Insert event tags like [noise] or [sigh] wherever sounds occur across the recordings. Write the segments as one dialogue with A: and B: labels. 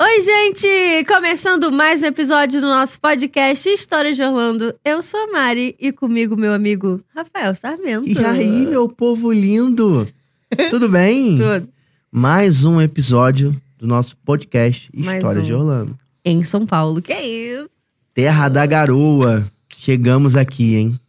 A: Oi, gente! Começando mais um episódio do nosso podcast Histórias de Orlando. Eu sou a Mari e comigo meu amigo Rafael Sarmento.
B: E aí, meu povo lindo? Tudo
A: [laughs]
B: bem?
A: Tudo.
B: Mais um episódio do nosso podcast
A: Mais
B: Histórias
A: um.
B: de Orlando.
A: Em São Paulo. Que é isso?
B: Terra da Garoa. Chegamos aqui, hein?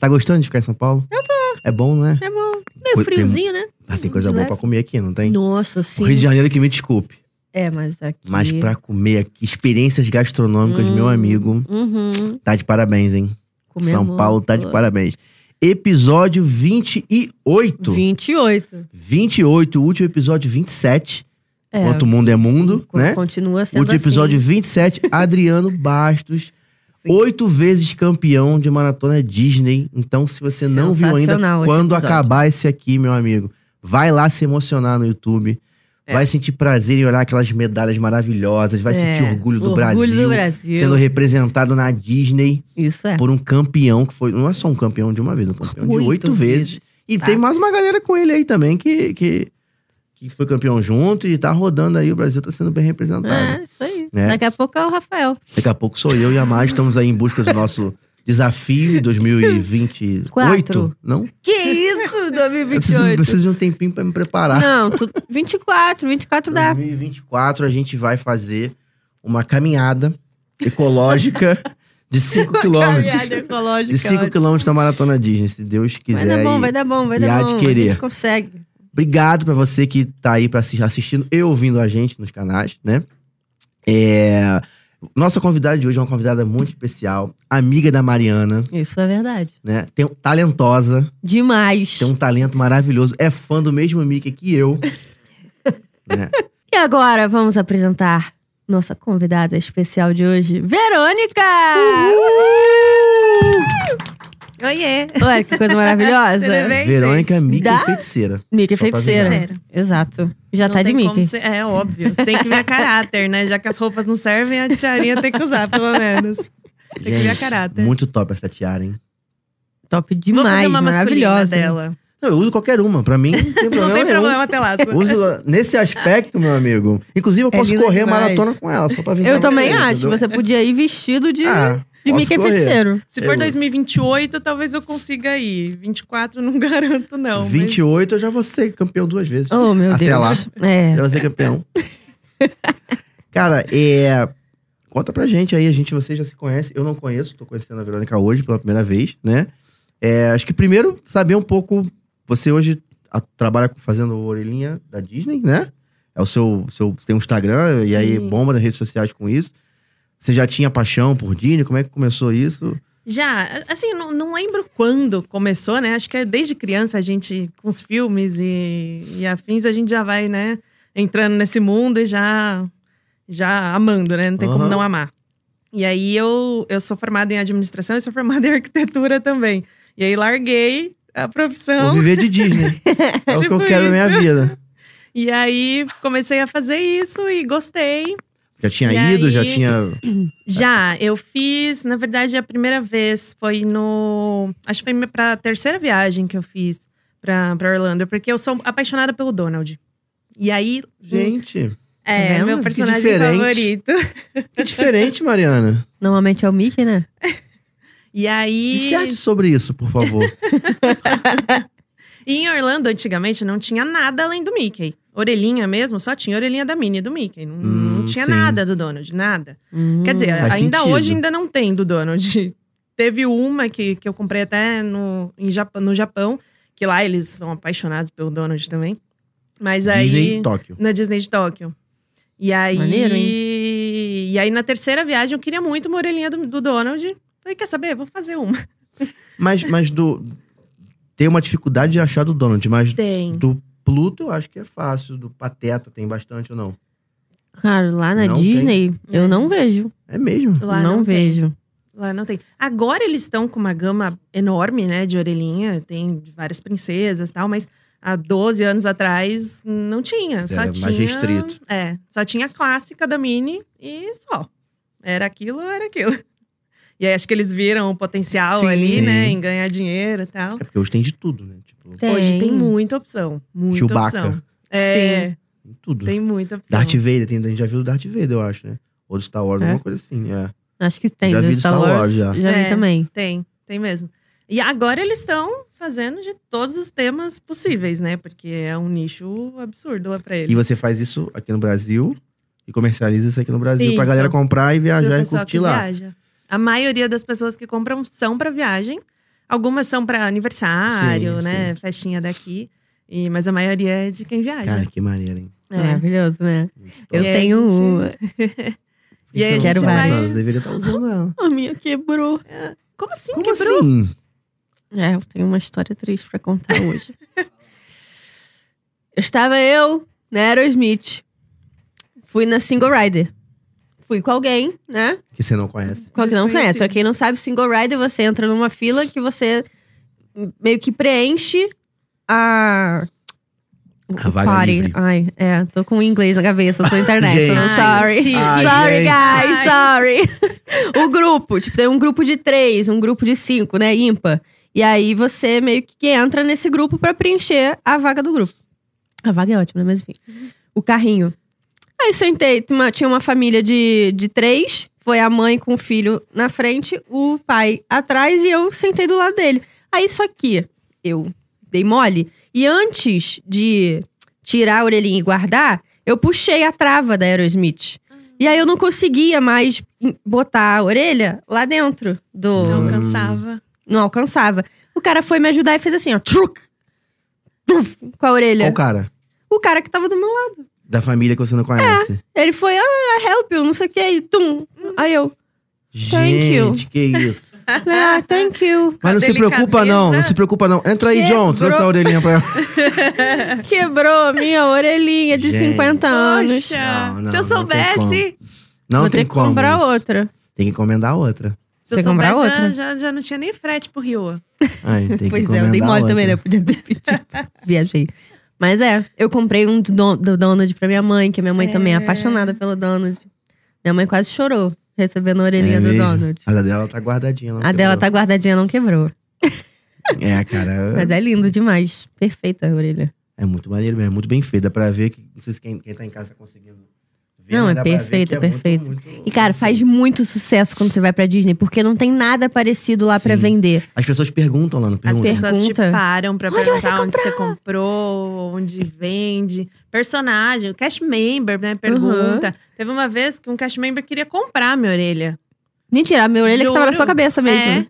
B: Tá gostando de ficar em São Paulo? Eu tô. É bom, né?
A: É bom. Meio
B: Foi-
A: friozinho, né?
B: Mas tem coisa boa pra comer aqui, não tem?
A: Nossa, sim.
B: O Rio de Janeiro que me desculpe.
A: É, mas aqui...
B: Mas pra comer aqui, experiências gastronômicas,
A: Hum.
B: meu amigo,
A: Uhum.
B: tá de parabéns, hein?
A: Comer é
B: São
A: muito.
B: Paulo tá de parabéns. Episódio 28.
A: 28.
B: 28, o último episódio 27.
A: É.
B: Quanto o mundo é mundo,
A: co-
B: né?
A: Continua sendo
B: Último
A: assim.
B: episódio 27,
A: [laughs]
B: Adriano Bastos.
A: Sim.
B: Oito vezes campeão de maratona Disney. Então, se você não viu ainda,
A: Sensacional esse
B: quando
A: episódio.
B: acabar esse aqui, meu amigo, vai lá se emocionar no YouTube.
A: É.
B: Vai sentir prazer em olhar aquelas medalhas maravilhosas. Vai sentir
A: É,
B: orgulho do
A: Orgulho
B: Brasil
A: do Brasil.
B: sendo representado na Disney
A: Isso é.
B: por um campeão que foi. Não é só um campeão de uma vez, é um campeão de oito vezes. E
A: Tá.
B: tem mais uma galera com ele aí também que, que, que foi campeão junto e tá rodando aí. O Brasil tá sendo bem representado.
A: É, isso aí.
B: Né?
A: Daqui a pouco é o Rafael.
B: Daqui a pouco sou eu e a Mari, estamos aí em busca do nosso desafio 2028.
A: Quatro.
B: Não?
A: Que isso,
B: [laughs] Eu preciso,
A: 2028?
B: preciso de um tempinho pra me preparar.
A: Não, tu... 24, 24 dá.
B: 2024 a gente vai fazer uma caminhada ecológica de
A: [laughs]
B: 5
A: Caminhada
B: quilômetros.
A: ecológica.
B: De 5
A: ótimo.
B: quilômetros na Maratona Disney, se Deus quiser.
A: Vai dar bom,
B: e-
A: vai dar bom, vai
B: e
A: dar
B: há
A: bom.
B: de
A: A
B: querer.
A: gente consegue.
B: Obrigado pra você que tá aí pra assi- assistindo e ouvindo a gente nos canais, né? É, Nossa convidada de hoje é uma convidada muito especial, amiga da Mariana,
A: Isso é verdade.
B: né? Tem, talentosa,
A: Demais.
B: tem um talento maravilhoso, é fã do mesmo Mickey que
C: [laughs]
B: eu. né?
A: E agora vamos apresentar nossa convidada especial de hoje, Verônica!
C: Oiê!
A: Olha que coisa maravilhosa.
C: Tudo bem,
B: Verônica é
C: gente?
B: Mickey
A: Dá?
B: feiticeira.
A: Mickey
B: Só pra
A: feiticeira.
C: avisar.
A: Exato. Já
C: Não
A: tá de
C: tem como
A: Mickey.
C: ser- É óbvio. Tem que ver a caráter, né? Já que as roupas não servem, a tiarinha tem que usar, pelo menos. que ver a caráter.
B: Muito top essa tiara, hein?
A: Top
C: Vou fazer
A: [laughs] demais,
C: uma masculina
A: maravilhosa.
C: dela.
B: Não, eu uso qualquer uma, pra mim não tem problema.
C: [laughs] Não tem
B: nenhum.
C: problema até lá.
B: Uso nesse aspecto, meu amigo. Inclusive, eu
A: É
B: posso
A: linda
B: correr
A: demais.
B: maratona com ela, só pra avisar
A: Eu também
B: você,
A: acho.
B: entendeu?
A: Você podia ir vestido de,
B: Ah,
A: de
B: posso
A: Mickey
B: correr.
A: feiticeiro.
C: Se for
B: Eu-
C: 2028, talvez eu consiga ir. 24 não [laughs] garanto, não. mas-
B: 28 eu já vou ser campeão duas vezes.
A: Oh, meu
B: Até
A: Deus.
B: lá.
A: É.
B: Já vou ser
C: [laughs]
B: campeão. Cara, é. Conta pra gente aí, a gente, vocês já se conhecem. Eu não conheço, tô conhecendo a Verônica hoje pela primeira vez, né? É, acho que primeiro saber um pouco. Você hoje a- trabalha com- fazendo orelhinha da Disney, né? É o seu. seu você tem um Instagram e aí
C: Sim.
B: bomba nas redes sociais com isso. Você já tinha paixão por Disney? Como é que começou isso?
C: Já, assim, não, não lembro quando começou, né? Acho que é desde criança a gente, com os filmes e, e afins, a gente já vai, né, entrando nesse mundo e já, já amando, né? Não tem como
B: Aham.
C: não amar. E aí eu, eu sou formada em administração e sou formada [laughs] em arquitetura também. E aí larguei a
B: Vou
C: profissão
B: viver de Disney.
C: [laughs]
B: É o que eu
C: Tipo
B: quero na minha
C: isso.
B: vida.
C: e aí comecei a fazer isso e gostei.
B: Já tinha
C: E
B: ido, já
C: aí-
B: tinha.
C: Já, eu fiz, na verdade, a primeira vez foi no. Acho que foi pra terceira viagem que eu fiz pra, pra Orlando, porque eu sou apaixonada pelo Donald. E aí,
B: Gente.
A: Tá
C: é,
A: vendo?
C: meu
A: Que
C: personagem
B: diferente.
C: favorito.
B: Que diferente, Mariana.
A: Normalmente é o Mickey, né?
C: E
B: Disserte
C: aí,
B: sobre isso, por
C: [laughs]
B: favor.
C: e em Orlando, antigamente, não tinha nada além do Mickey. Orelhinha mesmo, só tinha orelhinha da Minnie e do Mickey. Não, não
B: Hum,
C: tinha
B: sim.
C: nada do Donald, nada. Quer dizer,
B: Faz
C: ainda
B: sentido.
C: hoje ainda não tem do Donald. [laughs] Teve uma que, que eu comprei até no, em Japa- no Japão, que lá eles são apaixonados pelo Donald também. Mas aí.
B: Disney em Tóquio.
C: Na Disney de Tóquio. E aí.
A: Maneiro,
C: e aí, na terceira viagem, eu queria muito uma orelhinha do, do Donald. Falei, quer saber? Vou fazer uma.
B: Mas, mas do. Tem uma dificuldade de achar do Donald, mas
C: Tem.
B: do Pluto eu acho que é fácil. Do Pateta tem bastante ou não?
A: Cara, lá na
B: Não
A: Disney, eu
C: É.
A: não vejo.
B: É mesmo.
C: Lá
A: não,
C: tem.
A: vejo.
C: Lá não tem. Agora eles estão com uma gama enorme, né, de orelhinha. Tem várias princesas e tal, mas há 12 anos atrás não tinha. Só
B: Era mais
C: tinha.
B: restrito.
C: É, só tinha a clássica da Mini e só. Era aquilo, era aquilo. E aí acho que eles viram o potencial
A: Sim.
C: ali, né,
B: Sim.
C: em ganhar dinheiro e tal.
B: É porque hoje tem de tudo, né? Tipo,
A: Tem.
C: Hoje tem muita opção, muita
B: Chewbacca.
C: opção. É,
B: Em tudo.
C: Tem muita opção.
B: Darth Vader, tem, a gente já viu o Darth Vader, eu acho, né? Ou do Star Wars,
A: É?
B: alguma coisa assim, é.
A: Acho que tem.
B: Já
A: do
B: vi do
A: Star
B: Star
A: Wars.
B: Wars,
A: já
B: já.
A: vi
C: É.
A: também.
C: Tem, tem mesmo. E agora eles estão fazendo de todos os temas possíveis, né? Porque é um nicho absurdo lá pra eles.
B: E você faz isso aqui no Brasil e comercializa isso aqui no Brasil pra
C: Isso.
B: galera comprar e
C: Pro
B: viajar e
C: pessoal
B: curtir
C: que
B: lá.
C: viaja. A maioria das pessoas que compram são pra viagem. Algumas são pra aniversário,
B: Sim,
C: né? Festinha daqui. E, mas a maioria é de quem viaja.
B: Cara, que maneiro, hein? Então,
C: é.
A: Maravilhoso, né? Eu
C: E aí,
A: tenho
C: gente?
A: uma.
B: Por é que você
C: aí a
B: não
A: gente
B: usa
A: vai-
B: ela? Você deveria estar usando ela.
A: A minha quebrou.
C: Como assim
B: Como
C: quebrou?
B: assim?
A: É, eu tenho uma história triste pra contar
C: [laughs]
A: hoje. eu estava eu na Aerosmith. Fui na Single Rider. Fui com alguém, né?
B: Que você não conhece.
A: Qual que não conhece?
C: Desconhecido.
A: Pra quem não sabe, single rider, você entra numa fila que você meio que preenche a.
B: A vaga
A: Party.
B: livre.
A: Ai, é, tô com o inglês na cabeça, sou
B: [laughs]
A: international.
C: Gente.
A: sorry.
C: Ai, chique.
A: sorry,
B: Ai,
A: guys, sorry. [laughs] o grupo, tipo, tem um grupo de três, um grupo de cinco, né? Ímpar. E aí você meio que entra nesse grupo pra preencher a vaga do grupo. A vaga é ótima, né? mas enfim. O carrinho. Aí sentei, tinha uma- tinha uma família de, de três, foi a mãe com o filho na frente, o pai atrás e eu sentei do lado dele. Aí só que Ah, eu dei mole e antes de tirar a orelhinha e guardar, eu puxei a trava da Aerosmith. E aí eu não conseguia mais em- botar a orelha lá dentro do
B: Hum.
C: Não cansava.
A: não alcançava. O cara foi me ajudar e fez assim, ó. Truc, tuf, com a orelha.
B: Qual cara?
A: O cara que tava do meu lado.
B: Da família que você
A: É,
B: não conhece.
A: Ele foi, ah, help you, não sei o que. E tum. Aí eu, Thank you.
B: Gente, que
A: [laughs]
B: isso.
A: falei, ah, thank you.
B: Mas não se
C: delicadeza.
B: preocupa, não. Não se preocupa, não. Entra aí, John. Trouxe a orelhinha
A: [laughs]
B: pra ela.
A: Quebrou a minha orelhinha de
B: Gente.
A: 50 anos.
C: Poxa,
B: Não, não,
C: se eu
B: não tem
C: soubesse,
B: Não
A: Vou
B: tem
A: ter que
B: como.
A: comprar
B: isso.
A: outra.
B: Tem que encomendar outra.
C: se eu
A: Tem que comprar
C: soubesse, já,
A: outra.
C: já, já não tinha nem frete pro Rio.
B: Ai, tem que
A: pois é,
B: encomendar
A: eu dei mole também, né?
B: outra.
A: Eu podia ter pedido. Viajei. Mas é, eu comprei um do, Don- do Donald pra minha mãe, que a minha mãe também é
C: É.
A: apaixonada pelo Donald. Minha mãe quase chorou recebendo a orelhinha
B: É
A: do
B: mesmo?
A: Donald.
B: Mas a dela tá guardadinha. não
A: A dela tá guardadinha, não quebrou.
B: quebrou. É, cara.
A: [laughs] Mas é lindo demais. Perfeita a orelha.
B: É muito maneiro mesmo, é muito bem feito. Dá pra ver que. Não sei se quem, quem tá em casa tá conseguindo ver.
A: Não,
B: mas
A: é
B: dá pra ver que
A: perfeito, é
B: muito,
A: perfeito.
B: muito-
A: E, cara, faz muito sucesso quando você vai pra Disney, porque não tem nada parecido lá pra
B: Sim.
A: vender.
B: As pessoas perguntam lá no
A: As
B: pergunta.
A: pessoas-
C: As pessoas te
A: Pergunta.
C: param pra
A: Onde
C: perguntar
A: você
C: onde você comprou, onde vende. Personagem, o cast member, né? Pergunta. Teve uma vez que um cast member queria comprar minha orelha.
A: Mentira, a minha orelha que tava na
C: Juro. É,
A: sua cabeça
C: [laughs]
A: mesmo.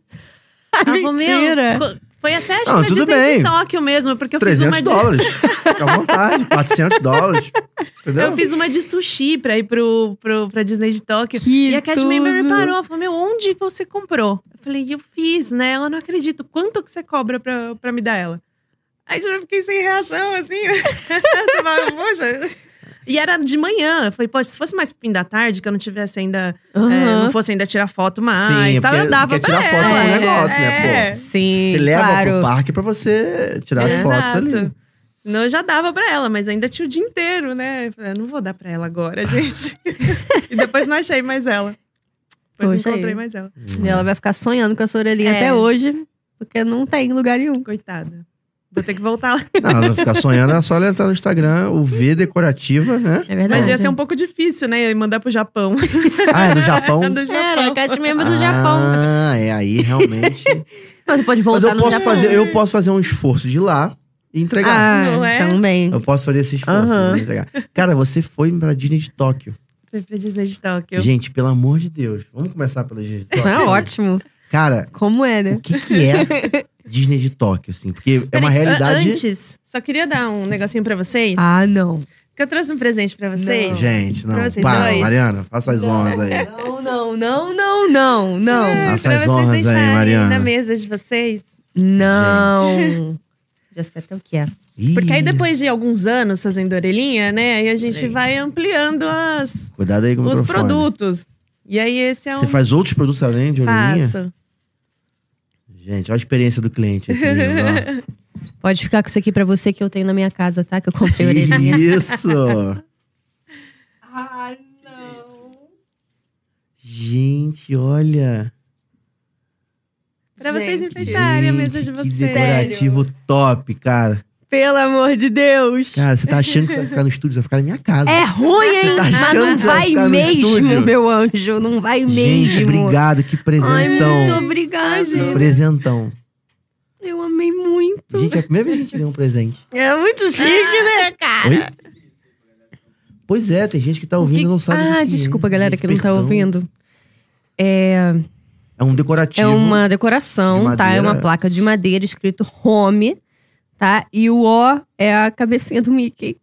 C: Ela falou, Ah, "Meu, co- foi até acho
B: Não,
C: que na
B: tudo
C: Disney
B: bem.
C: de Tóquio mesmo, porque eu fiz
B: 300
C: uma de.
B: dólares. Fica à vontade. 400 dólares.
A: [laughs]
B: Entendeu?
C: Eu fiz uma de sushi pra ir pro, pro, pra Disney de Tóquio.
A: Que
C: e a Cat Member me
A: tudo.
C: parou, falou: Meu, onde você comprou? Eu falei: Eu fiz, né? Ela não acredito. Quanto que você cobra pra, pra me dar ela? Aí eu já fiquei sem reação, assim. [laughs] Você fala, Poxa. E era de manhã. Eu falei: Poxa, se fosse mais pro fim da tarde, que eu não tivesse ainda.
A: Aham.
C: é, não fosse ainda tirar foto mais.
B: Sim, é
C: tal, eu
B: porque-
C: dava
B: porque
C: pra
B: tirar
C: ela.
B: foto
A: é um
C: É,
B: negócio, né, pô?
A: Sim,
B: Você leva
A: claro.
B: pro parque pra você tirar as fotos
C: Exato.
B: ali.
C: Senão eu já dava pra ela, mas ainda tinha o dia inteiro, né? Eu falei, "Ah, não vou dar pra ela agora, [laughs] gente. e depois não achei mais ela. Depois
A: Poxa,
C: não encontrei
B: é.
A: aí.
C: mais ela.
A: Uhum. E Hum. ela vai ficar sonhando com essa orelhinha
C: É.
A: até hoje, porque não tem em lugar nenhum.
C: Coitada. Vou ter que voltar lá.
B: Não, ela vai ficar sonhando, é só ela entrar no Instagram, o V decorativa, né?
A: É verdade.
C: Mas ia ser um pouco difícil, né? E mandar pro Japão. [laughs]
B: Ah, é do Japão?
C: Do
A: Era,
C: Japão.
A: a Cat Member do Japão.
B: Ah, é
A: [laughs]
B: aí realmente.
A: Mas você pode
B: Mas
A: voltar
B: eu
A: no
B: posso,
A: Japão.
B: fazer, eu posso fazer um esforço de ir lá e entregar.
A: Ah,
C: Não é?
A: também.
B: Eu posso fazer esse esforço
A: Aham.
B: de entregar. Cara, você foi pra Disney de Tóquio.
C: Fui pra Disney de Tóquio.
B: Gente, pelo amor de Deus. Vamos começar
A: [laughs]
B: pela Disney de Tóquio.
A: É ótimo.
B: Cara,
A: Como é, né?
B: o que, que
A: [laughs]
B: é Disney de Tóquio, assim? Porque é uma
C: Peraí,
B: realidade.
C: Antes, só queria dar um negocinho pra vocês.
A: Ah, não.
C: Que eu trouxe um presente pra vocês.
B: Gente, não.
C: Pra vocês
B: Para,
C: dois.
B: Mariana, faça as honras aí.
A: Não, não, não, não, não, não.
C: É,
B: Faça
C: pra
B: as
C: vocês
B: honras aí,
C: deixarem
B: Mariana.
C: na mesa de vocês.
A: Não. [laughs] Já sei até o que é.
B: Ih,
C: Porque aí depois de alguns anos fazendo orelhinha, né? Aí a gente
A: Sim.
C: vai ampliando as,
B: Cuidado aí com o
C: os
B: microfone.
C: produtos. E aí esse é um
B: Você faz outros produtos além de orelhinha?
C: passo.
B: Gente, olha a experiência do cliente aqui. ó.
A: [laughs] Pode ficar com isso aqui pra você que eu tenho na minha casa, tá? Que eu comprei a orelhinha.
B: Isso!
A: [laughs] ah, não.
B: Gente, olha.
C: Pra vocês
A: Gente.
C: enfeitarem a mesa
B: Gente,
C: de
B: Que
C: vocês.
B: decorativo top, cara.
A: Pelo amor de Deus.
B: Cara, você tá achando que você vai ficar no estúdio, você vai ficar na minha casa.
A: É ruim, hein?
B: Tá
A: Mas
B: achando
A: não
B: que vai
A: vai
B: ficar no
A: mesmo,
B: estúdio?
A: meu anjo. Não vai
B: Gente, então.
A: mesmo.
B: obrigado, que
A: Ai,
B: presentão.
A: muito obrigada.
B: Presentão.
A: Eu amei muito.
B: Gente, Ah, é a primeira vez que a gente ganha um presente.
A: É muito chique, né, cara?
B: Oi? Pois é, tem gente que tá ouvindo e não sabe. o que
A: ah,
B: é.
A: desculpa, galera, que não tá
B: Perdão.
A: ouvindo.
B: É um decorativo.
A: É uma
B: de
A: decoração,
B: madeira.
A: tá? É uma placa de madeira escrito home, tá? E o O é a cabecinha do Mickey.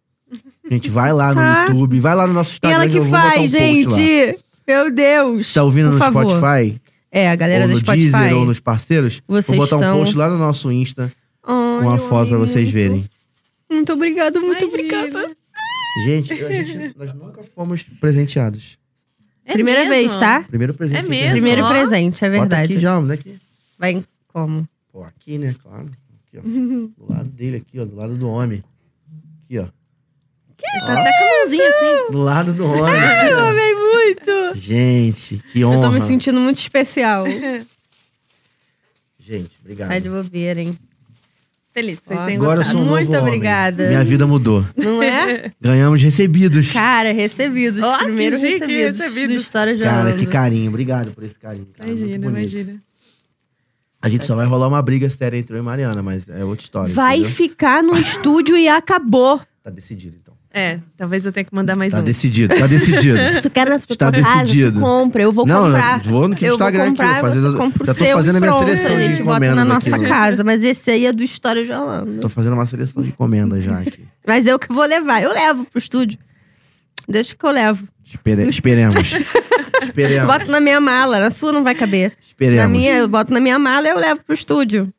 B: Gente, vai lá
A: Tá.
B: no YouTube, vai lá no
A: E
B: nosso Instagram.
A: ela que
B: eu vou botar um
A: faz,
B: post lá.
A: gente! Meu Deus!
B: Se tá ouvindo
A: Por
B: no
A: favor.
B: Spotify,
A: É, a galera
B: ou
A: do
B: no
A: Spotify.
B: Deezer, ou nos parceiros,
A: Vocês
B: vou botar
A: estão...
B: um post lá no nosso Insta
A: Ai,
B: com uma
A: eu
B: foto pra
A: amei
B: vocês
A: muito.
B: verem.
A: Muito obrigada, muito
C: Imagina.
A: obrigada.
B: Gente, a gente- nós nunca fomos presenteados.
C: É
A: Primeira
C: mesmo?
A: vez, tá?
B: Primeiro presente
C: É
B: que a gente
C: mesmo?
A: Primeiro
C: Ó.
B: recebeu.
A: presente, é
B: Bota aqui
A: verdade.
B: já, moleque.
A: Vai como?
B: Pô, aqui, né? Claro. Aqui, ó. Do lado dele, aqui, ó. Do lado do homem. Aqui, ó.
C: Tá até com a mãozinha assim.
B: Do lado do homem.
A: [laughs]
B: aqui, ó.
A: Amei muito!
B: Gente, que
A: Eu
B: honra.
A: tô me sentindo muito especial.
B: Gente, obrigado.
A: Ai, de bobeira, hein?
C: Feliz, que
A: Ó.
C: vocês têm
B: Agora eu
C: gostado.
B: sou um
A: Muito
B: novo homem.
A: obrigada.
B: Minha vida mudou.
A: Não é?
C: [laughs]
B: Ganhamos recebidos.
A: Cara, recebidos.
C: Ó, que
A: primeiro
C: chique,
A: recebidos,
C: recebidos.
A: do História de
B: Cara,
A: Orlando.
B: que carinho. Obrigado por esse carinho. Cara, muito
C: Imagina,
B: bonito.
C: imagina.
B: A gente só vai rolar uma briga séria entre eu e Mariana, mas é outra história.
A: Vai
B: entendeu?
A: ficar no estúdio e acabou.
B: Tá decidido, então.
C: É, talvez eu tenha que mandar mais
B: Tá
C: um.
B: decidido, tá decidido.
A: [laughs] Se tu quer na tua
B: Está
A: casa, tu
B: decidido.
A: compra. Eu vou
B: não,
A: comprar.
B: eu vou no que
A: eu
B: Instagram
A: vou comprar,
B: aqui. Fazendo,
A: eu compro
B: já
A: o
B: tô
A: seu
B: fazendo a minha
A: pronto,
B: seleção
A: a
B: de
A: gente bota
B: encomendas
A: na nossa
B: aqui. né?
A: casa. Mas esse aí é do História de Orlando.
B: Tô fazendo uma seleção de encomendas já aqui.
A: Mas eu que vou levar. Eu levo pro estúdio. Deixa que eu levo. [laughs]
B: Espere- esperemos. esperemos.
A: Boto na minha mala. Na sua não vai caber.
B: Esperemos.
A: Na minha, eu boto na minha mala e eu levo pro estúdio.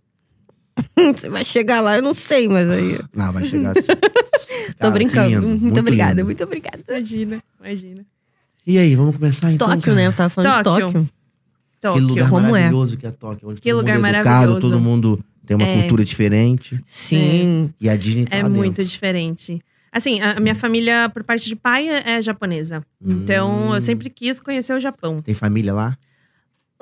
A: [laughs] Você vai chegar lá, eu não sei, mas aí.
B: Não, vai chegar
A: [laughs]
B: assim.
A: Tô
B: Cara,
A: brincando.
B: que lindo,
A: muito, obrigada,
B: lindo.
A: muito obrigada.
C: Imagina, imagina.
B: E aí, vamos começar então?
A: Tóquio,
B: cara?
A: né? Eu tava falando de
C: Tóquio.
A: Tóquio.
B: Que
C: Tóquio.
B: lugar
A: Como é?
B: maravilhoso que é Tóquio. Onde
C: Que
B: todo
C: lugar
B: mundo é educado,
C: maravilhoso.
B: todo mundo tem uma
C: É.
B: cultura diferente.
A: Sim.
B: E a Disney tá
C: É
B: lá
C: muito
B: dentro.
C: diferente. Assim, a a minha família, por parte de pai, é é japonesa. Então,
B: Hum.
C: eu sempre quis conhecer o Japão.
B: Tem família lá?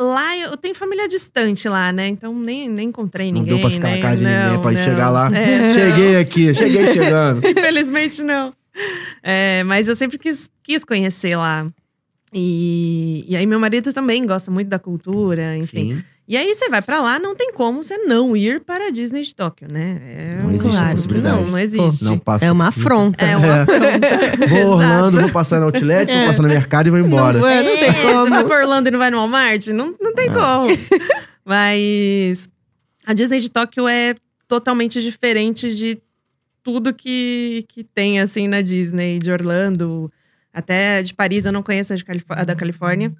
C: Lá, eu tenho família distante lá, né? Então, nem, nem encontrei
B: Não deu
C: ninguém.
B: pra ficar
C: né?
B: na casa de ninguém,
C: Não,
B: pode
C: não.
B: chegar lá.
C: É,
B: Cheguei aqui, cheguei chegando.
C: [laughs] Infelizmente, não. É, mas eu sempre quis, quis conhecer lá. E, e aí, meu marido também gosta muito da cultura, enfim.
B: Sim,
C: E aí, você vai pra lá, não tem como você não ir para a Disney de Tóquio, né? É,
B: Não existe
A: Claro
B: possibilidade.
C: Não, não existe.
B: não passa.
A: É uma afronta.
B: [laughs]
C: É uma afronta.
B: Vou a
C: Exato.
B: Orlando, vou passar no Outlet, vou passar no mercado e vou embora.
A: Não vai, não tem
C: É, Você vai
A: como.
C: pra Orlando e não vai no Walmart? Não, não tem como. [laughs] Mas a Disney de Tóquio é totalmente diferente de tudo que, que tem, assim, na Disney. De Orlando, até de Paris, eu não conheço a, de Calif- a da Califórnia.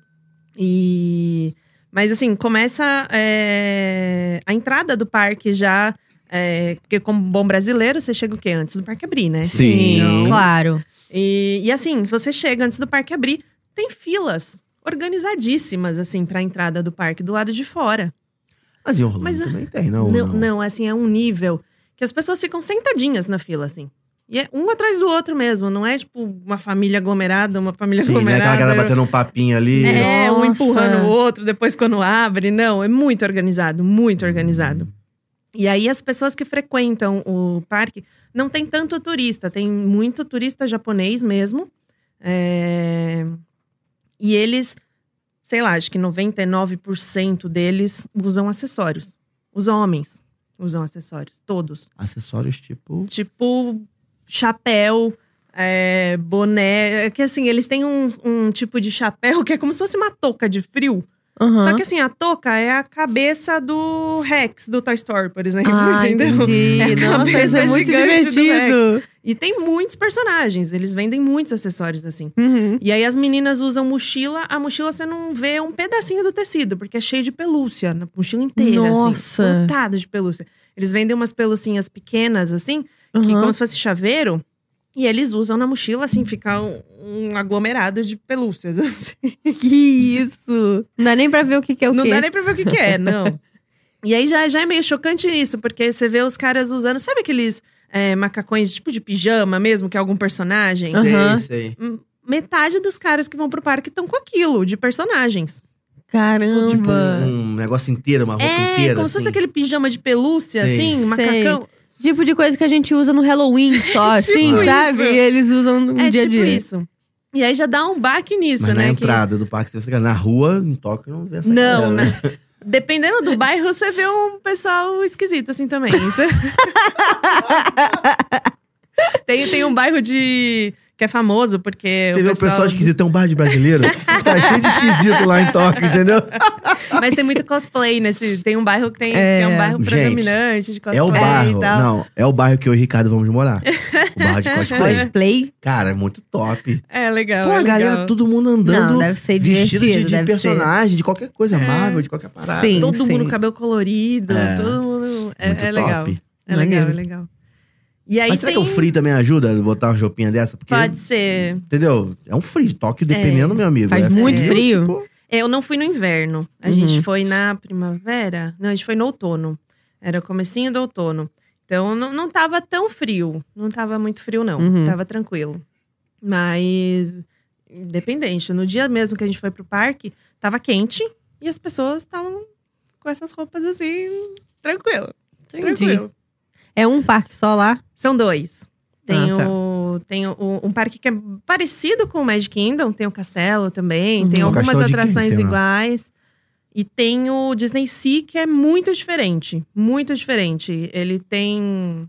C: E... Mas, assim, começa é, a entrada do parque já... é, porque como bom brasileiro, você chega o quê? Antes do parque abrir, né?
B: Sim.
A: Claro.
C: E, e assim, você chega antes do parque abrir, tem filas organizadíssimas, assim, pra entrada do parque do lado de fora.
B: Mas em Orlando
C: Mas-
B: também tem, não?
C: não, não, assim, é um nível que as pessoas ficam sentadinhas na fila, assim. E é um atrás do outro mesmo, não é tipo uma família aglomerada, uma família
B: Sim, né? Aquela
C: aglomerada.
B: galera batendo um papinho ali.
C: É, um
A: Nossa.
C: empurrando o outro, depois quando abre. Não, é muito organizado, muito organizado. E aí as pessoas que frequentam o parque não tem tanto turista, tem muito turista japonês mesmo. É, E eles, sei lá, acho que 99% deles usam acessórios. Os homens usam acessórios, todos.
B: Acessórios tipo.
C: Tipo chapéu, é, boné. é Que assim, eles têm um, um tipo de chapéu que é como se fosse uma touca de frio.
A: Uhum.
C: Só que assim, a touca é a cabeça do Rex, do Toy Story,
A: [laughs]
C: por exemplo.
A: ah,
C: [laughs] entendeu?
A: entendi.
B: É a
A: Nossa, isso
C: cabeça
A: é muito
C: gigante do
A: divertido.
C: E tem muitos personagens, eles vendem muitos acessórios assim.
A: Uhum.
C: E aí as meninas usam mochila, a mochila você não vê um pedacinho do tecido, porque é cheio de pelúcia, na mochila inteira,
A: Nossa.
C: assim, lotada de pelúcia. Eles vendem umas pelucinhas pequenas, assim, que
A: Uhum.
C: como se fosse chaveiro, e eles usam na mochila, assim, fica um, um aglomerado de pelúcias, [laughs] assim.
A: [laughs] Que isso? Não dá nem pra ver o que, que é o
C: não
A: quê.
C: dá nem pra ver o que, que
A: [laughs]
C: é, não. E aí já, já é meio chocante isso, porque você vê os caras usando, sabe aqueles é, macacões tipo de pijama mesmo, que é algum personagem?
A: Aham.
B: sei.
C: metade dos caras que vão pro parque estão com aquilo, de personagens.
A: Caramba.
B: Tipo um, um negócio inteiro, uma roupa
C: é,
B: inteira.
C: como se
B: assim.
C: fosse aquele pijama de pelúcia,
B: Sei.
C: assim,
A: Sei.
C: macacão.
A: Tipo de coisa que a gente usa no Halloween só, [laughs] assim,
B: isso.
A: sabe? E eles usam no
C: É
A: Um dia
C: tipo
A: a dia.
C: isso. E aí já dá um baque nisso,
B: Mas na
C: né? que-
B: entrada do parque, você fica na rua, em Tóquio, não vê essa
C: Não,
B: galera,
C: né? Dependendo do bairro, você vê um pessoal esquisito assim
B: [laughs]
C: também. Isso é- tem, tem um bairro de. que é famoso, porque.
B: Você vê o pessoal esquisito, tem um bar de brasileiro? tá cheio de esquisito lá em Tóquio, entendeu?
C: [laughs] Mas tem muito cosplay nesse. Tem um bairro que tem. que é um bairro
B: Gente,
C: predominante de cosplay
B: é o
C: e
B: bairro.
C: tal.
B: Não, é o bairro que eu e o Ricardo vamos
C: [laughs]
B: morar. O bairro de cosplay.
A: Cosplay?
B: Cara, é muito top.
C: É legal.
B: Pô,
C: é
B: a galera,
C: legal.
B: todo mundo andando.
A: Não, deve ser
B: vestido de,
A: divertido,
B: de
A: deve
B: personagem, de qualquer coisa,
C: É.
B: Marvel, de qualquer parada.
A: Sim.
C: Todo mundo com cabelo colorido,
B: É.
C: todo mundo. É,
B: Muito
C: é
B: top.
C: legal. É
A: Maneiro.
C: legal, é legal. E aí
B: Mas será
C: tem.
B: que é o é? free também ajuda a botar uma roupinha dessa? Porque,
C: Pode ser.
B: entendeu? É um free. Tóquio, dependendo, meu amigo.
A: Faz
B: é
A: muito frio.
B: tipo,
C: É, Eu não fui no inverno. A
A: Uhum.
C: gente foi na primavera. Não, a gente foi no outono. Era o comecinho do outono. Então não, não tava tão frio. Não tava muito frio, não.
A: Uhum.
C: Tava tranquilo. Mas, independente. No dia mesmo que a gente foi pro parque, tava quente e as pessoas estavam com essas roupas assim, tranquilo.
A: Entendi.
C: Tranquilo.
A: É um parque só lá?
C: São dois. Tem,
A: Ah, tá.
C: o, tem o- um parque que é parecido com o Magic Kingdom, tem o castelo também, tem
A: Uhum.
B: O
C: algumas
B: castelo de né? quem
C: atrações
B: que tem lá?
C: iguais. E tem o Disney Sea, que é muito diferente. Muito diferente. Ele tem.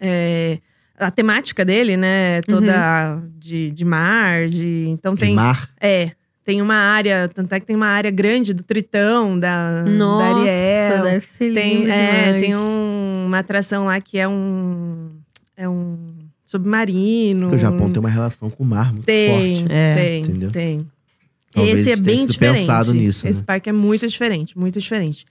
C: é, a temática dele, né? Toda de, de mar, de. Então
B: Uhum. de
C: tem.
B: mar.
C: É. Tem uma área, tanto é que tem uma área grande do Tritão,
B: Ah,
C: da, da
A: Nossa,
C: Ariel.
A: deve ser lindo
C: Tem, é,
A: demais.
C: tem um- uma atração lá que é um. É um submarino.
B: Porque o Japão tem uma relação com o mar muito
C: um Tem,
B: forte.
A: É,
C: tem,
B: entendeu?
C: tem.
B: Talvez
C: Esse é
B: tenha
C: bem
B: sido
C: diferente.
B: pensado nisso,
C: Esse
B: né?
C: parque é muito diferente, muito diferente.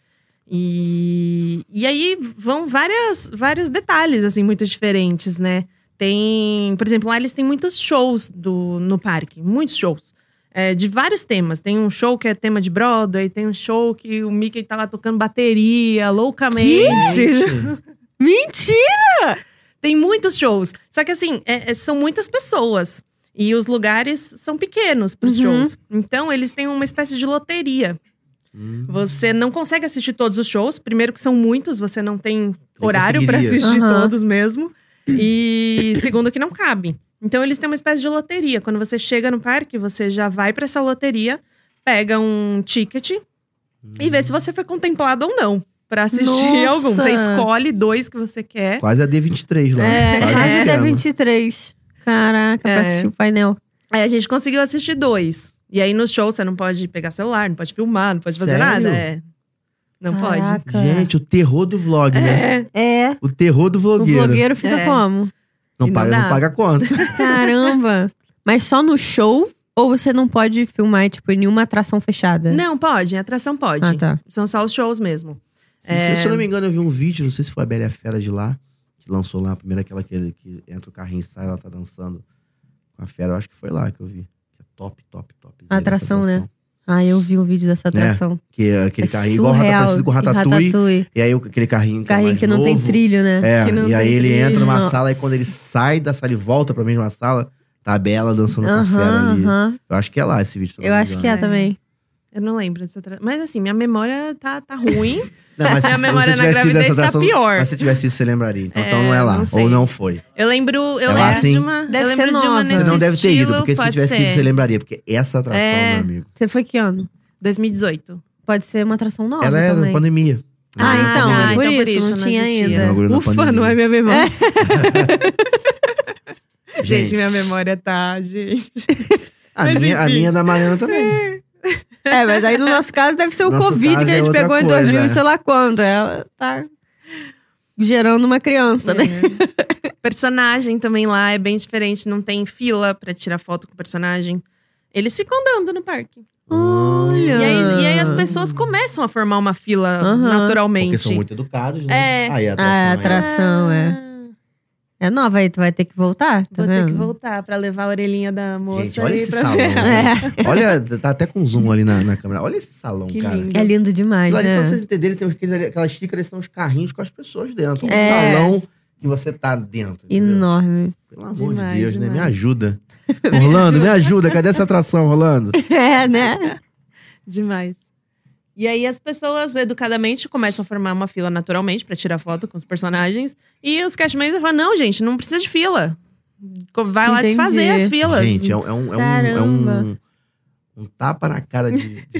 C: E, e aí vão várias, vários detalhes, assim, muito diferentes, né? Tem, por exemplo, lá eles têm muitos shows do, no parque, muitos shows. É, de vários temas. Tem um show que é tema de Broadway, tem um show que o Mickey tá lá tocando bateria loucamente. [laughs]
B: Gente,
A: Mentira!
C: Tem muitos shows. Só que assim, é- é- são muitas pessoas. E os lugares são pequenos para os
A: Uhum.
C: shows. Então, eles têm uma espécie de loteria.
B: Hum.
C: Você não consegue assistir todos os shows. Primeiro que são muitos, você não tem horário para
B: conseguiria.
C: assistir
A: Aham. [clears throat]
C: todos mesmo. E segundo que não cabe. Então, eles têm uma espécie de loteria. Quando você chega no parque, você já vai para essa loteria, pega um ticket e vê se você foi contemplado ou não para assistir
A: Nossa!
C: algum. Você escolhe dois que você quer.
B: Quase a D23 lá.
A: É,
B: Quase
A: quase
B: um
A: até
B: esquema.
A: 23. Caraca,
C: É.
A: pra assistir o painel.
C: Aí a gente conseguiu assistir dois. E aí no show você não pode pegar celular, não pode filmar, não pode fazer
B: Sério?
C: nada. É. Não pode.
A: Caraca.
B: Gente, o terror do vlog, né?
C: É.
A: É.
B: O terror do
A: O
B: vlogueiro.
A: blogueiro fica
C: É.
A: como?
B: Não,
C: Não
B: paga,
C: dá.
B: não paga a
A: [laughs]
B: conta.
A: Caramba! Mas só no show? Ou você não pode filmar, tipo, em nenhuma atração fechada?
C: Não, pode, em atração pode.
A: Ah, tá.
C: São só os shows mesmo.
B: Se, se
A: É.
B: eu não me engano, eu vi um vídeo, não sei se foi a Bela e a Fera de lá, que lançou lá, a primeira aquela que, que entra o carrinho e sai, ela tá dançando com a Fera. Eu acho que foi lá que eu vi. É top, top, top.
A: A atração, né? Ah, eu vi o vídeo dessa atração.
B: Que é aquele
A: é
B: carrinho igual
A: surreal.
B: rata- parecido com o
A: E
B: Ratatouille.
A: Ratatouille.
B: E aí o- aquele carrinho que é
A: Carrinho
B: mais
A: que não tem
B: novo.
A: trilho, né?
B: É,
C: Que não
B: e aí
C: tem
B: ele
C: trilho.
B: entra numa
A: Nossa.
B: sala e quando ele sai da sala e volta pra mesma sala, tá a Bela dançando com a Fera
A: Aham,
B: ali.
A: aham.
B: Eu acho que é lá esse vídeo. se eu não
A: Eu
B: me
A: acho que
B: engano.
A: é também.
C: Eu não lembro dessa atração. Mas assim, minha memória tá, tá ruim. [laughs]
B: Não,
A: [laughs]
B: mas se
C: Minha
B: você
C: memória na
B: tivesse ido
C: gravidez
B: nessa
C: tá
B: atração-
C: pior.
B: Mas se tivesse isso, você lembraria. Então,
C: É,
B: então não é lá.
C: não sei.
B: ou não foi.
C: Eu lembro, eu
B: É lá,
C: lembro
B: sim?
C: de uma.
A: Deve
C: eu
A: ser
C: lembro de
A: nova.
C: uma nesse
B: Você não deve ter ido,
C: estilo,
B: porque se
C: pode
B: tivesse ido,
C: ser.
B: você lembraria. Porque essa atração,
C: É.
B: meu amigo,
A: Você foi que ano?
C: 2018.
A: Pode ser uma atração nova
B: ela é da
A: também.
B: pandemia.
A: Ah,
B: Ela é
A: então,
B: da
A: é
B: pandemia.
A: por isso, não tinha
C: existia.
A: ainda.
B: Inaugurou na
C: Ufa,
B: pandemia.
C: não é
B: [laughs]
C: minha memória.
B: Gente,
C: Gente, minha memória tá, gente.
B: a,
C: mas
B: minha, a
C: enfim.
B: minha é da Mariana também.
A: É, mas aí no nosso caso deve
B: [laughs]
A: ser o
B: Nosso
A: Covid
B: caso
A: que a
B: é
A: gente
B: outra
A: pegou em
B: coisa,
A: 2000
B: é.
A: e sei lá quando. Ela tá gerando uma criança, né?
C: É. personagem também lá é bem diferente, não tem fila pra tirar foto com o personagem. Eles ficam andando no parque.
A: Olha.
C: E, aí, e aí as pessoas começam a formar uma fila
A: Ah. Aham.
B: Porque são
C: naturalmente.
B: muito educados, né?
C: É.
B: Aí a atração.
A: Ah,
B: é-
A: atração. Ação, é. É nova aí, tu vai ter que voltar, tá
C: Vou
A: vendo?
C: ter que voltar pra levar a orelhinha da moça
B: Gente, olha
C: ali
B: esse
C: pra
B: salão.
C: ver.
B: né? Olha, tá até com zoom ali na, na câmera. Olha esse salão,
C: Que
B: cara.
C: lindo.
A: É lindo demais,
B: Aquilo ali, pra
A: né?
B: vocês entenderem, tem aqueles- aquelas xícaras são os carrinhos com as pessoas dentro. É um
A: É.
B: salão que você tá dentro. entendeu?
A: [laughs] Enorme.
B: Pelo amor
C: Demais,
B: de Deus, né? Me
C: demais. [laughs]
B: ajuda. Orlando, me ajuda. Cadê essa atração, Rolando?
A: É, né?
C: [laughs] Demais. E aí as pessoas educadamente começam a formar uma fila naturalmente pra tirar foto com os personagens. E os cashmans falam: não, gente, não precisa de fila. Co- Vai lá
A: Entendi.
C: desfazer as filas.
B: Gente, é, um- é um, é, um, é um,
A: Caramba.
B: um tapa na cara de, de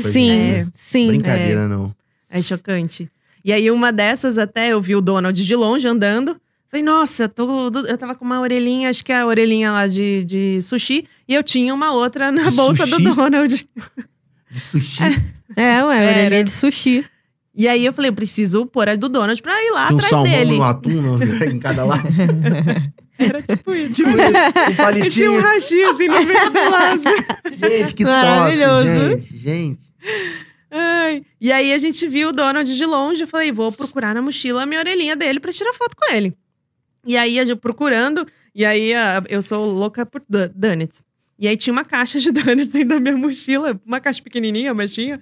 A: [laughs]
B: pra
A: Sim, é.
B: gente, né?
A: sim.
B: Brincadeira, não.
C: É chocante. E aí, uma dessas, até eu vi o Donald de longe andando. Falei, nossa, eu tô, do- eu tava com uma orelhinha, acho que é a orelhinha lá de, de sushi, e eu tinha uma outra na
B: De
C: bolsa
B: sushi?
C: do Donald.
B: De sushi.
A: É, ué,
C: Era.
A: orelha de sushi.
C: E aí eu falei, eu preciso pôr a do Donald pra ir lá
B: Tinha um
C: atrás
B: salmão
C: dele.
B: no atum não, em cada lado.
C: Era tipo [laughs] isso.
B: Tipo, um
C: E tinha um
B: palitinho.
C: hashi assim no meio do laço.
B: Gente, que
A: Maravilhoso.
B: top, gente. Gente,
C: Ai. E aí a gente viu o Donald de longe, eu falei, vou procurar na mochila a minha orelhinha dele pra tirar foto com ele. E aí eu procurando, e aí a- eu sou louca por du- donuts. E aí tinha uma caixa de [laughs] donuts dentro da minha mochila, uma caixa pequenininha, mas tinha.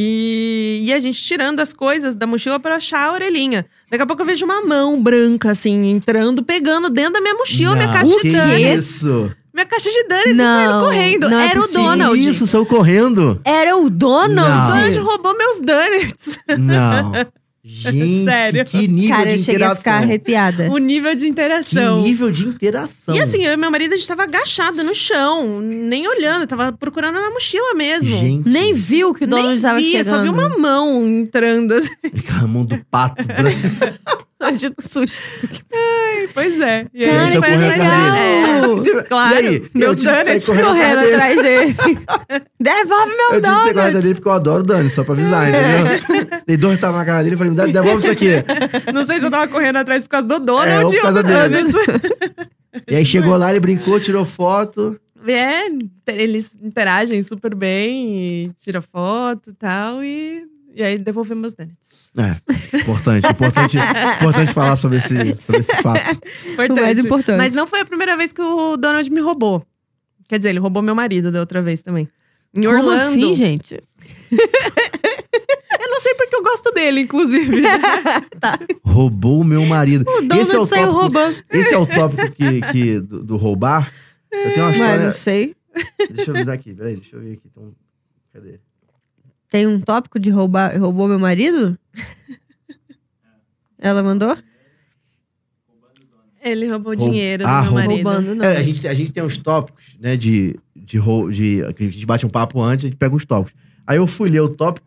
C: E, e a gente tirando as coisas da mochila pra achar a orelhinha. Daqui a pouco eu vejo uma mão branca, assim, entrando, pegando dentro da minha mochila minha
B: Não,
C: caixa
B: que
C: de donuts.
B: isso?
C: Minha caixa de donuts
A: Não,
C: correndo.
A: não é
C: Era o
A: possível.
C: Donald.
B: Isso, saiu correndo.
A: Era o
B: Não.
C: O Donald
A: Donald?
C: roubou meus donuts.
B: Não. Gente,
C: Sério.
B: que nível
A: Cara, eu
B: de
A: cheguei a
B: interação.
A: ficar arrepiada.
C: O nível de
B: É. que
C: interação.
B: nível de interação.
C: E assim, eu e meu marido, a gente tava agachado no chão, nem olhando, tava procurando na mochila é mesmo.
B: gente.
A: Nem viu que o
C: Nem
A: Donald estava
C: vi, eu
A: chegando.
C: só vi uma mão entrando, assim, [laughs]
B: Aquela mão do pato branco.
A: de susto.
C: pois é. E
B: Cara,
C: a
A: Cara,
C: gente
B: eu
C: foi
A: que
B: corri
C: atrás dele. É.
A: legal!
C: Claro,
B: e aí?
C: meus
B: eu tipo, tive que sair
C: donuts
B: correndo atrás
A: Correndo
B: dele.
A: atrás dele.
B: [laughs]
A: Devolve meu
B: Eu tive que sair correndo
A: Donald!
B: atrás dele porque eu adoro Dani, só pra avisar,
A: É.
B: entendeu? Dei dois tapas na cara dele e falei, me dá- devolve isso aqui.
C: Não sei se eu tava correndo atrás por causa do Donald
B: É, ou por
C: ou
B: causa
C: do
B: dele.
C: Donald.
B: E aí chegou lá, ele brincou, tirou foto.
C: [laughs] É, eles interagem super bem, e tira foto e tal, e, e aí devolvemos meus donuts.
B: É, importante, importante, importante falar sobre esse, sobre esse fato.
C: Importante.
A: O mais importante.
C: Mas não foi a primeira vez que o Donald me roubou. Quer dizer, ele roubou meu marido da outra vez também. Em
A: Como
C: Orlando.
A: assim, gente?
C: Eu não sei porque eu gosto dele,
A: [laughs]
C: inclusive.
B: Roubou o meu marido.
A: O
B: esse é o
A: Donald saiu
B: tópico,
A: roubando.
B: Esse é o tópico que, que- do, do roubar. Eu tenho uma
A: Mas
B: história.
A: não sei.
B: Deixa eu ver daqui, peraí, deixa eu ver aqui. Então, cadê?
A: Tem um tópico de roubar, roubou meu marido? [laughs] Ela mandou?
C: Ele roubou
B: Roub-
C: dinheiro do
B: Ah,
C: meu
B: roubou.
C: marido.
A: Roubando, não.
B: É, a, gente, a gente tem uns tópicos, né? De, de, rou- de, que a gente bate um papo antes, a gente pega uns tópicos. Aí eu fui ler o tópico.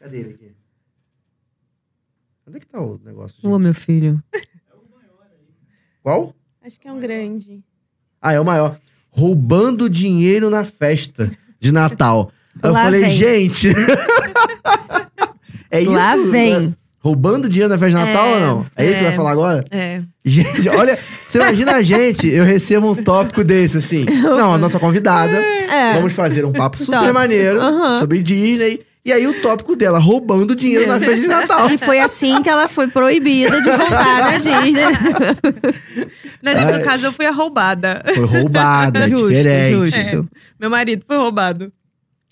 B: Cadê ele aqui? Onde é que tá o negócio? gente?
A: Ô, meu filho.
B: Qual?
C: Acho que é um grande.
B: Ah, é o maior. Roubando dinheiro na festa de Natal. Aí eu
A: Lá
B: falei,
A: vem.
B: gente. [laughs] é isso?
A: Lá vem.
B: né? Roubando dinheiro na festa de Natal
C: É,
B: ou não? É, isso que você
C: é.
B: vai falar agora?
C: É.
B: Gente, olha, você imagina a gente, eu recebo um tópico desse, assim. Não, a nossa convidada.
A: É.
B: Vamos fazer um papo super
A: Tópico.
B: maneiro
A: Aham.
B: sobre Disney. E aí o tópico dela, roubando dinheiro na festa
A: [laughs]
B: de Natal.
A: E foi assim que ela foi proibida de voltar na Disney. [laughs]
C: Na gente,
B: Ai.
C: no caso, eu fui a roubada.
B: Foi roubada, é
A: Justo,
B: diferente.
C: [laughs]
A: justo.
C: É. Meu marido foi roubado.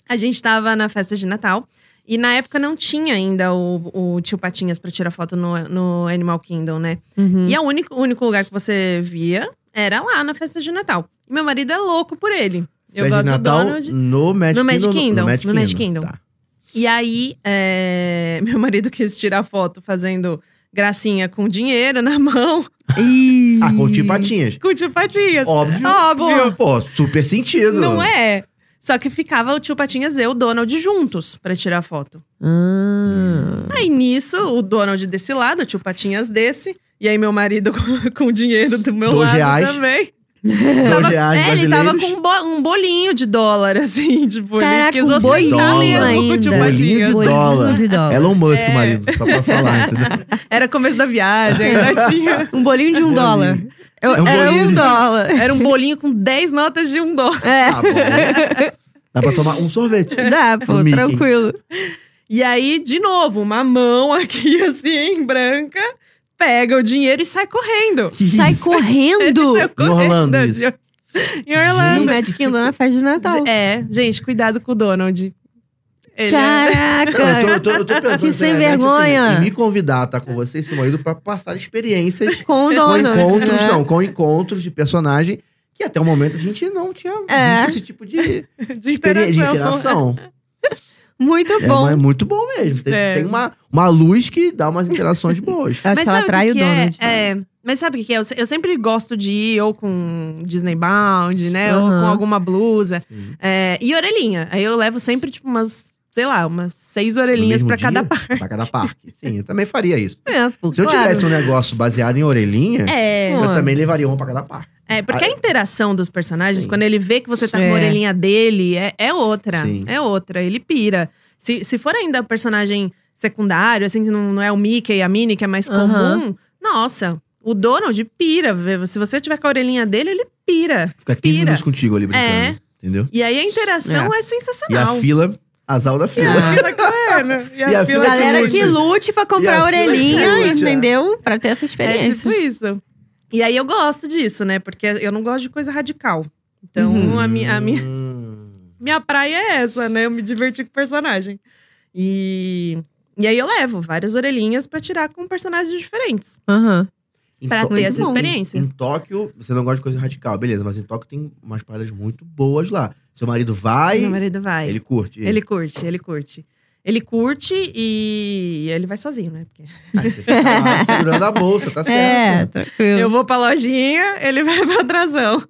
C: A gente tava na festa de Natal. E na época não tinha ainda o, o tio Patinhas pra tirar foto no, no Animal Kingdom, né?
A: Uhum.
C: E a única- o único lugar que você via era lá na festa de Natal. E meu marido é louco por ele. Eu
B: Festa
C: gosto
B: de Natal
C: do Donald.
B: no Magic
C: No Magic
B: Kingdom.
C: Kingdom,
B: No Magic
C: no Magic
B: Kingdom.
C: Kingdom.
B: Tá.
C: E aí, é, [laughs] meu marido quis tirar foto fazendo gracinha com dinheiro na mão, [laughs]
A: Ih.
B: Ah, com o tio Patinhas.
C: com o tio Patinhas.
B: Óbvio.
C: Óbvio.
B: Pô, super sentido.
C: Não é? Só que ficava o tio Patinhas e o Donald juntos pra tirar foto.
A: Ah.
C: Aí nisso, o Donald desse lado, o tio Patinhas desse. E aí, meu marido [laughs] com- com o dinheiro do meu
B: Dois
C: lado
B: reais.
C: também.
B: [laughs] Dois
C: Tava,
B: reais
C: é, ele tava
B: brasileiros.
C: com um, bo- um bolinho de dólar, [laughs] assim, tipo,
A: Caraca,
C: ele quis
A: um
C: ostentar
A: bolinho
C: mesmo com o tio
A: ainda.
B: Bolinho
C: Patinhas.
B: de
A: Bolinho
B: dólar.
A: de dólar.
B: Elon Musk,
C: É.
B: marido. Só pra falar, entendeu?
C: Era começo da
B: [laughs]
C: viagem, ainda tinha.
A: Um bolinho de um dólar. Eu-
B: É um
A: era
B: bolinho.
A: um dólar.
C: Era um bolinho com 10 notas de um dólar.
A: É.
B: Tá bom. Dá pra tomar um
C: [laughs]
B: sorvete.
A: Dá, pô,
B: Do Mickey.
A: tranquilo.
C: E aí, de novo, uma mão aqui, [laughs] assim, branca, pega o dinheiro e sai correndo.
B: Que
A: Sai
B: isso?
A: correndo!
C: Saiu correndo
B: Orlando, isso.
C: de- Em
A: No
C: Orlando.
A: Magic Kingdom na festa de Natal.
C: É, gente, cuidado com o Donald. Ele é-
B: Não, eu,
A: Caraca!
B: tô, eu tô- eu tô pensando assim, é,
A: Que sem
B: seriamente,
A: vergonha.
B: em me convidar, tá? Com você e seu marido pra passar experiências
A: Com o
B: com
A: Donald.
B: encontros,
C: é.
A: né?
B: não, com encontros de personagem que até o momento a gente não tinha
A: É.
B: visto esse tipo de,
C: de
B: experi- de
C: interação. [laughs]
B: interação.
A: Muito
B: É,
A: bom.
B: mas é muito bom mesmo. Tem,
C: É.
B: tem uma, uma luz que dá umas interações
C: [laughs]
B: boas.
A: Acho que ela
C: sabe o
A: atrai o
C: que é?
A: Donald.
C: É, mas sabe o que que é? Eu, se- eu sempre gosto de ir ou com Disney Bound, né? Ou
A: Aham.
C: com alguma blusa.
B: Sim.
C: É, e orelhinha. Aí eu levo sempre, tipo, umas, sei lá, umas seis
B: No
C: orelhinhas
B: mesmo
C: pra
B: dia,
C: [laughs] cada par.
B: Pra cada parque. Sim, eu também faria isso.
A: É, pô,
B: Se eu
A: claro.
B: tivesse um negócio baseado em orelhinha,
C: É.
B: eu também levaria uma pra cada parque.
C: É, porque a interação dos personagens,
B: Ah, Sim.
C: quando ele vê que você tá com
A: É.
C: a orelhinha dele, é, é outra.
B: Sim.
C: É outra. Ele pira. Se, se for ainda personagem secundário, assim, que não, não é o Mickey e a Minnie, que é mais
A: Aham.
C: comum, nossa, o Donald pira. vê- Se você tiver com a orelhinha dele, ele pira.
B: Fica 15
C: Pira.
B: minutos contigo ali brincando.
C: É.
B: Entendeu?
C: E aí a interação é,
B: E a
C: sensacional.
B: fila, azal da fila.
A: Ah.
C: fila correndo.
B: E a fila
A: Galera
B: lute.
A: que lute pra
B: E
A: comprar
B: a
A: a
B: fila que
A: orelhinha,
B: lute, é.
A: entendeu? Pra ter essa
C: É
A: experiência.
C: tipo isso. E aí eu gosto disso, né? Porque eu não gosto de coisa radical. Então,
A: Uhum.
C: a, minha, a minha
B: Hum.
C: minha praia é essa, né? Eu me diverti com o personagem. E, e aí eu levo várias orelhinhas pra tirar com personagens diferentes.
A: Aham.
B: Em
C: Pra
B: To-
C: ter
B: em-
C: essa
B: em-
C: experiência.
B: Em, Tóquio, você não gosta de coisa radical, beleza, mas em Tóquio tem umas paradas muito boas lá. Seu marido vai,
C: Meu marido vai.
B: ele
C: Ele,
B: curte.
C: curte, ele curte. Ele curte e ele vai sozinho, né? Porque
B: Aí você fica
C: [laughs]
B: lá segurando a bolsa, tá
A: É,
B: certo.
A: tranquilo.
C: eu vou pra lojinha, ele [laughs] vai pra atrasão.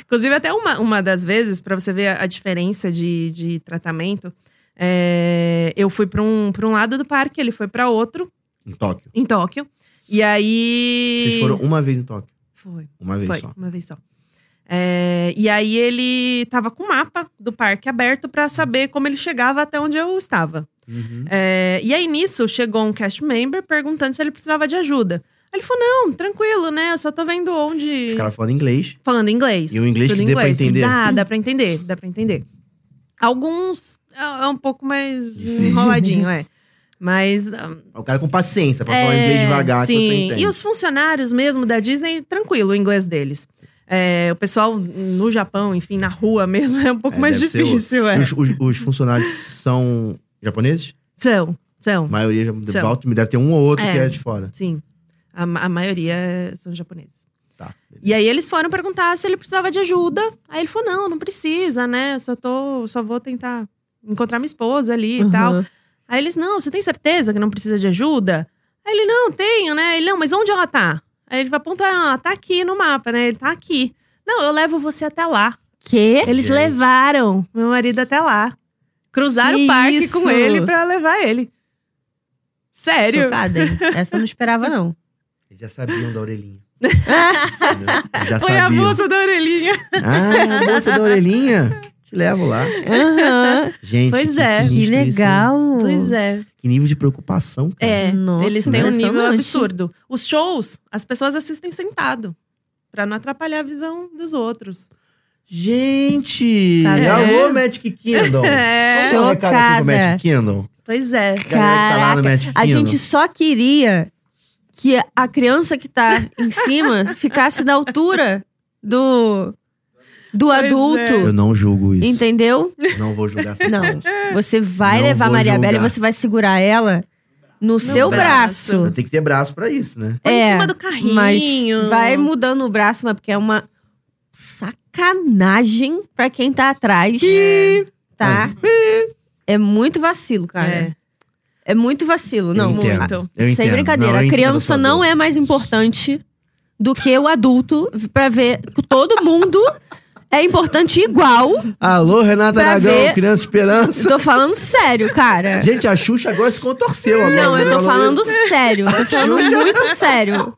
C: Inclusive, até uma, uma das vezes, pra você ver a, a diferença de, de tratamento, é, eu fui pra um, pra um lado do parque, ele foi pra outro,
B: Em Tóquio.
C: em Tóquio. E aí.
B: Vocês foram uma vez em Tóquio.
C: Foi.
B: Uma vez
C: Foi,
B: só.
C: uma vez só. É, e aí ele tava com o mapa do parque aberto pra saber como ele chegava até onde eu estava.
B: Uhum.
C: É, e aí nisso chegou um cast member perguntando se ele precisava de ajuda. Aí ele falou: não, tranquilo, né? Eu só tô vendo onde.
B: Os caras falando inglês.
C: Falando inglês.
B: E o inglês
C: Tudo
B: que dê pra entender?
C: Dá, dá pra entender, dá pra entender. Alguns é é um pouco mais
B: Difícil.
C: enroladinho, é. Mas ah,
B: O cara com paciência pra falar inglês devagar, que você
C: É, Sim,
B: entende.
C: e os funcionários mesmo da Disney, tranquilo o inglês deles. É, o pessoal no Japão, enfim, na rua mesmo, [laughs] é um pouco
B: É,
C: mais
B: deve ser
C: difícil, é.
B: Os, os- os funcionários são japoneses?
C: São,
B: A
C: são,
B: maioria já
C: São.
B: volta, me deve ter um ou outro
C: É.
B: que é de fora.
C: sim. A, ma- a maioria é- são japoneses.
B: Tá.
C: E aí eles foram perguntar se ele precisava de ajuda. Aí ele falou, não, não precisa, né? Eu só, tô, só vou tentar encontrar minha esposa ali e tal.
A: Aham.
C: Aí eles, não, você tem certeza que não precisa de ajuda? Aí ele, não, tenho, né? Ele, não, mas onde ela tá? Aí ele vai apontar, ela tá aqui no mapa, né? Ele tá aqui. Não, eu levo você até lá.
A: Que?
C: Eles
B: Gente.
C: levaram meu marido até lá. Cruzaram
A: Que
C: o parque
A: isso?
C: com ele pra levar ele. Sério?
A: Chocada, hein? Essa eu não esperava, [laughs] não.
B: Eles já sabiam da
C: [laughs]
B: orelhinha. Entendeu? Eles já
C: Foi a
B: sabiam.
C: bolsa da orelhinha.
B: Ah, a bolsa da orelhinha. Te levo lá.
A: Aham.
B: Gente,
C: Pois
B: que
C: é.
B: sinistro
A: Que
B: isso, hein?
A: legal.
C: Pois é.
B: Que nível de preocupação, cara.
C: É,
A: Nossa,
C: eles têm um nível
A: impressionante.
C: absurdo. Os shows, as pessoas assistem sentado. Pra não atrapalhar a visão dos outros.
B: Gente!
A: Tá vendo?
B: Alô, Magic Kingdom!
C: [laughs] É.
B: Vamos dar um recado aqui pro
A: Chocada.
B: Magic Kingdom?
C: Pois é.
B: Galera que tá lá
A: Caraca,
B: no Magic
A: A
B: Kingdom.
A: gente só queria que a criança que tá
C: [laughs]
A: em cima ficasse da altura do, do
C: Pois é.
A: adulto.
B: Eu não julgo isso.
A: Entendeu?
B: Não vou julgar essa
A: [laughs] Não.
B: parte.
A: Você vai
B: Não
A: levar a
B: vou
A: Maria Bela e
B: julgar.
A: você vai segurar ela no, seu braço.
B: Tem que ter braço pra isso, né?
C: Põe
A: É,
C: em cima do carrinho.
A: Mas vai mudando o braço, mas porque é uma sacanagem pra quem tá atrás. Tá? É muito vacilo, cara.
C: É.
A: É, muito vacilo. Não,
B: eu entendo.
A: a-
C: muito.
B: Eu
A: Sem
B: entendo.
A: brincadeira.
B: Não, eu
A: a
B: entendo
A: criança
B: sua dor.
A: não é mais importante do que o adulto pra ver que todo mundo é importante igual.
B: Alô, Renata
A: é Pra
B: Aragão,
A: ver-
B: Criança
A: [laughs]
B: Esperança.
A: Eu tô falando sério, cara.
B: Gente, a Xuxa agora se contorceu. Agora, né?
A: Não, eu tô
B: Falou
A: falando
B: isso.
A: sério. Eu Tô falando muito sério.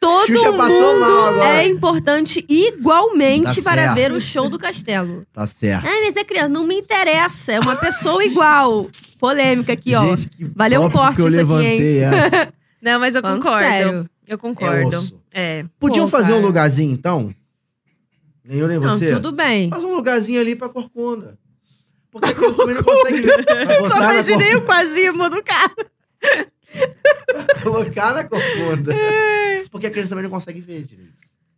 A: Todo
B: Xuxa passou mal
A: mundo
B: agora.
A: é importante igualmente
B: Tá
A: para
B: certo.
A: ver o show do castelo.
B: Tá certo.
A: Ai, mas é criança, não me interessa. É uma pessoa igual. Polêmica aqui, ó.
B: Gente, que
A: valeu o
B: tópico
A: corte
B: que eu
A: isso aqui, hein?
B: levantei é essa.
C: Não, mas eu
A: Falando
C: concordo.
A: sério.
C: Eu concordo.
B: É osso.
C: É.
A: [laughs]
B: Podiam
A: Pô,
B: fazer um
A: cara.
B: lugarzinho, então? Nem eu, nem
A: Não,
B: você.
A: tudo bem.
B: Faz um lugarzinho ali pra Corcunda.
A: [laughs]
B: Porque a criança também não consegue
A: Só
B: botar na
A: imaginei o quasimo do cara.
B: cor- colocar na corcunda.
A: É.
B: Porque a criança também não consegue ver direito.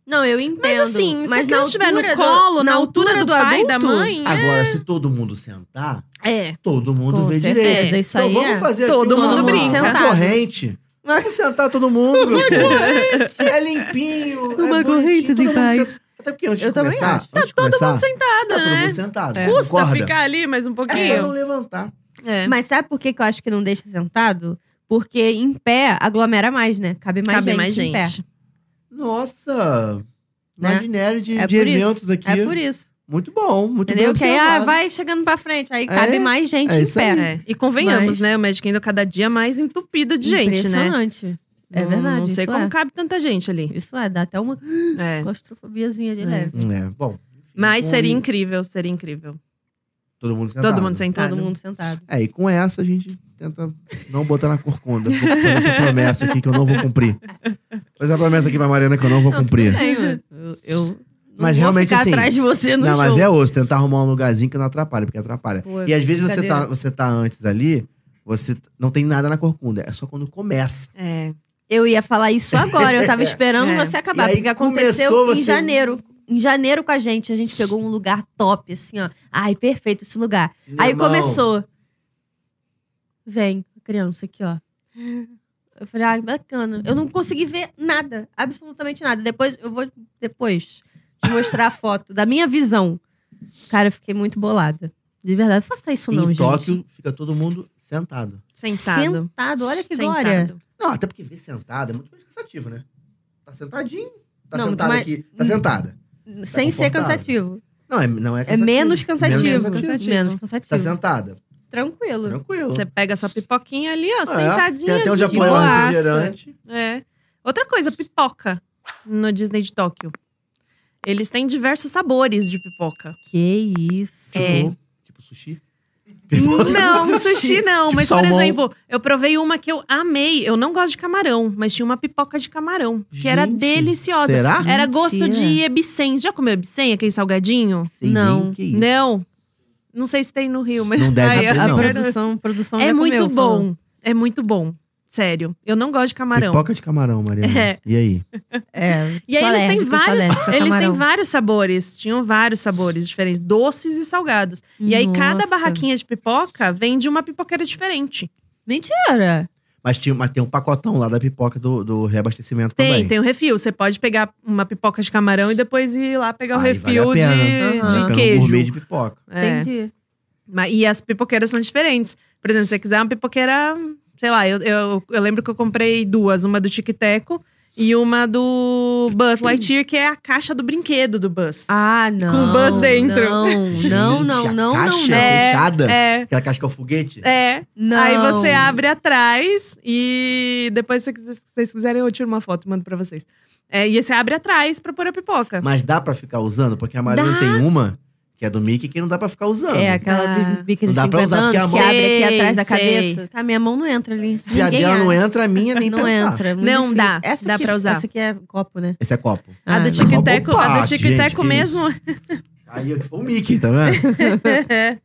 A: Não, eu entendo.
C: Mas assim, se
A: mas
C: a criança
A: na
C: estiver no
A: altura do-
C: colo, na altura do, pai e da
A: adulto,
C: mãe, é-
B: Agora, se todo mundo sentar,
C: é.
B: todo mundo
A: Com
B: vê
A: certeza,
B: direito.
A: isso
B: então
A: aí
B: vamos
A: é.
B: fazer aqui
C: Todo
B: uma-
C: mundo
B: uma
C: brinca.
B: corrente. Vamos sentar todo mundo, meu povo. É limpinho.
A: Uma
B: é bonitinho,
A: corrente de
B: todo mundo
A: paz.
B: senta- Até porque antes
A: Eu
B: de
A: também
B: começar...
A: acho.
B: Tá todo mundo sentado, Tá todo
C: né?
B: mundo sentado.
A: É.
C: Custa
B: Concorda?
C: ficar ali mais
B: É só
C: um
B: não
C: pouquinho.
B: levantar.
C: É.
A: Mas sabe por que que eu acho que não deixa sentado? Porque em pé aglomera mais, né? Cabe mais
C: Cabe
A: gente
C: mais
A: em pé.
C: gente.
B: Nossa,
A: Né?
B: imaginário de,
A: É
B: de
A: por isso.
B: eventos aqui.
A: É por isso.
B: Muito bom, muito
A: Entendeu?
B: bem
A: Que aí, ah,
B: observado.
A: vai chegando pra frente. Aí cabe mais gente
B: é
A: em
B: isso
A: pé.
B: aí.
C: É. E convenhamos,
A: Mas-
C: né? O Magic Kingdom cada dia mais entupido de gente, né?
A: Impressionante. É
C: Não-
A: verdade.
C: Não sei
A: isso
C: como
A: é.
C: cabe tanta gente ali.
A: Isso é, dá até uma
C: É.
A: claustrofobiazinha de
C: É.
A: leve.
B: É, bom. enfim,
C: Mas
B: com-
C: seria incrível, seria incrível.
B: Todo mundo sentado.
C: Todo mundo sentado.
A: Todo mundo sentado.
B: É, e com essa a gente tenta não botar na corcunda. Vou fazer essa promessa aqui que eu não vou cumprir. Fazer a promessa aqui pra Mariana que eu não vou
A: Não, tudo
B: cumprir.
A: bem, mas eu, eu não
B: Mas
A: vou
B: realmente,
A: ficar
B: assim,
A: atrás de você no
B: Não,
A: jogo.
B: mas é osso, tentar arrumar um lugarzinho que não atrapalha, porque atrapalha.
A: Pô,
B: e às vezes você tá,
A: brincadeira.
B: você tá antes ali, você t- não tem nada na corcunda. É só quando começa.
C: É.
A: Eu ia falar isso agora, eu
B: [laughs]
A: tava esperando
C: É.
A: você acabar.
B: E aí
A: Porque aconteceu
B: começou você-
A: em janeiro. Em janeiro com a gente, a gente pegou um lugar top, assim, ó. Ai, perfeito esse lugar. aí
B: Irmão,
A: começou. Vem, criança aqui, ó. Eu falei, ai, bacana. Eu não consegui ver nada, absolutamente nada. Depois, eu vou depois te mostrar a foto da minha visão. Cara, eu fiquei muito bolada. De verdade, faça isso não,
B: em
A: gente.
B: Tóquio, fica todo mundo sentado.
C: Sentado.
A: Sentado, olha que
C: Sentado.
A: glória.
B: Não, até porque ver sentado é muito mais cansativo, né? Tá sentadinho. Tá
A: Não, muito
B: sentada
A: mais-
B: aqui. Tá sentada.
A: Sem ser
B: confortável.
A: cansativo.
B: Não, é, não é
A: É
B: cansativo.
A: menos cansativo.
B: Menos
A: Menos
C: cansativo.
A: cansativo.
B: Tá sentada.
A: Tranquilo.
B: Tranquilo.
C: Você pega sua pipoquinha ali, ó,
B: É,
C: Ah, sentadinha.
B: Tem até um
C: de
A: japonês.
B: japonês
A: boaça.
B: refrigerante.
C: É. Outra coisa, pipoca no Disney de Tóquio. Eles têm diversos sabores de pipoca.
A: Que isso.
C: É.
B: Tipo, tipo sushi. [laughs]
C: Não, sushi não.
B: Tipo
C: mas, por
B: salmão.
C: exemplo, eu provei uma que eu amei. Eu não gosto de camarão, mas tinha uma pipoca de camarão, que era
B: Gente,
C: deliciosa.
B: Será?
C: Era gosto de
A: Mentira.
C: ebicen. Já comeu ebicen, aquele salgadinho?
B: Sei nem
A: Não.
B: o que é isso.
C: Não. Né? Não sei se tem no Rio, mas...
B: Não deve ter,
C: eu-
A: A
B: não.
A: produção, produção
C: É
A: Então já
C: muito
A: comeu,
C: bom.
A: falou.
C: É muito bom. Sério. Eu não gosto de camarão.
B: Pipoca de camarão, Mariana.
C: É.
B: E aí?
A: É,
C: E aí
A: sou
C: eles têm
A: alérgica, sou
C: vários-
A: alérgica a
C: [laughs] Eles têm
A: camarão.
C: vários sabores. Tinham vários sabores diferentes. Doces e salgados. E aí, cada
A: Nossa.
C: barraquinha de pipoca vende uma pipoqueira diferente.
A: Mentira.
B: Mas, tinha, mas tem um pacotão lá da pipoca do, do reabastecimento
C: Tem,
B: também.
C: tem o refil. Você pode pegar uma pipoca de camarão e depois ir lá pegar o
B: Aí vale a
C: refil de,
B: pena.
C: de
A: Aham.
B: Pega um
C: queijo.
B: gourmet de pipoca.
C: É.
A: Entendi.
C: Mas- E as pipoqueiras são diferentes. Por exemplo, se você quiser uma pipoqueira, sei lá, eu, eu, eu lembro que eu comprei duas, uma do Tic Teco e uma do Buzz Lightyear, que é a caixa do brinquedo do Buzz.
A: Ah, não.
C: Com buzz dentro.
A: Não, não, não,
B: Gente, a
A: não, não,
B: caixa
A: não.
C: É.
B: fechada.
C: É,
B: Aquela caixa que é o foguete.
C: é.
A: Não.
C: Aí você abre atrás e depois, se vocês- se vocês quiserem, eu tiro uma foto e mando pra vocês. É, e você abre atrás pra pôr a pipoca.
B: Mas dá pra ficar usando? Porque a Mariana
C: Dá.
B: tem uma, que é do Mickey, que não dá pra ficar usando.
A: É, aquela
C: Ah.
A: de bica de
B: Não dá pra
A: 50
B: usar, porque a
A: anos que
B: mão-
A: abre aqui
C: Sei,
A: atrás da
C: sei.
A: cabeça. Tá, minha mão não entra ali.
B: Se a
A: Ninguém
B: dela não
A: abre.
B: entra, a minha nem
A: Não
B: pensar.
A: entra. é muito
C: Não
A: difícil.
C: dá,
A: Essa
C: dá
A: aqui-
C: pra usar.
A: Essa aqui é copo, né?
B: Esse é copo.
C: A do
A: Ah,
C: Tic
B: não.
C: Teco, a
B: Opa,
C: do Tic
B: gente,
C: Teco
B: que
C: mesmo.
B: Aí foi o Mickey, tá vendo?
C: [laughs] É.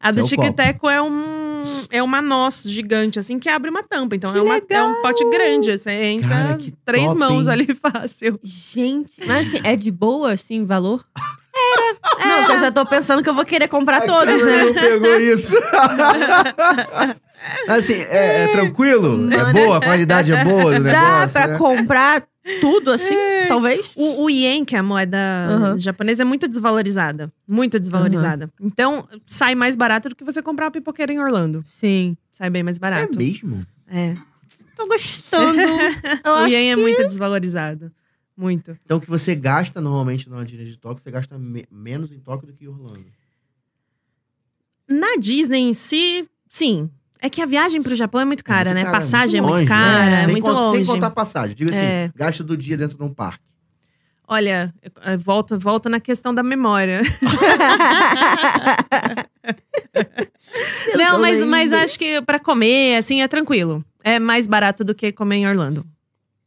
C: A do
B: Esse é o copo.
C: Tic-Teco é, um, é uma noz gigante, assim, que abre uma tampa. Então
A: Que
C: é, uma- é um pote grande. Você entra
B: Cara, que
C: três
B: top,
C: mãos
B: hein?
C: ali [laughs] fácil.
A: Gente, mas assim, é de boa, assim, valor? Era. [laughs] Não, que eu já tô pensando que eu vou querer
B: É
A: comprar todos, né?
B: Não pegou isso.
C: [laughs]
B: assim, é, é tranquilo? É
C: né?
B: boa? A qualidade é boa do
A: Dá
B: negócio?
A: pra
B: né?
A: comprar tudo, assim, talvez?
C: O, o ien, que é a moeda
A: Aham.
C: japonesa, é muito desvalorizada. Muito desvalorizada. Então, sai mais barato do que você comprar uma pipoqueira em Orlando.
A: Sim.
C: Sai bem mais
B: É
C: barato.
B: mesmo?
C: É.
A: Tô [laughs] gostando. Eu
C: O
A: acho
C: ien
A: [laughs]
C: é
A: que-
C: muito desvalorizado. Muito.
B: Então, o que você gasta normalmente numa Disney de Tóquio, você gasta me- menos em Tóquio do que em Orlando.
C: Na Disney em si, sim. É que a viagem pro Japão é muito cara,
B: muito
C: né?
B: cara,
C: Passagem
B: muito
C: é
B: longe,
C: muito cara,
B: né?
C: é
B: Sem
C: muito
B: con-
C: longe.
B: Sem contar passagem. Diga assim,
C: É.
B: gasta do dia dentro de um parque.
C: Olha, eu- eu volto, volto na questão
B: [laughs]
C: da memória. Não, mas, mas acho que pra comer, assim, é tranquilo. É mais barato do que comer em Orlando.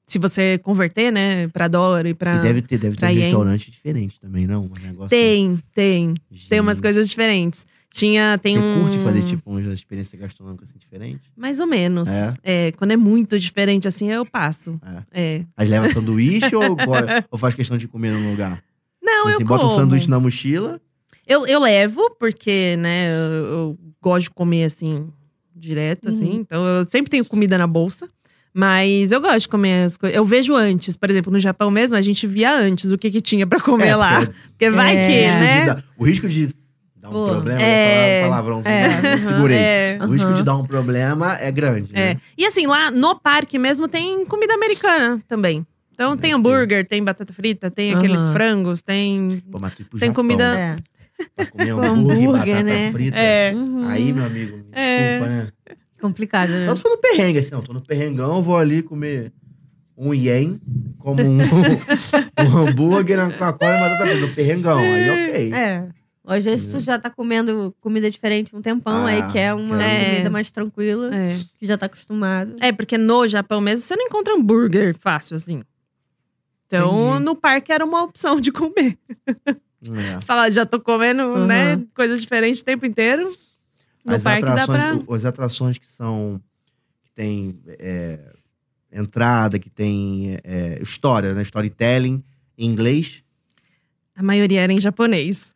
C: Se você converter, né, pra dólar e pra.
B: E deve ter, deve ter
C: pra
B: um
C: Ien.
B: restaurante diferente também, não? Um negócio
C: Tem, tem. Tem umas
B: Gente.
C: coisas diferentes. Tinha, tem
B: Você
C: um...
B: curte fazer, tipo, uma experiência gastronômica assim, diferente?
C: Mais ou menos.
B: É?
C: É, quando é muito diferente assim, eu passo.
B: É.
C: É.
B: Mas leva
C: [laughs]
B: sanduíche ou, go- ou faz questão de comer num lugar?
C: Não, eu
B: assim, bota
C: como.
B: um sanduíche na mochila.
C: Eu, eu levo, porque, né, eu, eu gosto de comer assim,
A: Uhum.
C: direto, assim. Então, eu sempre tenho comida na bolsa. Mas eu gosto de comer as coisas. Eu vejo antes, por exemplo, no Japão mesmo, a gente via antes o que, que tinha pra comer
B: É,
C: lá.
B: porque
C: Porque [laughs] vai
A: É.
C: que,
A: Risco
B: o risco de dar-
C: né?
B: o risco de dar um
A: Pô.
B: problema,
C: É.
B: eu ia falar um palavrãozinho,
A: É,
B: mas eu
A: aham.
B: segurei.
C: É.
B: O risco
A: Aham.
B: de dar um problema é grande,
C: É.
B: né?
C: E assim, lá no parque mesmo tem comida americana também. Então tem hambúrguer, tem batata frita, tem aqueles
A: Aham.
C: frangos, tem.
B: Pô, mas tu ir pro
C: Tem
B: Japão
C: comida- [laughs]
A: É.
B: pra comer
A: Com
B: hambúrguer, e
A: hambúrguer,
B: batata
A: né?
B: frita.
C: É.
A: Uhum.
B: Aí, meu amigo, me
C: É.
B: desculpa, né?
A: Complicado, né?
B: Então, se for no perrengue, assim, não, tô no perrengão, vou ali comer um ien, como um, [laughs] um hambúrguer, uma Coca-Cola e uma batata frita. No perrengão,
C: [laughs]
B: aí ok.
A: É. Às vezes tu já tá comendo comida diferente um tempão,
B: Uhum. Ah,
A: aí quer uma
C: quero. É.
A: comida mais tranquila,
C: É.
A: que já tá acostumado.
C: É, porque no Japão mesmo você não encontra hambúrguer fácil, assim. Então,
B: Entendi.
C: no parque era uma opção de comer.
B: É.
C: Você fala, já tô comendo,
A: Uhum.
C: né, coisas diferentes o tempo inteiro. No
B: as
C: parque dá
B: atrações,
C: pra.
B: o- as atrações que são que tem é, entrada, que tem é, história, né? Storytelling em inglês.
C: A maioria era
B: [laughs]
C: em japonês.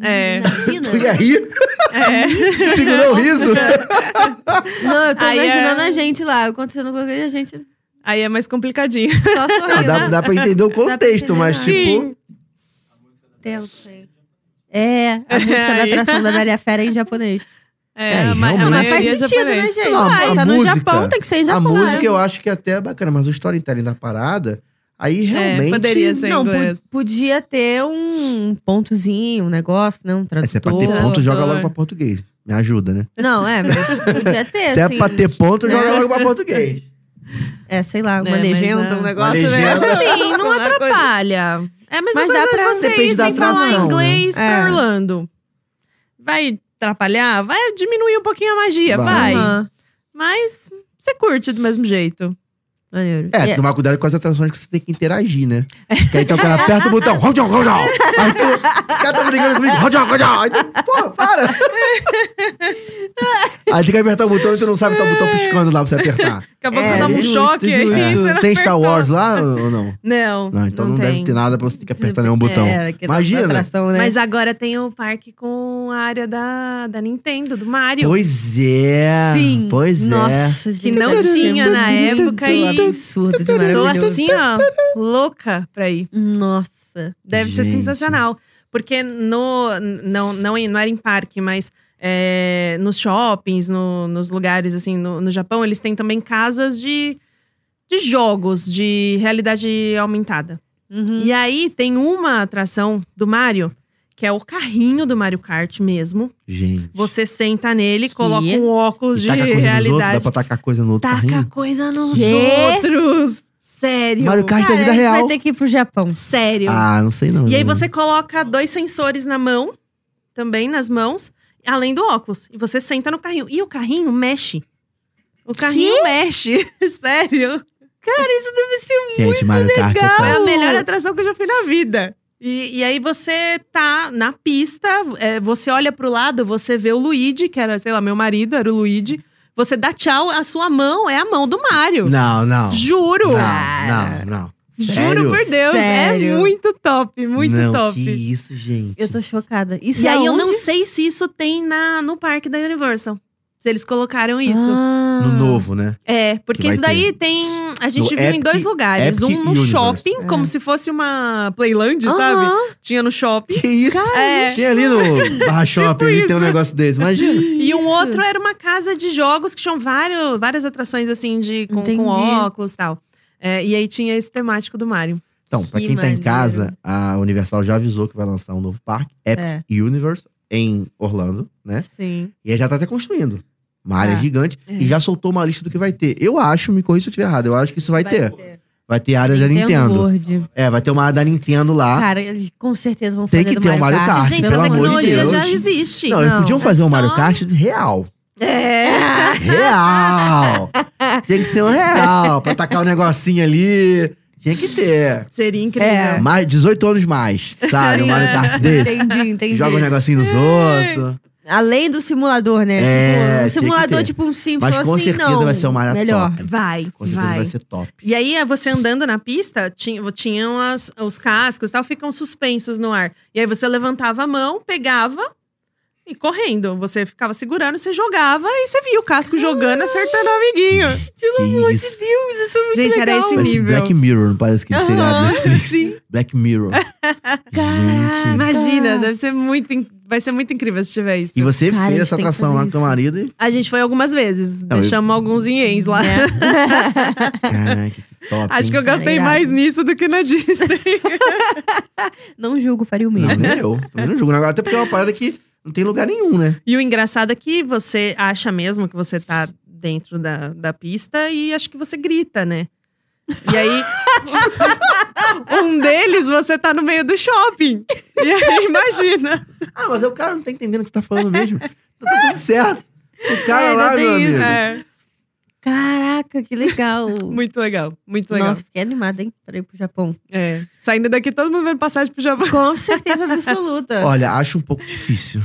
C: É.
A: Imagina.
B: E aí,
C: É.
B: segurou o riso? [laughs]
A: Não, eu tô
C: Aí é-
A: imaginando a gente lá. Acontecendo com a gente
C: Aí é mais complicadinho.
A: só sorrindo.
B: Ah, Dá, dá pra entender o
A: pra
B: contexto, mas
C: entender.
B: tipo.
A: Tempo, hein? É, a música da
C: Aí.
A: atração da Velha Fera é em japonês.
C: É,
B: É,
C: a ma- a
B: realmente.
A: Mas faz
C: maioria é
A: sentido,
C: japonês.
A: né, gente?
B: Não, a-
A: Vai,
B: a
A: tá no
B: música-
A: Japão, tem que ser em
B: A
A: japonês.
B: música eu acho que até é bacana, mas o storytelling da parada, aí realmente.
C: É, poderia ser.
A: Não, po-
C: inglês.
A: podia ter um pontozinho, um negócio, né? Um
B: Essa é pra ter
A: tradutor.
B: ponto, joga logo
C: Tradutor.
B: pra português. Me ajuda, né?
A: Não, é, mas
B: [laughs]
A: podia ter,
B: Se é
A: assim.
B: pra ter ponto, joga
A: É.
B: logo pra português.
A: É, sei lá, uma
C: É, mas,
A: legenda,
C: ah,
A: um negócio,
B: uma
A: né? [laughs]
B: legenda.
C: Sim, assim, não
A: Alguma coisa.
C: atrapalha. É, mas,
A: Mas dá pra-
C: você
B: Depende
C: ir
B: da
C: sem falar
B: atração,
C: inglês
A: né?
C: pra
A: É.
C: Orlando. Vai atrapalhar? Vai diminuir um pouquinho a magia,
B: Vai.
C: vai.
A: Aham.
C: Mas você curte do mesmo jeito.
A: Maneiro.
B: É,
A: E-
B: tomar cuidado com as atrações que você tem que interagir, né? Que aí então o cara aperta o botão. Aí tu, o cara tá brigando comigo. Aí tu, pô, para. Aí tem que apertar o botão e tu não sabe que tá o botão piscando lá pra você apertar.
C: Daqui a pouco
A: É,
C: você toma um
A: justo,
C: choque aí.
A: justo.
C: você
B: É.
C: não
B: Tem Star
C: apertou.
B: Wars lá ou não?
C: Não.
B: Não, então não,
C: tem.
B: deve ter nada pra você ter que apertar nenhum um botão.
A: É, que
B: Imagina.
A: Atração, né?
C: Mas agora tem o parque com a área da, da Nintendo, do Mario.
B: Pois é.
A: Sim.
B: Pois é.
A: Nossa, gente,
C: Que não
A: deve ser
C: tinha na
A: muito
C: época e-
A: absurdo de
C: Tô
A: maravilhoso.
C: assim, ó, louca pra ir.
A: Nossa.
C: Deve ser
B: Gente.
C: sensacional. Porque no, não, não, em- não era em parque, mas é, nos shoppings, no- nos lugares assim, no, no Japão, eles têm também casas de, de jogos, de realidade aumentada.
A: Uhum.
C: E aí tem uma atração do Mario, que é o carrinho do Mario Kart mesmo.
B: Gente.
C: Você senta nele,
A: Que?
C: coloca um óculos
B: E
C: de
B: taca coisa nos outros,
C: realidade.
B: Dá pra tacar coisa no outro tá
C: Taca
B: carrinho?
C: coisa nos
A: Quê?
C: outros. Sério.
B: Mario Kart da
A: Cara,
B: vida
A: a gente
B: real.
A: vai ter que ir pro Japão.
C: Sério.
B: Ah, não sei não.
C: E aí
B: não.
C: você coloca dois sensores na mão, também nas mãos, além do óculos. E você senta no carrinho. E o carrinho mexe. O carrinho mexe. [laughs] Sério.
B: Gente, Mario Kart é
A: legal.
B: top.
C: Foi a melhor atração que eu já fui na vida. E, e aí você tá na pista, é, você olha pro lado, você vê o Luigi, que era, sei lá, meu marido, era o Luigi. Você dá tchau, a sua mão é a mão do Mario.
B: Não, não.
C: Juro.
B: Não, não, não. Sério?
C: Juro por Deus.
A: Sério?
C: É muito top, muito
B: não,
C: top.
B: Que isso, gente.
A: Eu tô chocada. Isso
C: e
A: é
C: aí eu
A: onde?
C: não sei se isso tem na, no parque da Universal. Se eles colocaram isso.
A: Ah.
B: No novo, né?
C: é,
B: Que
C: porque
B: vai
C: isso daí tem. A gente
B: No
C: viu em
B: Epic-
C: dois lugares.
B: Epic
C: um no
B: Universe.
C: shopping, como se fosse uma Playland, sabe?
A: É. Aham.
C: Tinha no shopping.
B: Que isso?
C: É.
B: Tem ali no Barra Shopping, ali tem um negócio
A: [laughs]
B: desse. Imagina.
C: E um
A: Isso.
C: outro era uma casa de jogos que tinham vários, várias atrações assim, de, com,
A: Entendi.
C: com óculos e tal. É, e aí tinha esse temático do Mario.
B: Então, pra
A: Que
B: quem tá em
A: maneiro.
B: casa, a Universal já avisou que vai lançar um novo parque, Epic Universe, em Orlando, né?
A: Sim.
B: E aí já tá até construindo. Uma área
A: Tá.
B: gigante.
C: É.
B: E já soltou uma lista do que vai ter. Eu acho, me corrija se eu estiver errado, eu acho que isso vai, ter. Vai ter área da Nintendo.
A: World.
B: É, vai ter uma área da Nintendo lá.
A: um Cara, eles com certeza vão
B: tá? Tem
A: fazer
B: que
A: do
B: ter um
A: Mario
B: Mario Kart,
C: Gente,
B: pelo
C: a
B: amor de
C: tecnologia
B: Deus.
C: já existe.
B: não, eles
A: não,
B: podiam fazer um
C: é
B: Mario
C: só-
B: Kart real.
C: É.
B: Real! Tinha que ser um real pra tacar o negocinho ali. Tinha que ter.
C: [laughs] Seria incrível.
A: É.
B: Mais, 18 anos mais, sabe? Um Mario Kart desse. um
A: Entendi, entendi.
B: Joga um negocinho nos outros.
A: Além do simulador, né?
B: É,
A: tipo, um
B: tinha que
A: simulador
B: ter.
A: tipo um Simpsons
B: Mas com
A: assim,
B: certeza
A: não.
B: vai ser um uma área
A: Melhor.
B: top.
C: Vai,
B: Com certeza
C: vai.
B: vai ser top.
C: E aí, eh, você andando na pista, ti- tinham as- os cascos e tal, ficam suspensos no ar. E aí você levantava a mão, pegava e correndo. Você ficava segurando, você jogava e você via o casco jogando, acertando o amiguinho.
B: Que isso.
A: Deus, isso é muito
C: Gente, era
A: legal.
C: esse
B: Parece
C: nível.
B: Black Mirror, não parece que seria
A: Aham,
B: Netflix?
A: [laughs]
B: Black Mirror. Gente.
C: Imagina, deve ser muito, in- vai ser muito incrível se tiver isso.
B: E você
A: Cara,
B: fez
A: a gente
B: essa
A: tem que
B: atração
A: fazer
B: lá com teu
A: isso.
B: marido e.
C: A gente foi algumas vezes,
B: eu-
C: deixamos alguns ienes lá.
B: Caraca, que top.
A: [laughs]
C: [laughs] Acho que eu
B: hein?
C: gastei
A: Irado.
C: mais nisso do que na [laughs] Disney.
A: [laughs] Não julgo, faria o
B: Não,
A: mesmo.
B: nem eu. Também não julgo. Agora, Até porque é uma parada que não tem lugar nenhum, né?
C: E o engraçado é que você acha mesmo que você tá dentro da, da pista e acho que você grita, né? E aí, [laughs] um deles, você tá no meio do shopping. E aí, imagina.
B: Ah, mas o cara não tá entendendo o que você tá falando mesmo. Então tá tudo certo.
C: [laughs]
B: O cara
A: É, ainda
B: lá,
A: tem
B: meu
A: isso,
B: amigo.
C: É,
A: Caraca, que [laughs] legal.
C: muito legal, muito legal.
A: Nossa, fiquei animada, hein? Pra ir pro Japão.
C: É, Saindo daqui, todo mundo vai passar pro Japão.
A: Com certeza absoluta.
B: Olha, acho um pouco difícil.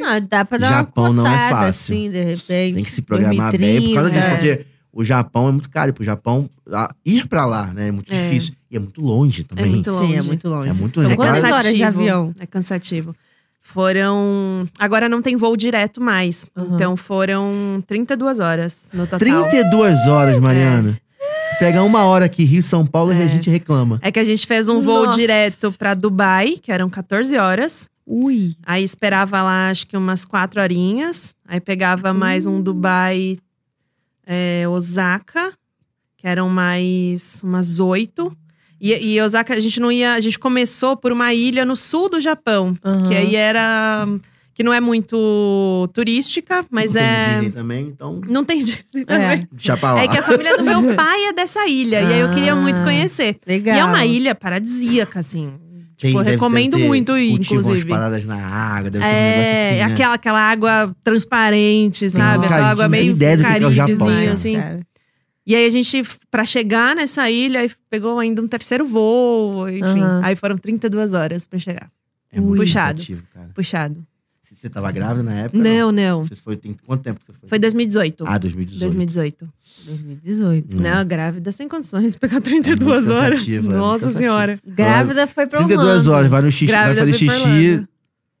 A: Não, ah, dá pra dar
B: Japão
A: uma
B: não é
A: cotada,
B: fácil.
A: assim, de repente.
B: Tem que se programar
A: 2030,
B: bem por causa disso,
A: é.
B: porque o Japão é muito caro. E Pro Japão, a- ir pra lá, né? É muito
C: É.
B: difícil. E é muito longe também.
C: muito
A: Sim, é
C: longe.
A: muito longe.
B: É muito
A: São
B: longe.
A: quantas
B: Claro.
A: horas de avião?
C: É cansativo. Foram. Agora não tem voo direto mais.
A: Uhum.
C: Então foram 32 horas no total.
B: 32 horas, Mariana. Se pegar uma hora aqui, Rio São Paulo, e a
C: É.
B: gente reclama.
C: É que a gente fez um voo
A: Nossa.
C: direto pra Dubai, que eram 14 horas.
A: Ui.
C: Aí esperava lá, acho que umas 4 horinhas. Aí pegava mais
A: Hum.
C: um Dubai é, Osaka, que eram mais umas 8. E, e Osaka, a gente não ia. A gente começou por uma ilha no sul do Japão, que aí
A: é
C: era. que não é muito turística, mas
B: Não tem
C: é.
B: Disney também, então.
C: Não tem [laughs] Disney também.
A: É,
B: Deixa pra lá.
C: É. que a família do meu pai é dessa ilha, e aí eu queria muito
A: Ah.
C: conhecer.
A: legal.
C: E é uma ilha paradisíaca, assim.
B: Tem-
C: Tipo,
B: deve-
C: recomendo
B: deve ter-
C: muito ir,
B: cultivam as
C: inclusive.
B: paradas na água, deve ter um negócio assim,
C: É,
B: né?
C: aquela, aquela água transparente,
A: um
C: sabe? aquela
B: caribe,
C: água
B: não tem
C: meio
B: ideia do que que é o
C: caribezinho,
B: Japão, né?
C: assim.
A: Cara.
C: E aí a gente, pra chegar nessa ilha, aí pegou ainda um terceiro voo, enfim.
A: Aham.
C: Aí foram 32 horas pra chegar.
B: É muito
C: Puxado.
B: cansativo, cara.
C: Puxado.
B: Você- Você tava grávida na época?
C: Não, não.
B: Você foi, tem quanto tempo que você foi?
C: Foi 2018.
B: Ah, 2018.
C: 2018.
A: 2018.
B: Hum.
C: Não, Né? grávida sem condições, pegar 32
B: É muito
C: horas.
B: cansativo, é muito
C: Nossa
B: cansativo.
C: senhora.
A: Grávida foi pra um
B: 32
A: Orlando.
B: horas, vai no xixi,
C: Grávida
B: vai fazer
C: foi pra
B: xixi
A: né?
C: Orlando.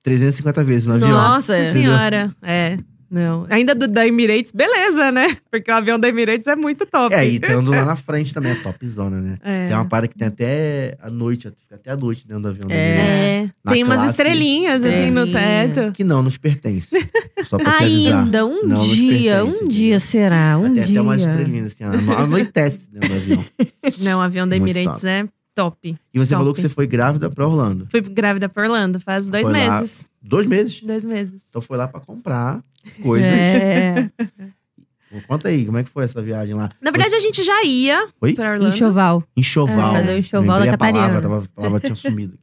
B: 350 vezes no avião.
C: Nossa
A: Entendeu?
C: senhora. É. Não. Ainda do, da Emirates, beleza, né? Porque o avião da Emirates é muito top.
B: É, e estando lá na frente também, é topzona, né?
C: É.
B: Tem uma parada que tem até a noite, fica até a noite dentro do avião.
A: É.
B: né?
C: É.
B: Na
C: Tem umas
B: classe. É.
C: estrelinhas assim no
A: Estrelinha.
C: teto.
B: Que não, nos pertence. Só pra te avisar.
A: Ainda, um
B: Não, nos
A: dia,
B: pertence,
A: um
B: entendeu?
A: dia será, um
B: Tem
A: dia.
B: até umas estrelinhas, assim, ano- anoitece dentro do avião.
C: Não, o avião da
B: Muito
C: Emirates
B: top.
C: é top.
B: E você falou que você
C: Top.
B: foi grávida pra Orlando.
C: Fui grávida pra Orlando faz dois
B: Foi lá.
C: meses.
B: Dois meses.
C: Dois meses.
B: Então foi lá pra comprar coisa.
A: [laughs] É,
B: Conta aí, como é que foi essa viagem lá?
C: Na verdade, a gente já ia
B: Oi?
C: pra Orlando.
A: enxoval.
B: Enxoval.
A: É, fazer o enxoval
B: Lembrei
A: da
B: a palavra,
A: Catarina.
B: tava, a palavra tinha sumido.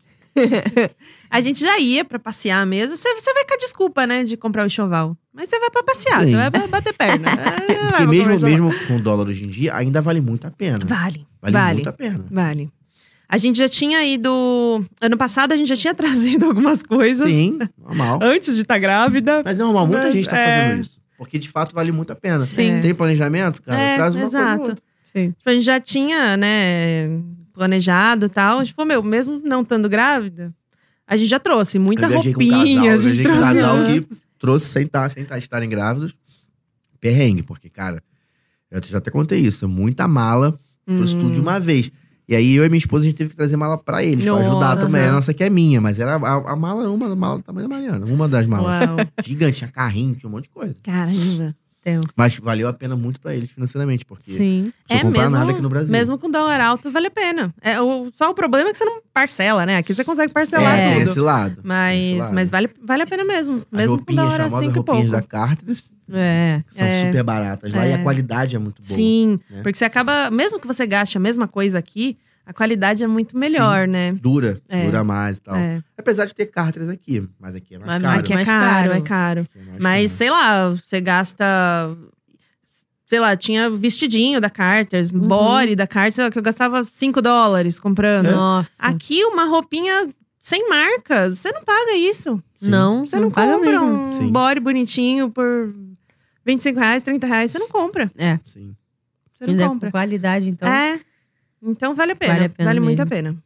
C: A gente já ia pra passear mesmo. Você, você vai com a desculpa, né, de comprar o enxoval. Mas você vai pra passear,
B: Sim.
C: você vai pra bater
B: [laughs]
C: perna. É, vai
B: Porque
C: pra comprar
B: mesmo,
C: enxoval.
B: mesmo com dólar hoje em dia, ainda vale muito a pena.
C: Vale,
B: Vale,
C: vale.
B: muito a pena.
C: Vale. A gente já tinha ido. Ano passado a gente já tinha [laughs] trazido algumas coisas
B: Sim, normal.
C: antes de estar grávida.
B: Mas é normal, muita
C: Mas,
B: gente tá
C: é.
B: fazendo isso. Porque de fato vale muito a pena.
A: Sim.
B: Tem planejamento, cara,
C: É,
B: traz uma
C: exato.
B: coisa. ou outra.
A: Sim.
C: Tipo, a gente já tinha, né, planejado e tal. Tipo, meu, mesmo não estando grávida, a gente já trouxe muita
B: Eu viajei com um
C: roupinha, a
B: casal,
C: gente
B: eu viajei com um
C: trouxe.
B: casal que trouxe sem estar sem tá, estarem grávidos. Perrengue, porque, cara, eu já até contei isso. é Muita mala,
C: um Hum.
B: trouxe tudo de uma vez. E aí eu e minha esposa, a gente teve que trazer mala pra eles, pra ajudar
C: Nossa.
B: também. A nossa que é minha, mas era a, a mala, uma a mala do tamanho da Mariana. Uma das malas. [laughs]
C: Uau.
B: Gigante, tinha carrinho, tinha um monte de coisa.
C: Caramba.
A: Tenso.
B: Mas valeu a pena muito pra eles financeiramente, porque não
A: Sim.
B: precisa
C: É
B: comprar
C: mesmo-
B: nada aqui no Brasil.
C: Mesmo com dólar alto, vale a pena. É, o, só o problema é que você não parcela, né? Aqui você consegue parcelar
B: é, tem
C: tudo.
B: esse lado. tem esse
C: Mas,
B: lado.
C: mas vale, vale a pena mesmo.
B: As
C: mesmo com
B: roupinhas,
C: dólar a
B: famosas
C: cinco e
B: roupinhas
C: pouco.
B: da Cartres,
A: É.
B: que são
C: É.
B: super baratas lá. E a
C: É.
B: qualidade é muito boa.
C: Sim,
B: né?
C: porque você acaba, mesmo que você gaste a mesma coisa aqui, a qualidade é muito melhor, né?
B: Dura,
C: É.
B: dura mais e tal.
C: É.
B: Apesar de ter Cartres aqui, mas aqui é mais
A: Mas
B: caro.
C: aqui é
A: mais
C: caro,
A: caro.
C: é caro.
B: Aqui é mais
C: Mas,
B: caro.
C: sei lá, você gasta. Sei lá, tinha vestidinho da Carter,
A: Uhum.
C: body da Carter, sei lá, que eu gastava 5
B: É.
C: dólares comprando.
A: Nossa.
C: Aqui, uma roupinha sem marcas, você não paga isso.
A: Não,
C: Você não,
A: paga
C: compra
A: mesmo.
C: um
B: Sim.
C: body bonitinho por 25 reais, 30 reais. Você não compra.
A: É,
B: Sim.
C: Você não
A: ainda é
C: compra.
A: com qualidade, então.
C: É. Então vale a pena.
A: Vale
C: Vale,
A: a pena
C: muito a
A: mesmo.
C: pena.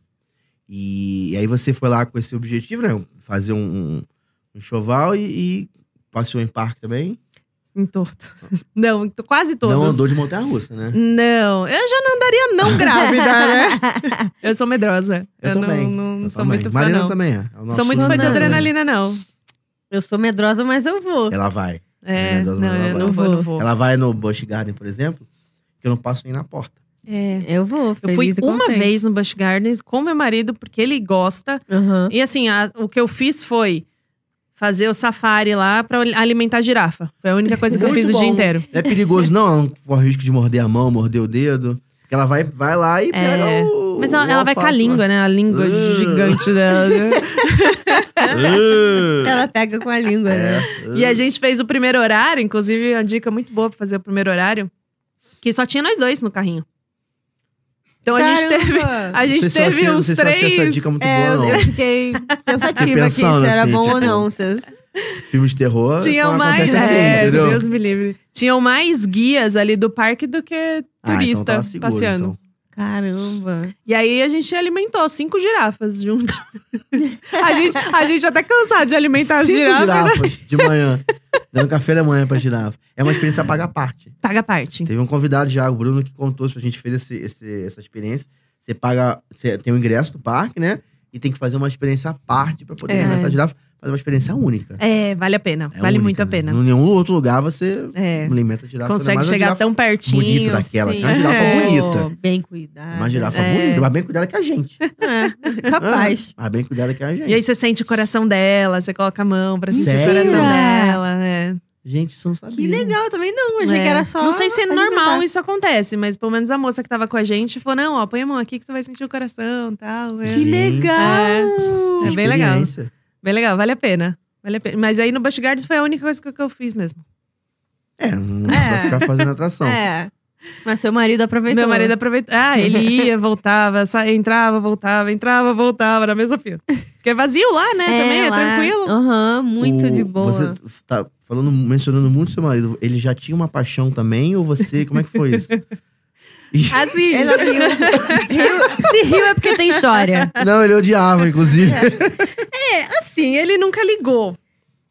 B: E, e aí você foi lá com esse objetivo, né? Fazer um, um, um enxoval e, e passeou em parque também.
C: Em torto. [laughs] Não, em to- quase todos.
B: Não andou de montanha russa, né?
C: Não, eu já não andaria
B: [laughs]
C: não
A: É.
C: grávida, né? Eu sou medrosa.
B: Eu,
C: não,
B: também.
C: não
B: Eu
C: sou
B: também.
C: muito fã,
B: Marina
C: não.
B: também é. É o nosso
C: Sou muito fã de
A: Não, não.
C: adrenalina, não.
A: [laughs] Eu sou medrosa, mas eu vou.
B: Ela vai.
C: É,
B: Medrosa,
C: não, eu não vou, não vou.
B: Ela vai no Busch Garden, por exemplo, que eu não posso ir na porta.
C: É.
A: Eu vou.
C: Eu fui
A: feliz e
C: uma
A: contente.
C: vez no Busch Gardens com meu marido, porque ele gosta.
A: Aham.
C: E assim, a- o que eu fiz foi fazer o safari lá pra alimentar a girafa. Foi a única coisa que eu
B: Muito
C: fiz o dia
B: bom.
C: inteiro.
B: Não é perigoso, não. Ela não corre o risco de morder a mão, morder o dedo. Porque ela vai, vai lá e pega
C: É.
B: o.
C: Mas ela,
B: o
C: ela vai com a
B: alface lá.
C: língua, né? A língua
B: Uh.
C: gigante dela. né?
A: Ela pega com a língua, né?
B: É.
C: E a gente fez o primeiro horário, inclusive é uma dica muito boa pra fazer o primeiro horário, que só tinha nós dois no carrinho. Então a gente teve, Ah,
A: Caramba!
C: a
B: Não sei
C: gente
B: se eu
C: teve
B: achei- não
C: uns
B: sei se eu achei essa
C: três.
B: dica muito
A: É, eu,
B: boa,
A: eu
B: não.
A: fiquei pensativa aqui se
B: pensando,
A: era
B: assim,
A: bom ou
B: tipo,
A: não. Você-
B: Filme de terror.
C: Tinham
B: quando
C: mais,
B: acontece assim,
C: é,
B: entendeu?
C: Deus me livre. Tinham mais guias ali do parque do que
B: Ah, então
C: turista
B: tava seguro,
C: passeando.
B: então.
A: Caramba.
C: E aí a gente alimentou cinco girafas junto. [laughs] a gente a gente já tá cansado de alimentar
B: Cinco
C: as girafas.
B: girafas de manhã. Dando café da manhã pra girafa. É uma experiência a pagar parte.
C: Paga a parte.
B: Teve um convidado já, o Bruno, que contou se a gente fez esse, esse- essa experiência. Você paga, você tem o ingresso do parque, né? E tem que fazer uma experiência à parte pra poder
C: É.
B: alimentar a girafa. Fazer uma experiência única.
C: É, vale a pena.
B: É
C: vale
B: única,
C: muito a
B: né?
C: pena.
B: Em nenhum outro lugar você
C: É.
B: alimenta a girafa. ainda
C: Consegue
B: mais uma
C: chegar
B: girafa
C: tão
B: bonita
C: pertinho.
B: daquela. que É uma
A: Sim.
B: girafa
C: É.
B: bonita.
A: Bem cuidada.
B: Uma girafa
C: É.
B: bonita, mas bem cuidada que a
C: [laughs]
B: gente.
A: É, capaz.
B: Mas bem cuidada que a gente.
C: E aí você sente o coração dela, você coloca a mão pra sentir
B: Sério?
C: o coração
A: Mentira!
C: dela, né?
B: Gente, isso eu não sabia.
A: Que legal, também não. Achei
C: É.
A: que era só.
C: Não sei se é
A: alimentar.
C: normal isso acontece, mas pelo menos a moça que tava com a gente falou: não, ó, põe a mão aqui que você vai sentir o coração e tal.
A: Que
C: É.
B: Sim.
A: legal!
C: É bem legal.
B: Experiência.
C: Bem legal, vale a pena. Vale a pena. Mas aí no Busch Gardens foi a única coisa que eu- que eu fiz mesmo.
B: É, não dá pra
A: É.
B: ficar fazendo atração.
A: É. Mas seu marido aproveitou. né?
C: Meu marido aproveitou. Ah,
A: [laughs]
C: ele ia, voltava, sa... entrava, voltava, entrava, voltava, na mesma fila. Porque é vazio lá, né? também, é
A: lá-
C: tranquilo.
A: Aham, muito
B: O-
A: de boa.
B: Você tá falando, mencionando muito seu marido. Ele já tinha uma paixão também ou você? Como é que foi isso?
A: [laughs]
B: E-
C: Assim.
A: Ela riu. riu. Se riu é porque tem história.
B: Não, ele odiava, inclusive.
A: É.
C: Assim, ele nunca ligou.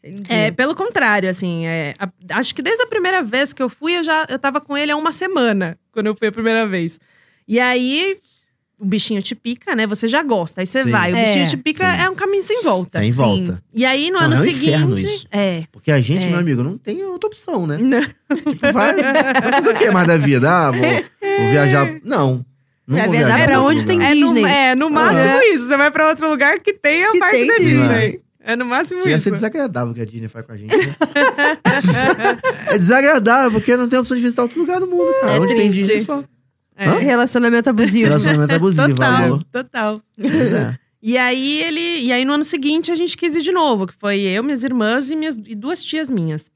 A: Entendi.
C: É, pelo contrário, assim, é, a- acho que desde a primeira vez que eu fui, eu já eu tava com ele há uma semana, quando eu fui a primeira vez. E aí, o bichinho te pica, né? Você já gosta, aí você
B: Sim.
C: vai. O
A: É.
C: bichinho te pica
B: Sim.
C: é um caminho sem volta.
B: Tá em volta.
C: E aí, no
B: Porra,
C: ano
B: é um inferno isso.
C: seguinte. É.
B: Porque a gente,
C: É.
B: meu amigo, não tem outra opção, né?
C: Não.
B: Tipo, vai, vai fazer o que mais da vida? Ah, vou, vou viajar. Não. Não
A: Vai
B: vou
A: viajar pra
B: outro
A: onde tem
B: lugar.
C: É no,
A: Disney.
C: é, no máximo
A: É.
C: isso. Você vai pra outro lugar que tem a
A: Que
C: parte
A: tem
C: da
B: Disney.
C: Disney. É no máximo
B: Chega a ser
C: isso.
B: desagradável o que a Disney faz com a gente. Né? é desagradável, porque não tem opção de visitar outro lugar no mundo, cara.
C: É
B: Onde tem
C: triste.
B: Disney só.
C: É.
B: Hã?
A: Relacionamento abusivo.
B: Relacionamento abusivo,
C: Total,
A: [laughs]
B: valor.
C: total.
B: Pois é.
C: E aí ele, e aí no ano seguinte a gente quis ir de novo, que foi eu, minhas irmãs e minhas e duas tias minhas.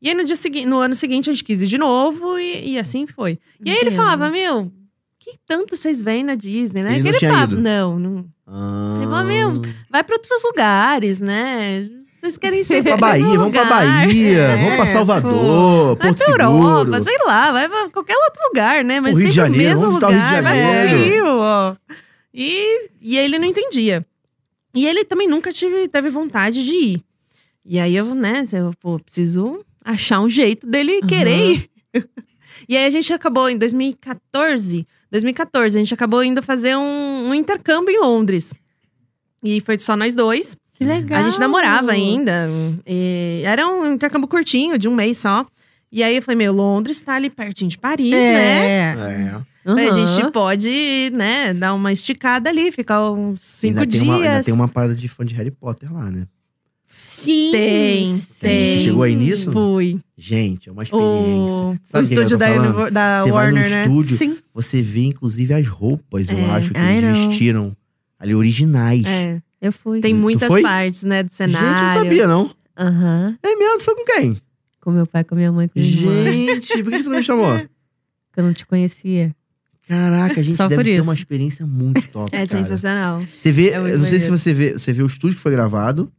C: E aí no dia seguinte, no ano seguinte a gente quis ir de novo e, e assim foi. E aí ele
A: Entendo.
C: falava, meu, que tanto vocês vêm na Disney, né?
B: Ele não tinha ido.
C: Não, não.
B: Ah.
C: Ele falou, meu, Vai pra outros lugares, né?
B: [laughs]
C: Vocês querem ser
B: Pra
C: pro
B: Bahia,
C: mesmo
B: vamos pra
C: lugar.
B: Bahia,
A: É,
B: vamos pra Salvador,
C: Vai
B: Porto
C: pra
B: Seguro.
C: Europa, sei lá, vai pra qualquer outro lugar, né? Mas
B: Pro Rio de
C: sempre
B: Janeiro,
C: o mesmo
B: vamos visitar
C: lugar.
B: o Rio de
C: vai pro
B: Janeiro.
C: Rio, ó. E, e ele não entendia. E ele também nunca tive, teve vontade de ir. E aí eu, né, eu pô, preciso achar um jeito dele
A: Aham.
C: querer ir. [laughs] E aí a gente acabou em 2014. 2014, a gente acabou indo fazer um, um intercâmbio em Londres. E foi só nós dois.
A: Que legal.
C: A gente namorava ainda. e era um intercâmbio curtinho, de um mês só. E aí eu falei, meu, Londres tá ali pertinho de Paris, né?
A: É.
B: É.
C: Falei, A
A: Aham.
C: gente pode, né, dar uma esticada ali, ficar uns cinco
B: ainda,
C: dias.
B: Tem uma, ainda tem uma parada de fã de Harry Potter lá, né?
A: Sim.
C: Tem, tem.
B: Você chegou aí nisso?
C: Fui.
B: Gente, é uma experiência.
C: O, o
B: Sabe quem eu
C: estúdio
B: tô
C: da,
B: falando?
C: Univer- da
B: Você vai no
C: Warner, né?
B: estúdio,
A: Sim.
B: você vê inclusive as roupas, eu
C: É.
B: acho, que
A: I
B: eles
A: know.
B: vestiram ali, originais.
C: É,
A: Eu fui.
C: tem
B: Tu
C: muitas
B: foi?
C: partes, né, do
B: Gente,
C: cenário.
B: eu não sabia, não.
A: Aham.
B: É mesmo? Tu foi com quem?
A: Com meu pai, com minha mãe, com minha irmã.
B: Gente, por que que tu não me
C: [laughs]
B: chamou?
A: Que eu não te conhecia.
B: Caraca, gente,
A: Só
B: deve
A: por
B: ser
A: isso.
B: uma experiência muito top,
C: É
B: cara.
C: sensacional.
B: Você vê,
A: É muito
B: eu não sei se
A: maneiro.
B: você vê, você vê o estúdio que foi gravado,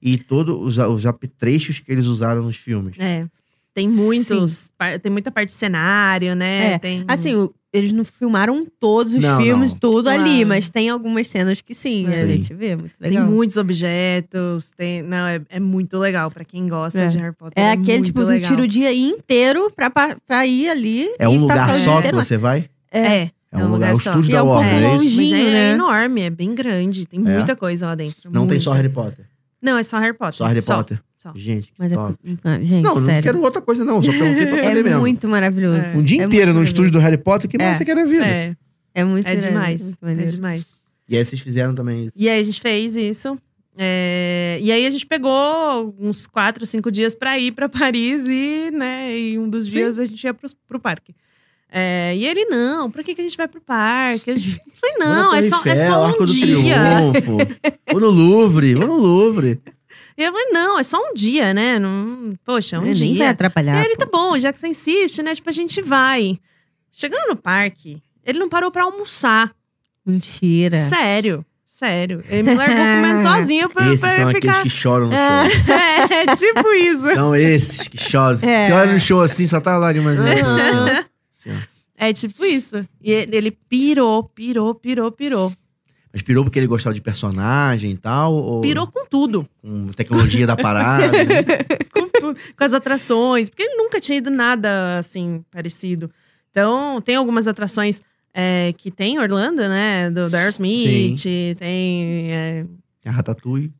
B: e todos os, os apetrechos que eles usaram nos filmes.
A: Né?
C: É. Tem muitos. par- Tem muita parte de cenário, né?
A: É,
C: Tem...
A: Assim, o- eles não filmaram todos os
B: Não,
A: filmes,
B: não.
A: tudo ali,
C: Claro.
A: mas tem algumas cenas que sim, a
B: Sim.
A: gente vê, muito
C: Tem
A: legal.
C: muitos objetos, tem. Não, é, é muito legal pra quem gosta
A: É.
C: de Harry Potter.
A: é aquele,
C: muito
A: tipo, tu
C: legal.
A: tira o dia inteiro pra, pa- pra ir ali.
B: É
A: e
B: um
A: passar o
B: lugar
A: dia
B: só que
A: inteiro lá.
B: você vai?
C: É.
B: É um lugar, o
C: só.
B: estúdio
A: E é
B: da
A: um pouco
B: Warner, é isso?
A: longe. longinho,
C: Mas é
A: né?
C: enorme, é bem grande, tem
B: É?
C: muita coisa lá dentro.
B: Não tem só
C: muita.
B: Harry Potter.
C: Não, é só Harry Potter.
B: Só Harry Potter.
C: só.
B: Gente, que
A: Mas é.
B: top.
A: Ah, gente,
B: tá. Não, não
A: sério.
B: quero outra coisa não, só perguntei pra saber
A: é
B: mesmo.
A: muito maravilhoso.
C: É.
B: Um dia
A: É
B: inteiro
A: muito
B: no estúdio do Harry Potter, que
A: É.
B: mais você quer na vida?
C: É,
A: É muito
C: é
A: irado,
C: demais.
A: muito
C: É
A: maneiro.
C: demais.
B: E aí vocês fizeram também isso.
C: E aí a gente fez isso. é, E aí a gente pegou uns quatro, cinco dias pra ir pra Paris e, né, e um dos dias a gente ia pro, pro parque. É, e ele, não, pra que, que a gente vai pro parque? A gente falei, não,
B: Vou na
C: é
B: Torre
C: só, é
B: Eiffel,
C: só um
B: Arco do
C: dia.
B: Triunfo. Vou no Louvre, vou
A: [laughs]
B: no Louvre.
C: E eu falei, não, é só um dia, né? Não, poxa, um
A: É, Nem
C: dia.
A: vai
C: E
A: atrapalhar.
C: aí ele,
A: pô.
C: tá bom, já que você insiste, né? Tipo, a gente vai. Chegando no parque, ele não parou pra almoçar.
B: É.
A: Mentira.
C: Sério, sério. Ele me largou
B: [laughs]
C: comendo sozinho pra,
B: Esses
C: pra
B: são
C: eu
B: aqueles
C: ficar.
B: que choram no
A: É.
B: show.
C: É, tipo isso.
B: São esses que choram.
A: É.
B: Você olha no show assim, só tá lágrimas. né?
A: Aham.
B: Assim, ó. Assim, ó.
C: É tipo isso. E ele ele pirou, pirou, pirou, pirou.
B: Mas pirou porque ele gostava de personagem e tal? Ou
C: Pirou com tudo.
B: com tecnologia da parada? né?
C: Com tudo. com as atrações. Porque ele nunca tinha ido nada assim parecido. Então, tem algumas atrações é, que tem em Orlando, né? Do, do Aerosmith, tem. é,
B: A Ratatouille.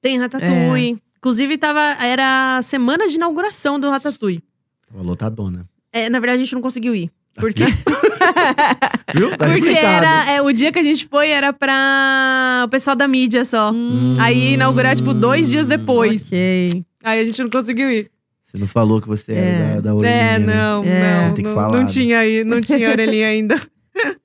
C: Tem Ratatouille. Inclusive, tava, era a semana de inauguração do Ratatouille.
B: Tava lotadona.
C: É, na verdade, a gente não conseguiu ir. Porque,
B: [laughs] Viu? Tá
C: porque
B: explicado.
C: era, é, o dia que a gente foi era pra o pessoal da mídia só.
A: Hum,
C: Aí inaugurar, tipo, dois dias depois.
A: ok.
C: Aí a gente não conseguiu ir.
B: Você não falou que você era
A: É.
B: da, da orelhinha,
C: É,
B: né?
C: não,
A: É.
C: não.
B: Tem que
C: não,
B: falar,
C: não
B: né?
C: tinha aí, não tinha orelhinha ainda. [laughs]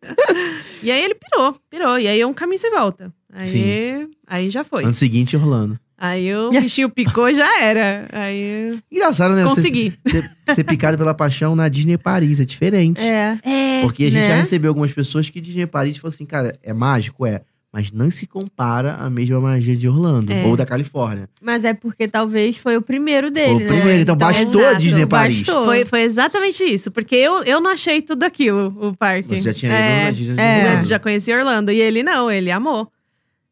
C: e aí ele pirou, pirou. E aí é um caminho sem volta. Aí, aí já foi.
B: Ano seguinte, Orlando.
C: Aí
B: [laughs]
C: o bichinho picou já era. Aí
B: Engraçado, né? Você-
C: consegui.
B: Ser, ser picado pela paixão na Disney Paris é diferente.
A: É.
C: É,
B: Porque a gente
A: né?
B: já recebeu algumas pessoas que Disney Paris falou assim, cara, é mágico, é. Mas não se compara à mesma magia de Orlando
C: É.
B: ou da Califórnia.
A: Mas é porque talvez foi o primeiro dele,
B: Foi o
A: né?
B: primeiro, então bastou
C: a Disney
B: Paris.
A: Bastou.
C: Foi, foi exatamente isso, porque eu, eu não achei tudo aquilo, o parque.
B: Você já tinha ido
C: é,
B: na
A: é.
B: Disney de
C: Eu
B: Orlando.
C: já conhecia Orlando. E ele não, ele amou.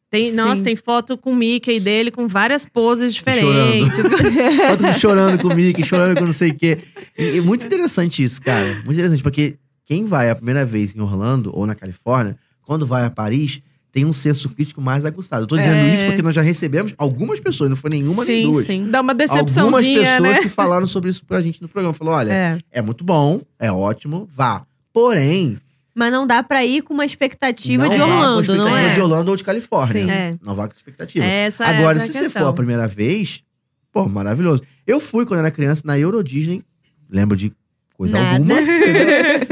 C: Tem,
A: Sim.
C: nossa, tem foto com o Mickey dele, com várias poses
B: Chorando.
C: diferentes.
B: [laughs] Todo mundo chorando com o Mickey, chorando com não sei o quê. E, e muito interessante isso, cara. Muito interessante, porque quem vai a primeira vez em Orlando ou na Califórnia, quando vai a Paris, tem um senso crítico mais aguçado. Eu tô dizendo
C: É.
B: isso porque nós já recebemos algumas pessoas, não foi nenhuma nem
A: Sim,
B: duas.
A: sim.
C: Dá uma
B: Algumas
C: decepçãozinha,
B: pessoas
C: né?
B: que falaram sobre isso pra gente no programa. Falou, olha,
A: É.
B: é muito bom, é ótimo, vá. Porém,
A: Mas não dá pra ir com uma expectativa
B: não
A: de
B: vá com
A: Orlando,
B: expectativa
A: não é?
B: de Orlando ou de Califórnia.
A: Sim.
C: É.
B: Não vá com expectativa.
C: Essa,
B: Agora,
C: essa
B: se
C: é a
B: você
C: questão.
B: for a primeira vez, pô, maravilhoso. Eu fui quando era criança na Euro Disney, lembro de coisa
A: Nada. [laughs]
B: alguma.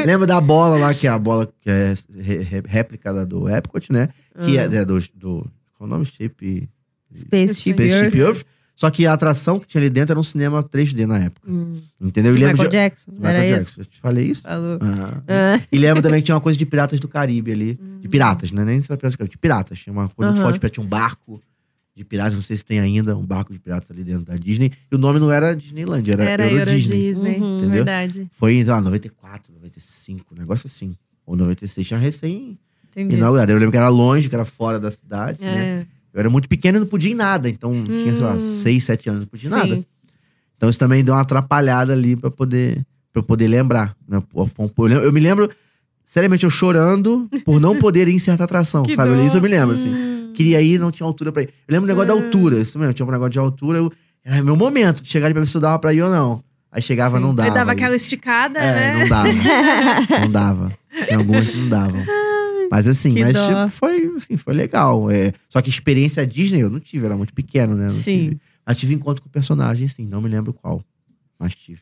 B: lembro da bola lá, que é a bola que é ré- ré- réplica da do Epcot, né?
A: Ah.
B: Que é, é do, do. Qual o nome? Shape.
A: Spaceship Earth.
B: Spaceship Earth. Só que a atração que tinha ali dentro era um cinema 3D na época.
C: Hum.
B: Entendeu? E
A: Michael
B: lembro de-
A: Jackson,
B: Michael
A: era isso?
B: Jackson. Eu te falei isso?
A: Falou.
B: Ah.
A: Ah,
B: E lembro também que tinha uma coisa de piratas do Caribe ali. De piratas, né? Nem era piratas do Caribe, de piratas. Tinha uma coisa muito
A: Aham.
B: forte pra tinha um barco de piratas, não sei se tem ainda, um barco de piratas ali dentro da Disney. E o nome não era Disneyland, era,
C: Era
B: Euro,
C: Euro
B: Disney.
C: Disney,
A: Uhum.
B: Entendeu?
C: verdade.
B: Foi em, sei lá, 94, 95, um negócio assim. Ou 96, tinha recém
A: entendi.
B: inaugurado. Eu lembro que era longe, que era fora da cidade, né?
C: É.
B: Eu era muito pequeno e não podia ir nada. Então, tinha, sei lá,
C: Hum.
B: 6, 7 anos, não podia ir
A: Sim.
B: nada. Então isso também deu uma atrapalhada ali pra poder para poder lembrar. né? Pô, pô, pô, Eu lem- eu me lembro, seriamente, eu chorando por não poder ir em certa atração,
C: [laughs] Que
B: sabe?
C: dó. Ah.
B: Isso eu me lembro, assim.
A: [laughs] Hum,
B: Queria ir, não tinha altura pra ir. Eu lembro do negócio da altura, isso mesmo, tinha um negócio de altura. Eu, era meu momento de chegar ali pra ver se eu dava pra ir ou não. Aí chegava, não dava.
C: Aí dava
B: ali.
C: aquela esticada,
B: É,
C: né?
B: não
C: [laughs]
B: dava. não dava. Tinha algumas que não davam. Mas assim,
A: Que
B: mas
A: dó.
B: tipo, foi, assim, foi legal. É, só que experiência Disney eu não tive, era muito pequeno, né? Não
A: Sim.
B: tive. Mas tive encontro com o personagem, sim, não me lembro qual. Mas tive.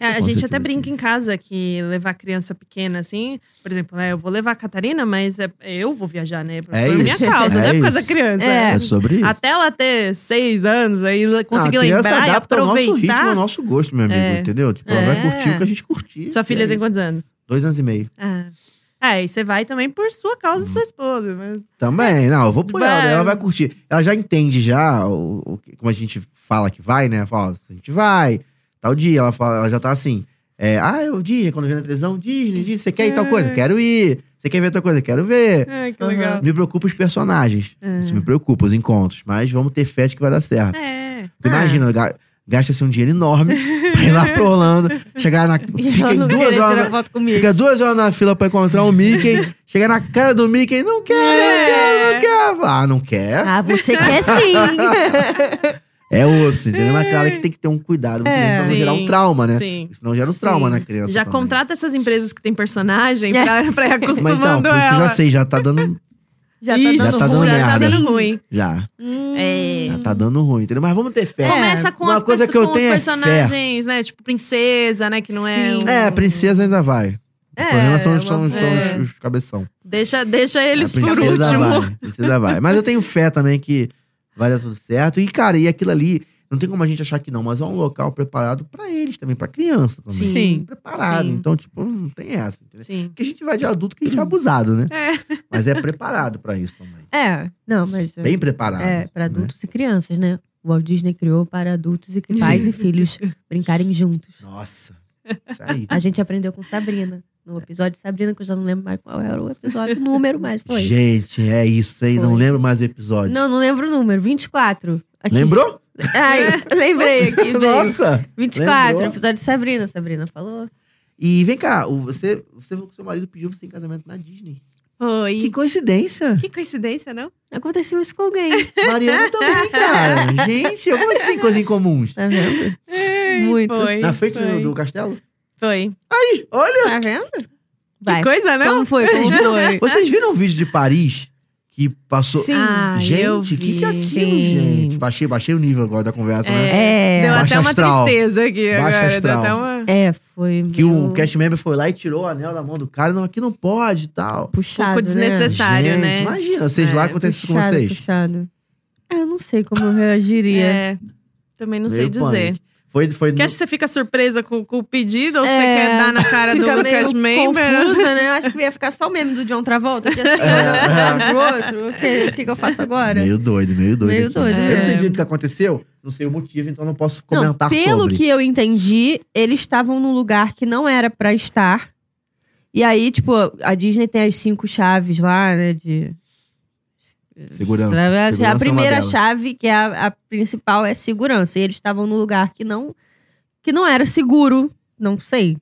C: É,
B: Com
C: a gente
B: certeza
C: até brinca
B: que-
C: em casa que levar criança pequena assim, por exemplo, né, eu vou levar a Catarina, mas é- eu vou viajar, né? Por
B: É
C: por
B: isso. [laughs]
C: minha causa,
B: É
C: não é por causa
B: isso.
C: da criança.
A: É.
B: É, sobre isso. Ah,
C: Até ela ter seis anos, aí ela conseguir
B: a criança
C: lembrar e
B: adapta ao nosso ritmo,
C: aproveitar.
B: ao nosso gosto, meu amigo,
C: É.
B: entendeu? Tipo, ela
A: É.
B: vai curtir o que a gente curtir.
C: Sua
B: E
C: filha
B: é
C: tem
B: isso.
C: quantos anos?
B: Dois anos e meio.
C: Ah, É, e você vai também por sua causa
B: Uhum.
C: e sua esposa. Mas...
B: Também, não, eu vou por ela,
C: Vai.
B: ela vai curtir. Ela já entende já o, o que- como a gente fala que vai, né? Fala, ó, a gente vai, tal dia. Ela, fala, ela já tá assim, é, ah, é o Disney, quando vê na televisão, Disney, Disney, você quer ir tal coisa?
C: É.
B: Quero ir. Você quer ver tal coisa? Quero ver.
C: Ai, ah, que
B: Aham.
C: legal.
B: Me preocupa os personagens.
C: É.
B: Uhum. Isso me preocupa, os encontros. Mas vamos ter fé de que vai dar certo.
C: É.
B: Porque Imagina, ga- gasta-se um dinheiro enorme pra ir lá pra Orlando, chegar na.
A: E
B: Fica
A: ela
B: em
A: não
B: duas
A: queria
B: horas.
A: tirar
B: na-
A: foto comigo.
B: Fica duas horas na fila pra encontrar um Mickey, chegar na cara do Mickey, não quer, não quer, não quer. Fala, Ah, não quer?
A: Ah, você quer [laughs] sim.
B: É osso, entendeu? Mas claro que tem que ter um cuidado muito
A: É.
B: grande pra não
C: Sim.
B: gerar um trauma, né?
C: Sim.
B: Senão gera um
C: Sim.
B: trauma na criança.
C: Já
B: também.
C: contrata essas empresas que tem personagem
B: [laughs]
C: pra, pra ir
B: Mas
C: acostumando
B: então, por isso que eu já
C: ela.
B: sei, já tá dando.
A: Já tá
C: Isso,
A: dando
B: Já tá
A: ruim.
B: dando
C: já tá
B: merda.
C: dando ruim.
B: Já.
A: Hum.
B: Já tá dando ruim, entendeu? Mas vamos ter fé.
C: Começa com,
B: uma
C: as
B: coisa
C: pessoas-
B: que eu
C: com
B: tenho é
C: os personagens, né? Tipo, princesa, né? Que não é.
A: Sim.
C: um-
B: É, a princesa ainda vai. O
A: É,
B: problema são,
A: uma
B: são-
A: boa.
B: são os- os cabeção.
C: Deixa, deixa eles
B: A
C: por
B: princesa [laughs]
C: último.
B: Vai, a princesa vai. Mas eu tenho fé também que vai dar tudo certo. E, cara, e aquilo ali, não tem como a gente achar que não, mas é um local preparado pra eles também, pra criança também.
A: Sim.
B: Preparado.
C: Sim.
B: Então, tipo, não tem essa. Entendeu?
C: Sim.
B: Porque a gente vai de adulto que a gente é abusado, né?
C: É.
B: Mas é preparado pra isso também.
A: É, não, mas.
B: Bem preparado.
A: É, pra
B: né?
A: adultos e crianças, né? O Walt Disney criou para adultos e cri- pais e [laughs] filhos brincarem juntos.
B: Nossa. Isso aí.
A: [laughs] A gente aprendeu com Sabrina. No episódio de Sabrina, que eu já não lembro mais qual era o episódio, o número, mas foi.
B: Gente, é isso aí. Não
A: Foi.
B: lembro mais o episódio.
A: Não, não lembro o número. 24. Aqui.
B: Lembrou?
A: Ai, lembrei aqui, veio.
B: [laughs] Nossa!
A: 24,
B: lembrou.
A: episódio de Sabrina. Sabrina falou.
B: E vem cá, o- você, você falou que seu marido pediu pra você em casamento na Disney.
C: Foi.
B: Que coincidência!
C: que coincidência, não?
A: Aconteceu isso com
B: [laughs]
A: alguém,
B: Mariana
C: [laughs]
B: também, cara. Gente, eu gosto de coisas em comuns.
A: tá vendo? Muito.
C: Foi,
B: Na frente
C: foi.
B: do, do castelo?
C: Foi.
B: Ih,
A: Tá
B: olha!
A: vendo? Vai.
C: Que coisa, né? não?
B: Então,
A: Como foi?
C: [laughs]
A: Como foi?
B: Vocês viram o vídeo de Paris que passou.
A: Sim.
C: Ah, eu
B: gente, o que, que é
C: vi.
B: aquilo,
A: Sim.
B: gente? Baixei, baixei o nível agora da conversa, né?
A: É.
C: Deu
B: Baixa
C: até uma
B: astral.
C: tristeza aqui
B: Baixa
C: agora. Deu
B: astral.
C: até uma...
A: É, foi.
B: Que
A: meio
B: o cast member foi lá e tirou o anel da mão do cara. Não, aqui não pode e tal.
A: puxado,
C: pouco
A: né?
C: desnecessário,
B: gente,
C: né?
B: Imagina, vocês
C: É,
B: lá acontece isso com
A: Puxado,
B: vocês.
A: puxado. É, eu não sei como eu reagiria.
C: É, também não
B: Meio
C: sei dizer.
B: pânico. Foi, foi
C: Porque acho que você fica surpresa com, com o pedido ou
A: É,
C: você quer dar na cara do,
A: Fica
C: do
A: meio
C: cast member?
A: confusa, né? Eu Acho que ia ficar só o meme do John Travolta. Que ia
B: [laughs]
A: ficar olhando de um lado pro outro. O que, o que que eu faço agora?
B: É. Meio doido, meio doido.
A: Meio
B: aqui.
A: doido,
B: Eu não sei
C: né?
B: direito o que aconteceu, não sei o motivo, então não posso
A: Não,
B: comentar
A: pelo
B: sobre.
A: que eu entendi, eles estavam num lugar que não era pra estar. E aí, tipo, a Disney tem as cinco chaves lá, né? De...
B: Segurança.
A: a
B: Segurança é uma
A: primeira
B: delas.
A: chave, que é a, a principal, é segurança. E eles estavam num lugar que não, que não era seguro, não sei.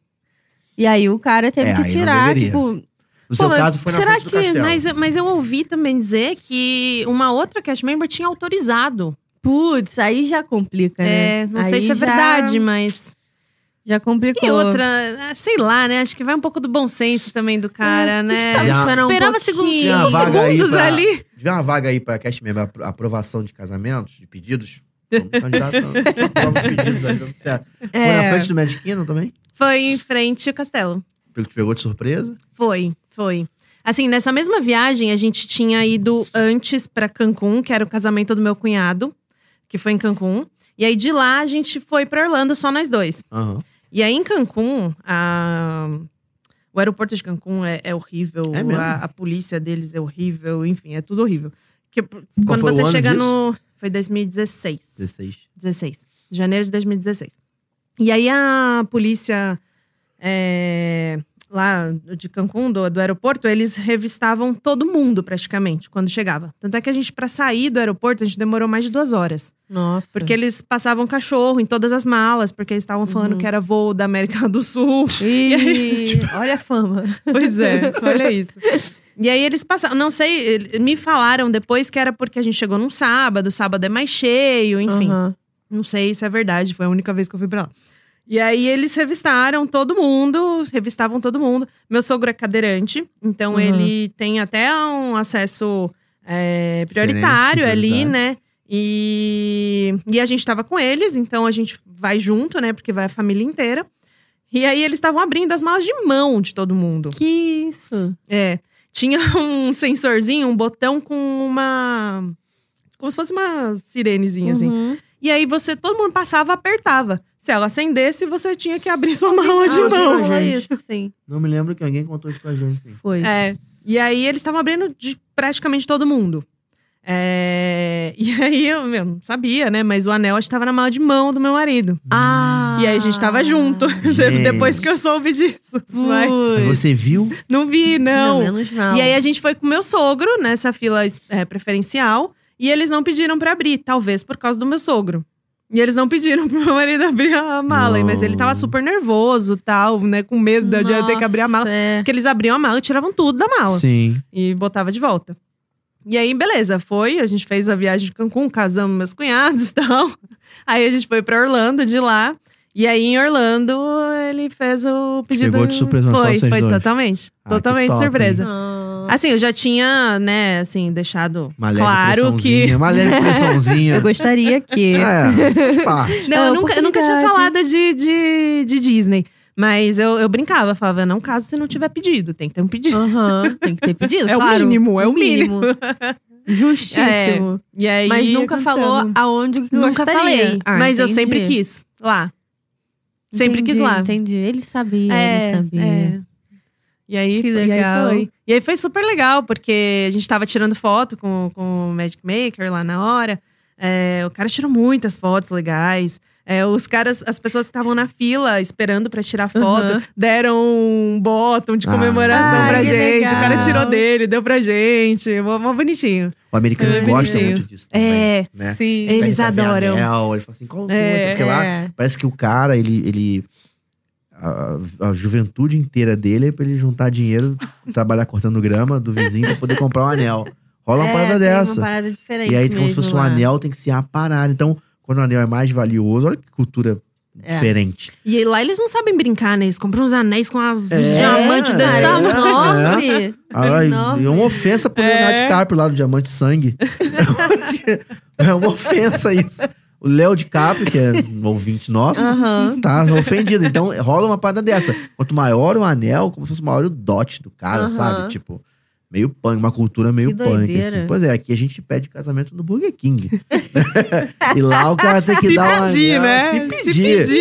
A: E aí o cara teve
B: É, aí
A: que
B: não
A: tirar,
B: deveria.
A: tipo,
B: No seu
A: Pô, mas
B: caso, foi na
C: Será
B: frente do
C: que. né,
B: castelo.
C: Mas, mas eu ouvi também dizer que uma outra cast member tinha autorizado.
A: putz, aí já complica, né?
C: É, não
A: Aí
C: sei se
A: já-
C: é verdade, mas.
A: Já complicou.
C: E outra, ah, sei lá, né? Acho que vai um pouco do bom senso também do cara, né?
A: Tava
B: Já-
A: esperando um
C: Esperava segun-
A: pouquinho.
B: Tem uma
C: cinco
B: vaga aí
C: segundos
B: pra-
C: ali.
B: tiver uma vaga aí pra cast member, apro- aprovação de casamentos, de pedidos, vamos candidatar, só aprova os pedidos aí, dando certo. Foi na
A: É.
B: frente do Magic Kingdom também?
C: Foi em frente ao castelo.
B: Pegou- Te pegou de surpresa?
C: Foi, foi. Assim, nessa mesma viagem, a gente tinha ido antes pra Cancún, que era o casamento do meu cunhado, que foi em Cancún. E aí de lá a gente foi pra Orlando só nós dois.
B: Aham.
C: E aí em Cancún, a- o aeroporto de Cancún é, é horrível,
B: É mesmo?
C: a, a polícia deles é horrível, enfim, é tudo horrível. Que, quando
B: foi o
C: você
B: ano
C: chega
B: disso?
C: no. Foi 2016.
B: 16.
C: 16. Janeiro de 2016. E aí a polícia é, lá de Cancún, do, do aeroporto, eles revistavam todo mundo praticamente quando chegava. Tanto é que a gente, pra sair do aeroporto, a gente demorou mais de duas horas.
A: Nossa.
C: Porque eles passavam cachorro em todas as malas, porque eles estavam falando
A: Uhum.
C: que era voo da América do
A: [laughs]
C: Sul.
A: Ih, tipo, olha a fama.
C: Pois é,
A: [laughs]
C: olha isso. E aí eles passaram, não sei, ele- me falaram depois que era porque a gente chegou num sábado, sábado é mais cheio, [laughs] enfim.
A: Aham.
C: Não sei se é verdade, foi a única vez que eu fui pra lá. E aí eles revistaram todo mundo, revistavam todo mundo. Meu sogro é cadeirante, então
A: Uhum.
C: ele tem até um acesso é, prioritário
B: Diferente,
C: ali,
B: prioritário.
C: né? E, e a gente tava com eles, então a gente vai junto, né? Porque vai a família inteira. E aí eles estavam abrindo as malas de mão de todo mundo.
A: Que isso?
C: É. Tinha [laughs] um sensorzinho, um botão com uma. Como se fosse uma sirenezinha, assim.
A: Uhum.
C: E aí você, todo mundo passava, apertava. Se ela acendesse, você tinha que abrir sua mala de
B: Ah,
C: mão.
B: Não,
A: Foi
B: gente.
A: isso, sim.
B: Não me lembro que alguém contou isso pra gente.
A: Foi.
C: É. E aí eles estavam abrindo de praticamente todo mundo. É, E aí eu meu, não sabia, né? Mas o anel acho que tava na mala de mão do meu marido.
A: Ah.
C: E aí a gente tava junto. [laughs]
B: Gente.
C: Depois que eu soube disso.
B: Mas
C: Mas
A: Putz.
B: você viu?
C: não vi, Hum. não.
A: menos mal.
C: E aí a gente foi com o meu sogro nessa fila é, preferencial e eles não pediram pra abrir, talvez por causa do meu sogro. E eles não pediram [laughs] pro meu marido abrir a mala,
B: Não.
C: mas ele tava super nervoso, tal, né, com medo de eu ter que abrir a mala,
A: Nossa, é.
C: porque eles abriam a mala e tiravam tudo da mala
B: Sim.
C: e botava de volta. E aí, beleza, foi, a gente fez a viagem de Cancún, casamos meus cunhados e [laughs] tal. Aí a gente foi pra Orlando de lá. E aí, em Orlando, ele fez o pedido.
B: Pegou de surpresa, só
C: Foi,
B: vocês
C: foi
B: dois.
C: totalmente.
B: Ah, que
C: totalmente
B: top, hein?
C: surpresa.
A: Ah.
C: Assim, eu já tinha, né, assim, deixado
B: Uma leve
C: claro que.
B: pressãozinha, Uma leve pressãozinha.
A: Eu gostaria que.
C: Ah,
B: É, pá.
C: [laughs] Não,
A: É,
C: eu nunca, eu nunca tinha
A: oportunidade.
C: falado de, de, de Disney. Mas eu, eu brincava, falava, eu não caso se não tiver pedido, tem que ter um pedido.
A: Aham, tem que ter pedido,
C: É o
A: claro.
C: mínimo, é o
A: Justíssimo.
C: E aí,
A: Mas nunca
C: aconteceu.
A: falou aonde que
C: Nunca
A: gostaria.
C: falei.
A: Ah,
C: mas eu
A: entendi.
C: sempre quis lá. Sempre
A: Entendi,
C: quis lá.
A: Entendi. Ele sabia, ele sabia.
C: é. E aí,
A: Que
C: e aí
A: legal.
C: foi. E aí foi super legal, porque a gente tava tirando foto com, com o Magic Maker lá na hora. É, o cara tirou muitas fotos legais. É, os caras, as pessoas que estavam na fila esperando pra tirar foto,
A: Uhum.
C: deram um botão de
B: Ah.
C: comemoração
A: Ai,
C: pra
A: que
C: gente. O cara
A: legal.
C: tirou dele, deu pra gente. Mó, mó bonitinho.
B: O americano
C: É,
B: gosta
C: bonitinho.
B: muito disso também,
C: É,
B: né?
A: Sim.
C: Ele- Eles
B: Pede pra ver
C: adoram.
B: Anel, ele fala assim, qual
C: É.
B: coisa? Porque lá,
A: É.
B: parece que o cara, ele... ele a, a juventude inteira dele é pra ele juntar dinheiro, trabalhar cortando grama do vizinho pra poder comprar um anel. Rola uma
A: É,
B: parada
A: tem
B: dessa.
A: Uma parada diferente.
B: E aí, como se
A: mesmo é.
B: fosse um
A: lá.
B: anel, tem que ser a parada. Então, quando o anel é mais valioso, olha que cultura
A: É.
B: diferente.
C: E aí lá eles não sabem brincar, né? Eles compram uns anéis com as
B: É,
C: diamantes
A: é,
C: um desse
A: cara,
B: tamanho.
A: Enorme. [laughs]
B: Ah, e-
A: Enorme.
B: e é uma ofensa pro
C: É.
B: Leonardo DiCaprio lá do
A: [laughs]
B: Diamante Sangue. é uma ofensa isso. O Léo DiCaprio, que é um ouvinte nosso,
A: Aham.
B: tá ofendido. Então rola uma parada dessa. Quanto maior o anel, como se fosse maior o dote do cara,
A: Aham.
B: sabe? Tipo, meio punk, uma cultura meio
A: Que
B: punk.
A: doideira.
B: Assim. Pois é, aqui a gente pede casamento no Burger King. [laughs] e lá o cara tem que
C: Se
B: dar
C: pedir,
B: um anel,
C: né?
B: Se pedir.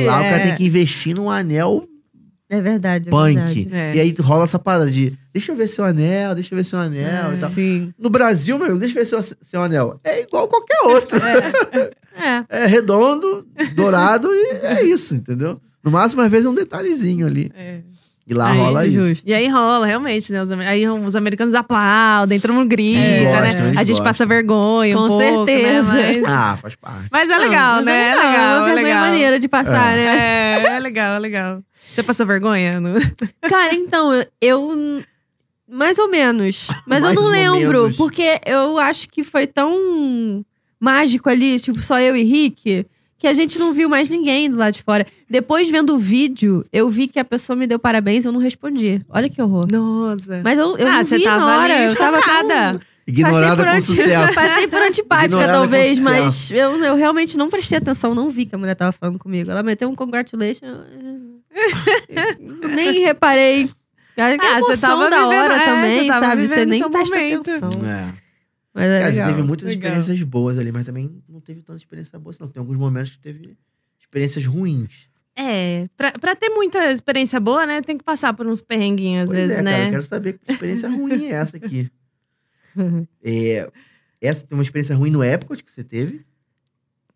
B: E lá o cara
A: É.
B: tem que investir num anel
A: É verdade, é
B: punk.
A: verdade.
C: É.
B: E aí rola essa parada de deixa eu ver seu anel, deixa eu ver seu anel
C: então-
B: e tal.
A: Sim.
B: No Brasil, meu, amigo, deixa eu ver seu, seu anel. É igual qualquer outro.
A: É.
B: [laughs] É redondo, dourado e é isso, entendeu? No máximo, às vezes, é um detalhezinho ali.
C: É.
B: E lá
A: É,
B: rola
A: justo,
B: isso.
A: justo.
C: E aí rola, realmente, né? Os amer- Aí os americanos aplaudem, todo mundo grita,
A: Eles
B: gostam,
C: né?
B: eles
C: A gente
B: gostam.
C: passa vergonha um
A: Com
C: pouco,
A: certeza.
C: né? Mas,
B: Ah, faz parte.
C: mas é
A: Não,
C: legal,
A: mas
C: né?
A: É legal,
C: é
A: é uma vergonha
C: legal.
A: maneira de passar, né?
C: É, é legal, é legal. Você passa vergonha?
A: [laughs]
C: No...
A: Cara, então, eu- eu. Mais ou menos. Mas eu
B: Mais
A: não
B: ou
A: lembro,
B: menos.
A: porque eu acho que foi tão mágico ali, tipo, só eu e Rick, que a gente não viu mais ninguém do lado de fora. Depois, vendo o vídeo, eu vi que a pessoa me deu parabéns eu não respondi. Olha que horror.
C: Nossa.
A: Mas eu, eu
C: ah,
A: não
C: você
A: vi
C: tava
A: na hora.
C: ali
A: eu tava
C: chocada.
A: tão...
B: Ignorada com
A: anti-
B: sucesso.
C: [laughs]
A: Passei por antipática,
B: Ignorada com
A: talvez,
B: sucesso.
A: mas eu, eu realmente não prestei atenção, não vi que a mulher tava falando comigo. Ela meteu um congratulation. eu nem reparei. Acho que é
C: Ah,
A: a
C: você
A: emoção
C: tava
A: da
C: vivendo-
A: hora
C: é,
A: também,
C: você tava
A: sabe? Você
C: vivendo
A: nem
C: seu
A: presta
C: momento.
A: atenção.
B: É.
A: Mas é
B: Cara, você
A: legal.
B: teve muitas
C: legal.
B: experiências boas ali, mas também não teve tanta experiência boa, assim, não. Tem alguns momentos que teve experiências ruins.
C: É, pra, pra ter muita experiência boa, né? Tem que passar por uns perrenguinhos, às
B: pois
C: vezes,
B: é,
C: né?
B: cara, eu quero saber que
C: [laughs]
B: experiência ruim é essa aqui. É, essa tem uma experiência ruim no Epcot que você teve?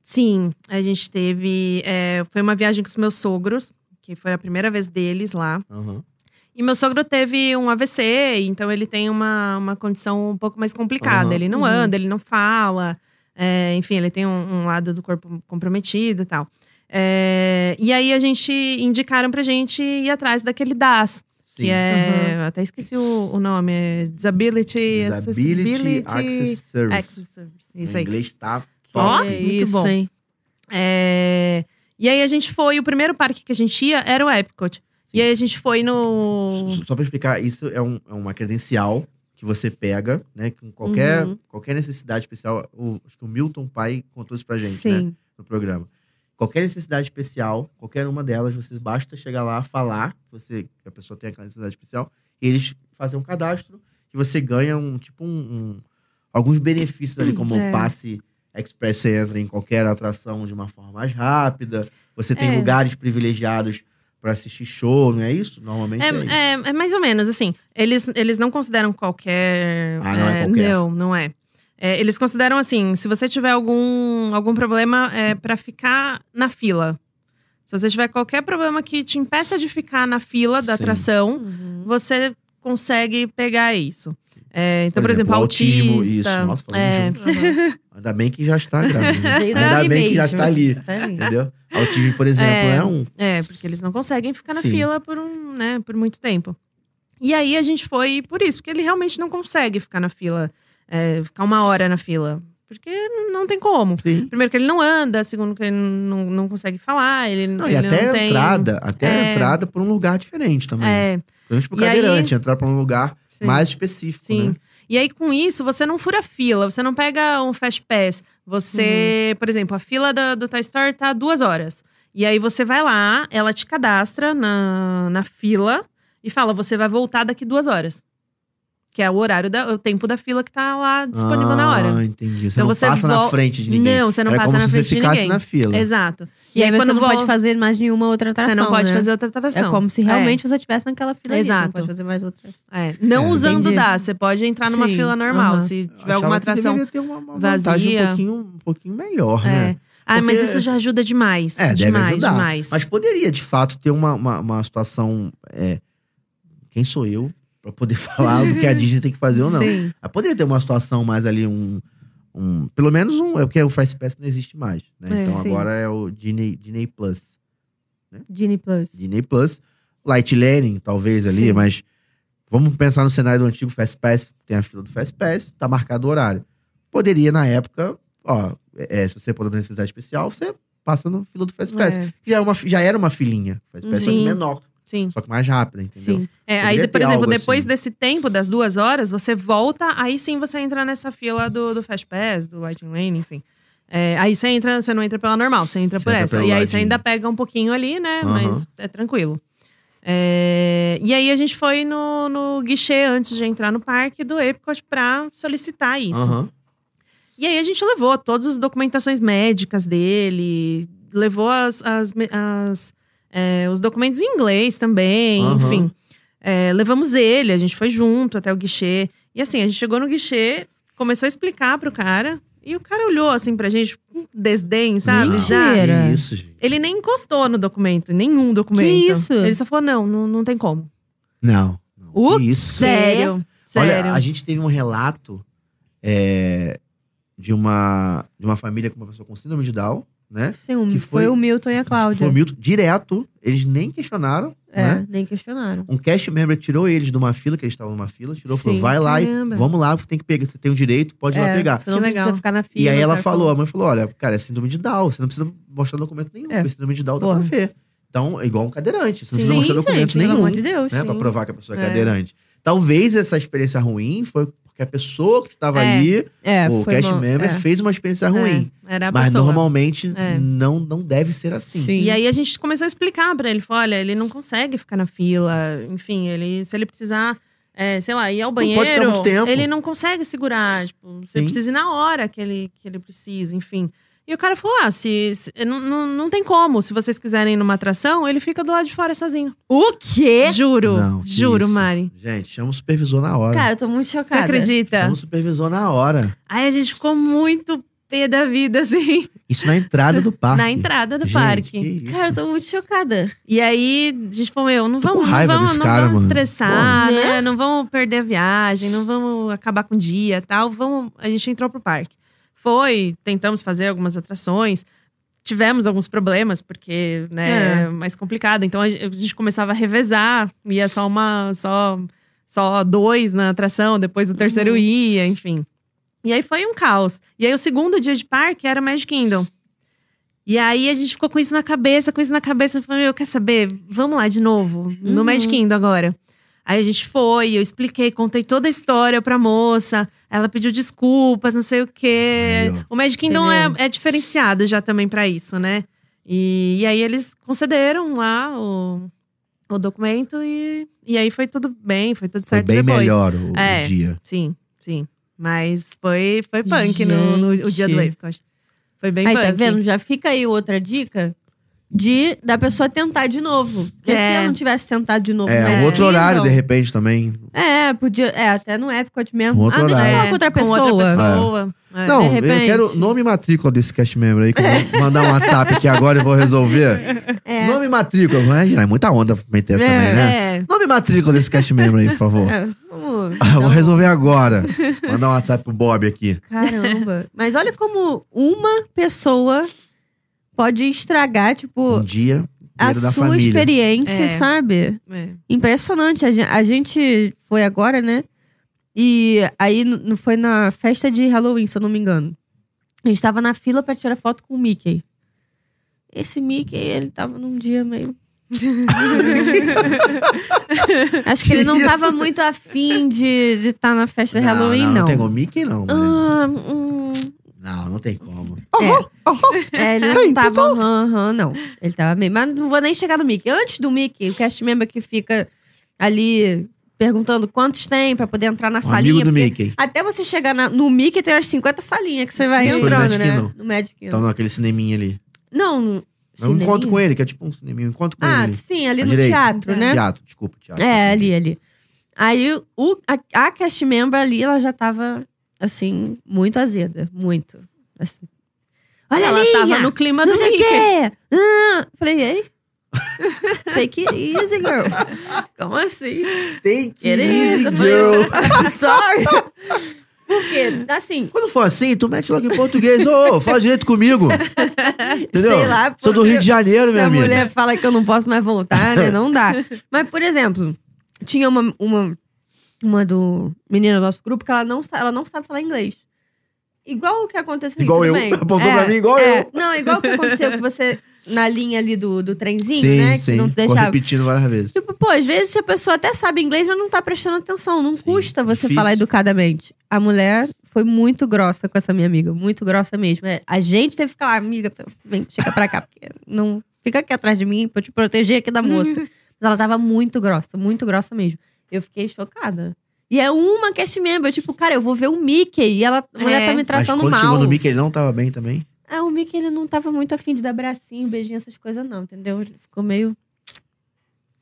C: Sim, a gente teve. é, foi uma viagem com os meus sogros, que foi a primeira vez deles lá.
B: Aham.
C: E meu sogro teve um AVC, então ele tem uma, uma condição um pouco mais complicada.
B: Aham.
C: Ele não
A: Uhum.
C: anda, ele não fala. é, enfim, ele tem um, um lado do corpo comprometido e tal. É, e aí a gente indicaram pra gente ir atrás daquele DAS,
B: Sim.
C: que é. eu Até esqueci o, o nome, é Disability,
B: Disability
C: Accessibility
B: Access Service.
C: Access Service. Isso
B: Em
C: aí.
B: inglês tá
C: Ó,
B: top.
A: é
C: muito
A: isso,
C: bom.
A: hein?
C: É, E aí a gente foi, o primeiro parque que a gente ia era o Epcot. E aí a gente foi no.
B: S- Só pra explicar, isso é, um- é uma credencial que você pega, né? Com qualquer,
A: Uhum.
B: qualquer necessidade especial. O, acho que o Milton Pai contou isso pra gente, né?
A: Sim.
B: no programa. Qualquer necessidade especial, qualquer uma delas, você basta chegar lá, falar que, você, que a pessoa tem aquela necessidade especial, e eles fazem um cadastro e você ganha um tipo um, um- alguns benefícios ali, como
C: [clears throat] É.
B: um passe Express você entra em qualquer atração de uma forma mais rápida. Você tem
C: É.
B: lugares privilegiados pra assistir show, não é isso? Normalmente é, isso.
C: É, é- é mais ou menos, assim. Eles, eles não consideram qualquer.
B: Ah, não é qualquer.
C: Não, não é. É, Eles consideram assim: se você tiver algum, algum problema é, para ficar na fila. Se você tiver qualquer problema que te impeça de ficar na fila da
B: Sim.
C: atração, você consegue pegar isso. É, então, por, exemplo,
B: autismo,
C: autista.
B: isso. Nossa, falamos
C: é,
B: junto. Ainda bem que já está grave.
C: [laughs]
B: né?
D: Veio
B: Ainda
D: dali
B: bem que já
D: mesmo.
B: está ali. É.
D: Tá ali.
B: Entendeu? Autismo, por exemplo, é,
C: É.
B: um.
C: É, porque eles não conseguem ficar na
B: Sim.
C: fila por, um, né, por muito tempo. E aí a gente foi por isso, porque ele realmente não consegue ficar na fila, é, ficar uma hora na fila. Porque não tem como.
B: Sim.
C: Primeiro que ele não anda, segundo que ele não, não consegue falar, ele,
B: Não, e
C: ele
B: até
C: não
B: a
C: tem...
B: entrada, até a
C: É.
B: entrada por um lugar diferente também. É.
C: É,
B: Pelo menos pro
C: E
B: cadeirante, entrar pra um lugar
D: Sim.
B: mais específico,
C: sim.
B: né?
C: E aí, com isso, você não fura a fila, você não pega um fast pass. Você,
B: Uhum.
C: por exemplo, a fila da- do Toy Story tá duas horas. E aí você vai lá, ela te cadastra na, na fila e fala: você vai voltar daqui duas horas. Que é o horário, da, o tempo da fila que tá lá disponível na hora.
B: Ah, entendi. Você
C: Então
B: não
C: você
B: passa na
C: vol-
B: frente de ninguém.
C: Não, você não
B: Era
C: passa
B: como
C: na
B: se
C: frente
B: você
C: de
B: ficasse
C: ninguém.
B: na fila.
C: Exato.
D: E aí você
C: quando
D: não
C: vol-
D: pode fazer mais nenhuma outra atração.
C: você não pode
D: né?
C: fazer outra atração.
D: É como se realmente você estivesse naquela fila ali, você Não
C: Exato.
D: pode fazer mais outra.
C: É, Não
B: É.
C: usando
D: Entendi.
C: dá, você pode entrar numa
D: Sim,
C: fila normal.
D: aham.
C: Se
B: Eu
C: tiver
B: achava
C: alguma
B: que
C: atração.
B: deveria ter uma, uma
C: vazia.
B: vantagem um pouquinho, um pouquinho melhor, né?
C: É. Ah, mas
B: Porque-
C: isso já ajuda demais.
B: É, deve
C: demais,
B: ajudar.
C: demais.
B: Mas poderia, de fato, ter uma, uma, uma situação... é, quem sou eu pra poder [laughs] falar o que a Disney tem que fazer ou não?
D: Sim.
B: Ah, Poderia ter uma situação mais ali, um. um pelo menos um. É porque o Fast Pass não existe mais. Né?
C: É,
B: então
D: sim.
B: agora é o Disney, Disney Plus.
D: Genie Plus.
B: Disney Plus. Light Learning, talvez ali,
D: Sim.
B: mas. Vamos pensar no cenário do antigo Fast Pass. Tem a fila do Fast Pass, tá marcado o horário. Poderia, na época, ó, é, é, se você for uma necessidade especial, você passa na fila do Fast Pass.
C: É,
B: Que já, é uma, fi- já era uma filinha. Fast Pass
C: Sim.
B: é menor,
C: sim.
B: só que mais rápida, entendeu?
D: Sim.
C: É,
B: Poderia
C: aí, por
B: ter
C: exemplo,
B: algo
C: depois
B: assim.
C: desse tempo, das duas horas, você volta, aí sim você entra nessa fila do, do Fast Pass, do Lightning Lane, enfim. É, aí você entra, você não entra pela normal, você entra
B: Você
C: por
B: entra
C: essa.
B: pelo
C: E aí você
B: ladinho.
C: ainda pega um pouquinho ali, né?
B: Aham.
C: Mas é tranquilo. É, e aí a gente foi no, no guichê antes de entrar no parque do Epcot pra solicitar isso.
B: Aham.
C: E aí a gente levou todas as documentações médicas dele, levou as, as me- as, é, os documentos em inglês também,
B: Aham.
C: enfim. É, levamos ele, a gente foi junto até o guichê. E assim, a gente chegou no guichê, começou a explicar pro cara, e o cara olhou assim pra gente com desdém, sabe?
B: Não,
C: Já.
D: Mentira.
B: que Isso, gente.
C: Ele nem encostou no documento, nenhum documento.
D: Que isso?
C: Ele só falou: não, não, não tem como.
B: Não. não.
C: O
B: Que isso.
C: Sério, sério.
B: Olha, a gente teve um relato é, de, uma, de uma família com uma pessoa com síndrome de Down, né?
D: Sim,
A: um,
D: o-
B: Que
D: foi...
B: foi-
D: o Milton e a Cláudia.
B: Foi o Milton direto, eles nem questionaram,
D: É,
B: né?
D: nem questionaram.
B: Um cast member tirou eles de uma fila, que eles estavam numa fila, tirou, falou,
D: Sim.
B: vai lá, e
C: Caramba.
B: vamos lá, você tem que pegar, você tem o direito, pode ir lá
D: É,
B: pegar.
D: Você não
C: Que
D: precisa
C: legal.
D: ficar na fila.
B: E aí ela
D: o
A: tá
D: cara
B: falou, a mãe falou, olha, cara, é síndrome de Down, você não precisa mostrar documento nenhum,
D: É.
B: porque síndrome de Down dá
D: Porra.
B: pra ver. Então, é igual um cadeirante, você não precisa
D: Sim,
B: mostrar documento
D: gente,
B: nenhum.
D: Pelo amor de Deus.
B: né?
C: Sim.
B: Pra provar que a pessoa é,
C: É.
B: cadeirante. Talvez essa experiência ruim foi porque a pessoa que estava
C: É.
B: ali,
D: É,
B: o
D: foi
B: cast
D: uma-
B: member,
D: é.
B: fez uma experiência ruim.
C: É, era a
B: Mas
C: pessoa.
B: normalmente
C: É.
B: não, não deve ser assim.
D: Sim.
C: E aí a gente começou a explicar pra ele, falou, olha, ele não consegue ficar na fila, enfim, ele se ele precisar, é, sei lá, ir ao
B: pode
C: banheiro,
B: ficar muito tempo.
C: ele não consegue segurar, tipo, você
B: Sim.
C: precisa ir na hora que ele que ele precisa, enfim. E o cara falou, ah, se, se- não, não, não tem como, se vocês quiserem ir numa atração, ele fica do lado de fora sozinho.
A: O quê?
C: Juro,
B: Não, que
C: juro,
B: isso.
C: Mari.
B: Gente, chama o supervisor na hora.
D: Cara, eu tô muito
C: Você
D: chocada.
C: acredita?
B: Chama o supervisor na hora.
C: Aí a gente ficou muito pé da vida, assim,
B: Isso na entrada do parque.
C: na entrada do
B: Ah, Gente,
C: parque.
B: que isso.
D: Cara, eu tô muito chocada.
C: E aí, a gente falou, meu, não
B: Tô com
C: vamos, não
B: raiva
C: vamos,
B: desse
C: não
B: cara,
C: vamos
B: mano.
C: estressar,
D: Pô.
C: né? Não vamos perder a viagem, não vamos acabar com o dia tal. Vamos... A gente entrou pro parque. Foi, tentamos fazer algumas atrações. Tivemos alguns problemas, porque
D: É.
C: né, é. mais complicado. Então a gen- a gente começava a revezar, ia só uma. só, só dois na atração, depois o terceiro
D: Uhum.
C: ia, enfim. E aí foi um caos. E aí o segundo dia de parque era Magic Kingdom. E aí a gente ficou com isso na cabeça, com isso na cabeça. Eu falei, meu, quer saber? Vamos lá de novo, no
D: Uhum.
C: Magic Kingdom agora. Aí a gente foi, eu expliquei, contei toda a história pra moça. Ela pediu desculpas, não sei o
B: Aí,
C: quê.
B: ó.
C: o Magic Kingdom é,
D: Entendeu?
C: é diferenciado já também pra isso, né? E, e aí eles concederam lá o, o documento e, e aí foi tudo bem, foi tudo
B: Foi
C: certo
B: bem
C: depois.
B: melhor o, o
C: É.
B: dia.
C: Sim, sim. Mas foi, foi punk no, no- o dia do
D: Gente.
C: Epcot. Foi bem
A: aí,
C: punk.
A: tá vendo? Já fica aí outra dica de da pessoa tentar de novo. Porque
C: É.
A: se ela não tivesse tentado de novo,
B: É,
A: não
B: um
A: era
B: outro horário, de
A: incrível.
B: repente, também.
A: É, podia. É, até no Epcot mesmo.
B: Um outro
A: ah, deixa eu
B: horário.
A: falar com outra pessoa.
C: É, pessoa. É.
B: Não,
A: Ah, de
B: eu
A: repente.
B: quero nome e matrícula desse cast member aí, que eu vou
A: [laughs]
B: mandar um WhatsApp aqui agora e vou resolver.
A: É.
B: Nome e matrícula. Imagina, é muita onda meter essa
A: É,
B: também, né?
C: É.
B: Nome e matrícula desse cast member aí, por favor.
A: É,
B: [laughs]
A: vamos.
B: Ah, vou
A: dar um-
B: resolver agora. Mandar um WhatsApp pro Bob aqui.
A: Caramba. [laughs] Mas olha como uma pessoa pode estragar, tipo,
B: Um dia
A: a
B: inteiro da
A: sua
B: família.
A: experiência,
C: É.
A: sabe?
C: é.
A: Impressionante. A gen- a gente, foi agora, né? E aí n- n- foi na festa de Halloween, se eu não me engano. A gente tava na fila pra tirar foto com o Mickey. Esse Mickey, ele tava num dia meio. [laughs] Acho que ele não
B: Que
A: tava
B: isso?
A: muito afim de estar na festa de Halloween,
B: não.
A: não.
B: tem como Mickey, não. mas-
A: Ah, hum,
B: Não, não tem como.
A: É, ele não tava.
C: então tá.
A: aham, aham, não. Ele tava meio. Mas não vou nem chegar no Mickey. Antes do Mickey, o cast member que fica ali perguntando quantos tem pra poder entrar na
B: Um
A: salinha.
B: amigo do
A: porque
B: Mickey.
A: Até você chegar na- no Mickey, tem umas 50 salinhas que você vai
B: Isso foi no
A: entrando,
B: Magic
A: né?
B: Kingdom.
A: No Magic Kingdom.
B: Então, naquele cineminha ali.
A: não, no.
B: É um
A: cineminha?
B: encontro com ele, que é tipo um cineminha. Um encontro com
A: Ah,
B: ele.
A: sim, ali
B: À
A: no
B: direita.
A: teatro, né?
B: Teatro, desculpa, teatro. Assim.
A: É, ali, ali. Aí o, a, a cast member ali, ela já tava, assim, muito azeda. Muito. Assim. Olha
C: Ela
A: ali!
C: tava no clima
A: não
C: do
A: sei o
C: Mickey.
A: quê. Ah, falei, [laughs] ei? Take it easy, girl. Como assim?
B: Tem que
A: It
B: easy,
A: is. Eu falei,
B: girl.
A: I'm sorry. Porque, assim,
B: Quando for assim, tu mete logo em português. Ô,
A: [laughs]
B: ô, fala direito comigo. Entendeu?
A: sei lá.
B: Sou do
A: porque
B: Rio de Janeiro,
A: Se
B: minha
A: a
B: amiga.
A: mulher fala que eu não posso mais voltar, né? Não
B: [laughs]
A: dá. Mas, por exemplo, tinha uma, uma, uma do menina do nosso grupo que ela não, sa- ela não sabe falar inglês. Igual o que aconteceu
B: Igual
A: tudo
B: eu.
A: bem. É,
B: Apontou pra mim, igual eu.
A: Não, igual o que aconteceu que você, na linha ali do, do trenzinho,
B: sim,
A: né?
B: sim.
A: Que não
B: Ficou
A: deixava.
B: repetindo várias vezes.
A: Tipo, pô, às vezes a pessoa até sabe inglês, mas não tá prestando atenção. Não
B: Sim,
A: custa você
B: difícil.
A: falar educadamente. A mulher foi muito grossa com essa minha amiga, muito grossa mesmo. É, A gente teve que falar, amiga, vem, chega pra cá, porque não fica aqui atrás de mim pra eu te proteger aqui da
B: [laughs]
A: moça. mas ela tava muito grossa, muito grossa mesmo. Eu fiquei chocada. E é uma cast member, eu, tipo, cara, eu vou ver o Mickey e ela, a mulher
C: É.
A: tá me
B: Mas
A: tratando
B: quando chegou
A: mal.
B: no Mickey, ele não tava bem também.
A: Ah, o Mickey ele não tava muito afim de dar bracinho, beijinho, essas coisas, não, entendeu? Ele Ficou meio.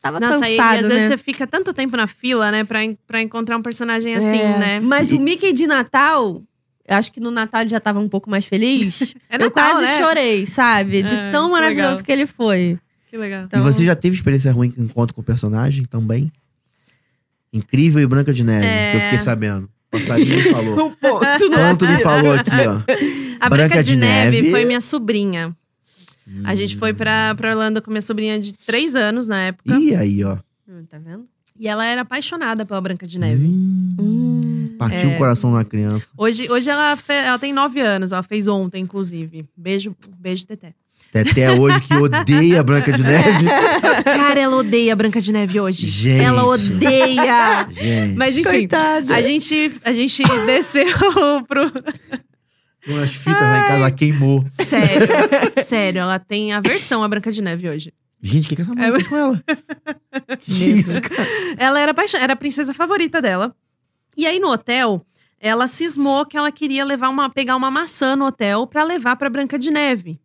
A: Tava
C: Nossa, aí,
A: cansado,
C: às
A: né?
C: vezes você fica tanto tempo na fila, né, pra, en- pra encontrar um personagem assim,
A: É,
C: né?
A: Mas o Mickey de Natal, eu acho que no Natal ele já tava um pouco mais feliz.
C: [laughs] É
A: eu
C: Natal,
A: quase
C: né?
A: chorei, sabe? De
C: É,
A: tão
C: que
A: maravilhoso
C: legal.
A: que ele foi.
C: Que legal.
A: Então-
B: E você já teve experiência ruim com encontro com o personagem também? Incrível e Branca de Neve,
C: É.
B: que eu fiquei sabendo. Passarinho me
A: [laughs]
B: falou.
A: Um ponto,
B: Ponto me falou aqui, ó.
C: A
B: Branca
C: Branca,
B: de
C: de Neve,
B: Neve.
C: foi minha sobrinha. A gente foi pra, pra Orlando com minha sobrinha de três anos na época.
B: E aí, ó.
A: [laughs] Hum, tá vendo?
C: E ela era apaixonada pela Branca de Neve.
B: Hum. Partiu
A: É.
B: o coração da criança.
C: Hoje, hoje ela, fe- ela tem nove anos, ela fez ontem, inclusive. Beijo, beijo, Teté.
B: Até hoje que odeia Branca
A: [laughs]
B: de Neve.
C: Cara, ela odeia a Branca de Neve hoje.
B: Gente.
C: Ela odeia!
B: Gente,
C: Mas enfim,
A: Coitada.
C: a gente, a [laughs] gente desceu pro.
B: umas fitas lá em casa, ela queimou.
C: [laughs] Sério, sério, ela tem aversão à Branca de Neve hoje.
B: Gente, o que, que essa mulher
C: É,
B: fez com
C: [laughs]
B: ela? Que isso, cara?
C: Ela era, paixão, era a princesa favorita dela. E aí no hotel, ela cismou que ela queria levar uma, pegar uma maçã no hotel pra levar pra Branca de Neve.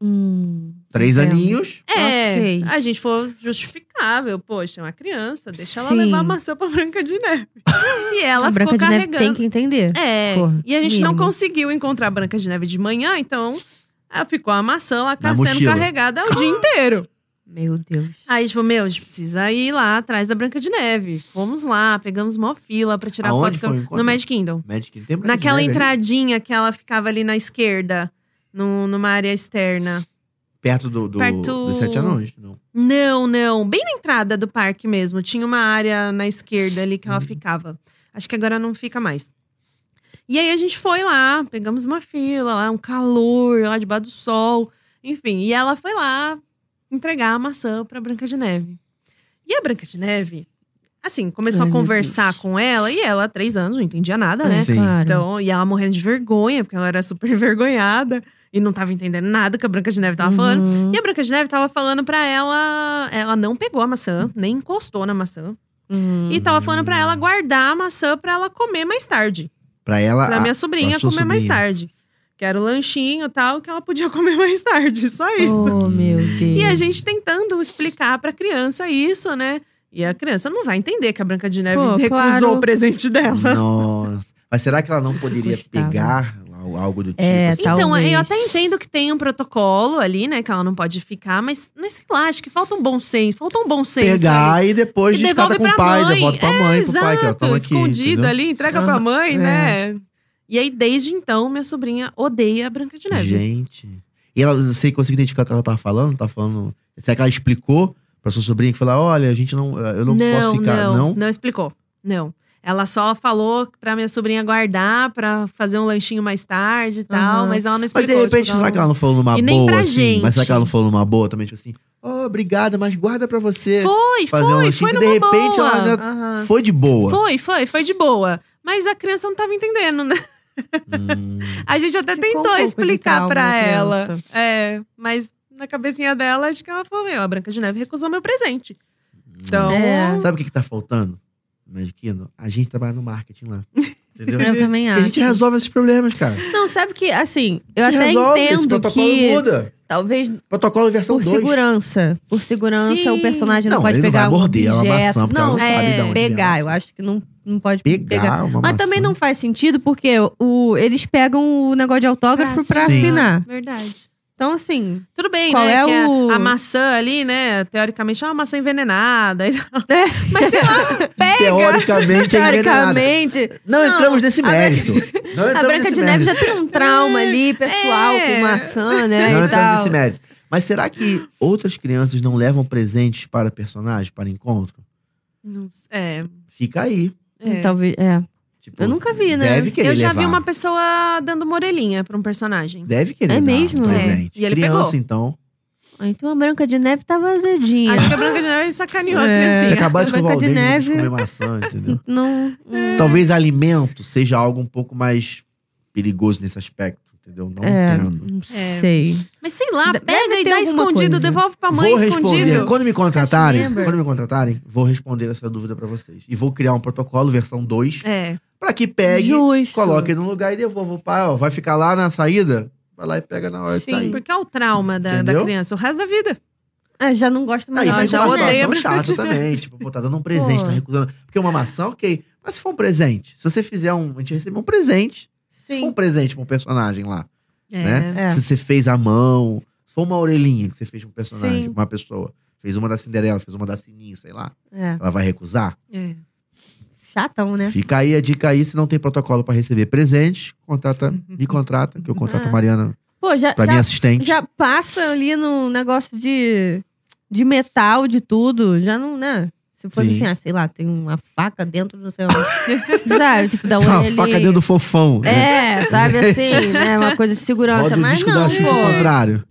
A: Hum,
B: Três
A: entendo.
B: aninhos.
C: É,
A: Ok.
C: a gente foi justificável. Poxa, é uma criança, deixa ela
A: Sim.
C: levar a maçã pra Branca de
A: [laughs]
C: Neve. E ela
A: a Branca
C: ficou
A: de
C: carregando.
A: Neve tem que entender.
C: É,
A: Porra,
C: e a gente não
A: mínimo.
C: conseguiu encontrar a Branca de Neve de manhã, então ela ficou a maçã lá
B: Na
C: sendo
B: mochila.
C: carregada o dia inteiro.
A: Meu Deus.
C: Aí a gente falou, meu, a gente precisa ir lá atrás da Branca de Neve. Fomos lá, pegamos mó fila pra tirar
B: Aonde
C: foto.
B: foi o
C: no
B: encontro?
C: Magic Kingdom.
B: Magic ele tem né, Branca
C: Naquela
B: de Neve ali,
C: entradinha que ela ficava ali na esquerda, no- numa área externa.
B: Perto, do, do-
C: Perto-
B: dos sete anões. Não.
C: Não, não. Bem na entrada do parque mesmo. Tinha uma área na esquerda ali que ela
A: Uhum.
C: ficava. Acho que agora não fica mais. E aí a gente foi lá, pegamos uma fila lá, um calor lá debaixo do sol. Enfim, e ela foi lá entregar a maçã pra Branca de Neve. E a Branca de Neve, assim, começou
A: Ai,
C: a
A: meu
C: conversar
A: Deus.
C: com ela. E ela, há três anos, não entendia nada,
A: Ah,
C: né?
B: Sim.
A: Claro.
C: Então, e ela morrendo de vergonha, porque ela era super [laughs] envergonhada. E não tava entendendo nada que a Branca de Neve tava tá falando.
A: Uhum.
C: E a Branca de Neve tava falando pra ela. Ela não pegou a maçã, nem encostou na maçã.
A: Hum.
C: E tava falando pra ela guardar a maçã pra ela comer mais tarde.
B: Pra ela.
C: Pra
B: a-
C: minha sobrinha
B: sua
C: comer mais
B: Ah, sobrinha.
C: tarde. Que que era o lanchinho e tal, que ela podia [laughs] comer mais tarde, só isso.
A: Oh, meu Deus.
C: E a gente tentando explicar pra criança isso, né? E a criança não vai entender que a Branca de Neve
A: Pô,
C: recusou
A: claro.
C: o presente
A: [laughs]
C: dela.
B: Nossa. Mas será que ela
C: [laughs]
B: não poderia
A: Gostava.
B: pegar al- algo do tipo?
A: É,
B: assim?
C: Então,
A: Talvez.
C: eu até entendo que tem um protocolo ali, né? Que ela não pode ficar, mas, mas sei lá, acho que falta um bom senso. Falta um bom senso. ali.
B: Pegar e depois
C: E
B: descarta
C: devolve
B: com o
C: pra
B: pai,
C: mãe. É,
B: devolve pra mãe, pro pai, que ó,
C: Exato,
B: toma aqui.
C: escondido
B: entendeu?
C: ali, entrega
B: Ah,
C: pra mãe,
A: é.
C: né? E aí, desde então, minha sobrinha odeia a Branca de Neve.
B: Gente. E ela, você conseguiu identificar o que ela tava falando? Tá falando. Será que ela explicou pra sua sobrinha que falou: olha, a gente não. Eu não, posso ficar.
C: Não,
B: Não.
C: explicou. Não. Ela só falou pra minha sobrinha guardar, pra fazer um lanchinho mais tarde e tal,
A: Aham.
C: mas ela não
B: Mas de
C: explicou.
B: repente,
C: tipo,
B: será que ela não falou numa
C: E nem
B: boa,
C: pra
B: assim?
C: gente.
B: Mas será que ela não falou numa boa também, tipo assim, ó, obrigada, mas guarda pra você
C: Foi,
B: fazer um
C: foi,
B: lanchinho.
C: foi
B: que
C: numa
B: de repente
C: boa.
B: ela ainda
A: Aham.
B: foi de boa.
C: Foi, foi, foi de boa. Mas a criança não tava entendendo, né?
A: [laughs]
B: Hum,
C: A gente até
D: Ficou um
C: tentou
D: pouco de
C: explicar
D: trauma
C: pra
D: na
C: ela.
D: criança.
C: É, mas na cabecinha dela, acho que ela falou: meu, a Branca de Neve recusou meu presente. Então.
A: É.
B: Sabe o que, que tá faltando? Magiquino, a gente trabalha no marketing lá.
A: [laughs]
B: Entendeu?
A: Eu também
B: a
A: acho.
B: gente resolve esses problemas, cara.
A: Não, sabe que, assim, eu
B: A gente
A: até
B: resolve, esse
A: entendo
B: protocolo
A: que
B: muda.
A: talvez
B: Protocolo versão
A: por
B: 2.
A: segurança. Por segurança,
C: Sim.
A: o personagem não,
B: Não,
A: pode
B: ele não
A: pegar
B: vai morder é
A: um
B: a
A: objeto.
B: maçã, porque ela
A: não,
B: não sabe
C: é,
B: de onde vem a
A: pegar.
B: maçã.
A: Eu acho que não, não pode
B: Pegar, é uma
A: Mas
B: maçã.
A: também não faz sentido, porque o, eles pegam o negócio de autógrafo pra
B: Sim.
A: assinar.
C: Verdade.
A: Então, assim.
C: Tudo bem,
A: Qual
C: né?
A: é
C: que a-
A: o-
C: a, maçã ali, né? Teoricamente é uma maçã envenenada. [laughs] e tal. Ah,
A: né?
C: Mas
B: [laughs]
C: sei lá, pega.
B: Teoricamente, é envenenado.
A: Teoricamente,
B: Não,
A: Não,
B: entramos nesse
A: a Bran-
B: mérito. Não entramos
A: a Branca
B: nesse
A: de Neve
B: mérito.
A: já tem um trauma ali, pessoal,
C: É.
A: com maçã, né?
B: Não
A: e
B: entramos
A: tal.
B: nesse mérito. Mas será que outras crianças não levam presentes para personagens, para encontro?
C: Não sei. É,
B: Fica aí.
C: é.
A: Talvez. É.
B: Tipo,
A: Eu nunca vi, né?
B: Deve querer
C: Eu já vi
B: levar.
C: uma pessoa dando uma orelhinha pra um personagem.
B: Deve querer
A: É
B: dar
A: mesmo?
B: um
A: É.
B: presente.
C: E ele
B: Criança,
C: pegou.
B: então.
A: Ah, Então a Branca de Neve tava azedinha.
C: Acho que a Branca de Neve sacaneou
A: É.
C: a
B: Você
C: criancinha.
B: acabar de
A: Branca
B: escovar o
A: de
B: dente,
A: Neve.
B: comer maçã, entendeu?
A: Não. hum,
B: Talvez alimento seja algo um pouco mais perigoso nesse aspecto, entendeu? Não
A: É.
B: entendo.
A: Não
C: É.
A: sei.
C: Mas sei lá,
A: Deve
C: pega e
A: ter
C: dá
A: alguma
C: escondido,
A: coisa. né?
C: devolve pra mãe
B: vou responder.
C: escondido.
B: Quando me contratarem,
A: Cachemira.
B: quando me contratarem, vou responder essa dúvida pra vocês. E vou criar um protocolo versão 2
C: É.
B: pra que pegue,
A: Justo.
B: coloque no lugar e devolva o pai, ó, vai ficar lá na saída, vai lá e pega na hora de
A: Sim.
B: sair.
C: Porque é o trauma da, da
B: Entendeu?
C: criança, o resto da vida.
A: Ah, já não gosto mais.
B: Aí
A: da
B: fica
C: Não, já
B: uma
A: Branca de
C: odeio
A: Neve.
C: a
B: situação
C: Branca de
B: chata
C: Neve.
B: também. Tipo, pô, tá dando um presente,
A: Pô.
B: tá recusando. Porque uma maçã, ok. Mas se for um presente, se você fizer um. A gente recebeu um presente. Se for um
A: Sim.
B: presente pra um personagem lá,
C: É.
B: né?
A: É.
B: Se você fez à mão, se for uma orelhinha que você fez pra um personagem,
A: Sim.
B: pra uma pessoa. Fez uma da Cinderela, fez uma da Sininho, sei lá.
A: É.
B: Ela vai recusar?
C: É.
A: Chatão, né?
B: Fica aí a dica aí, se não tem protocolo pra receber presente, contrata,
A: [laughs]
B: me contrata, que eu contrato a
A: Ah.
B: Mariana
A: Pô, já, já,
B: pra é assim. minha assistente.
A: já passa ali no negócio de, de metal, de tudo. Já não, né? Se fosse
B: Sim.
A: assim, ah, sei lá, tem uma faca dentro do seu. [laughs] sabe? Tipo, da
B: Tem uma
A: orelhinha.
B: faca dentro do fofão. né?
A: É,
B: [laughs]
A: sabe assim, né? Uma coisa de segurança.
B: Roda o
A: Mas
B: disco
A: não,
B: da Xuxa ao
A: pô.
C: [laughs]
B: contrário.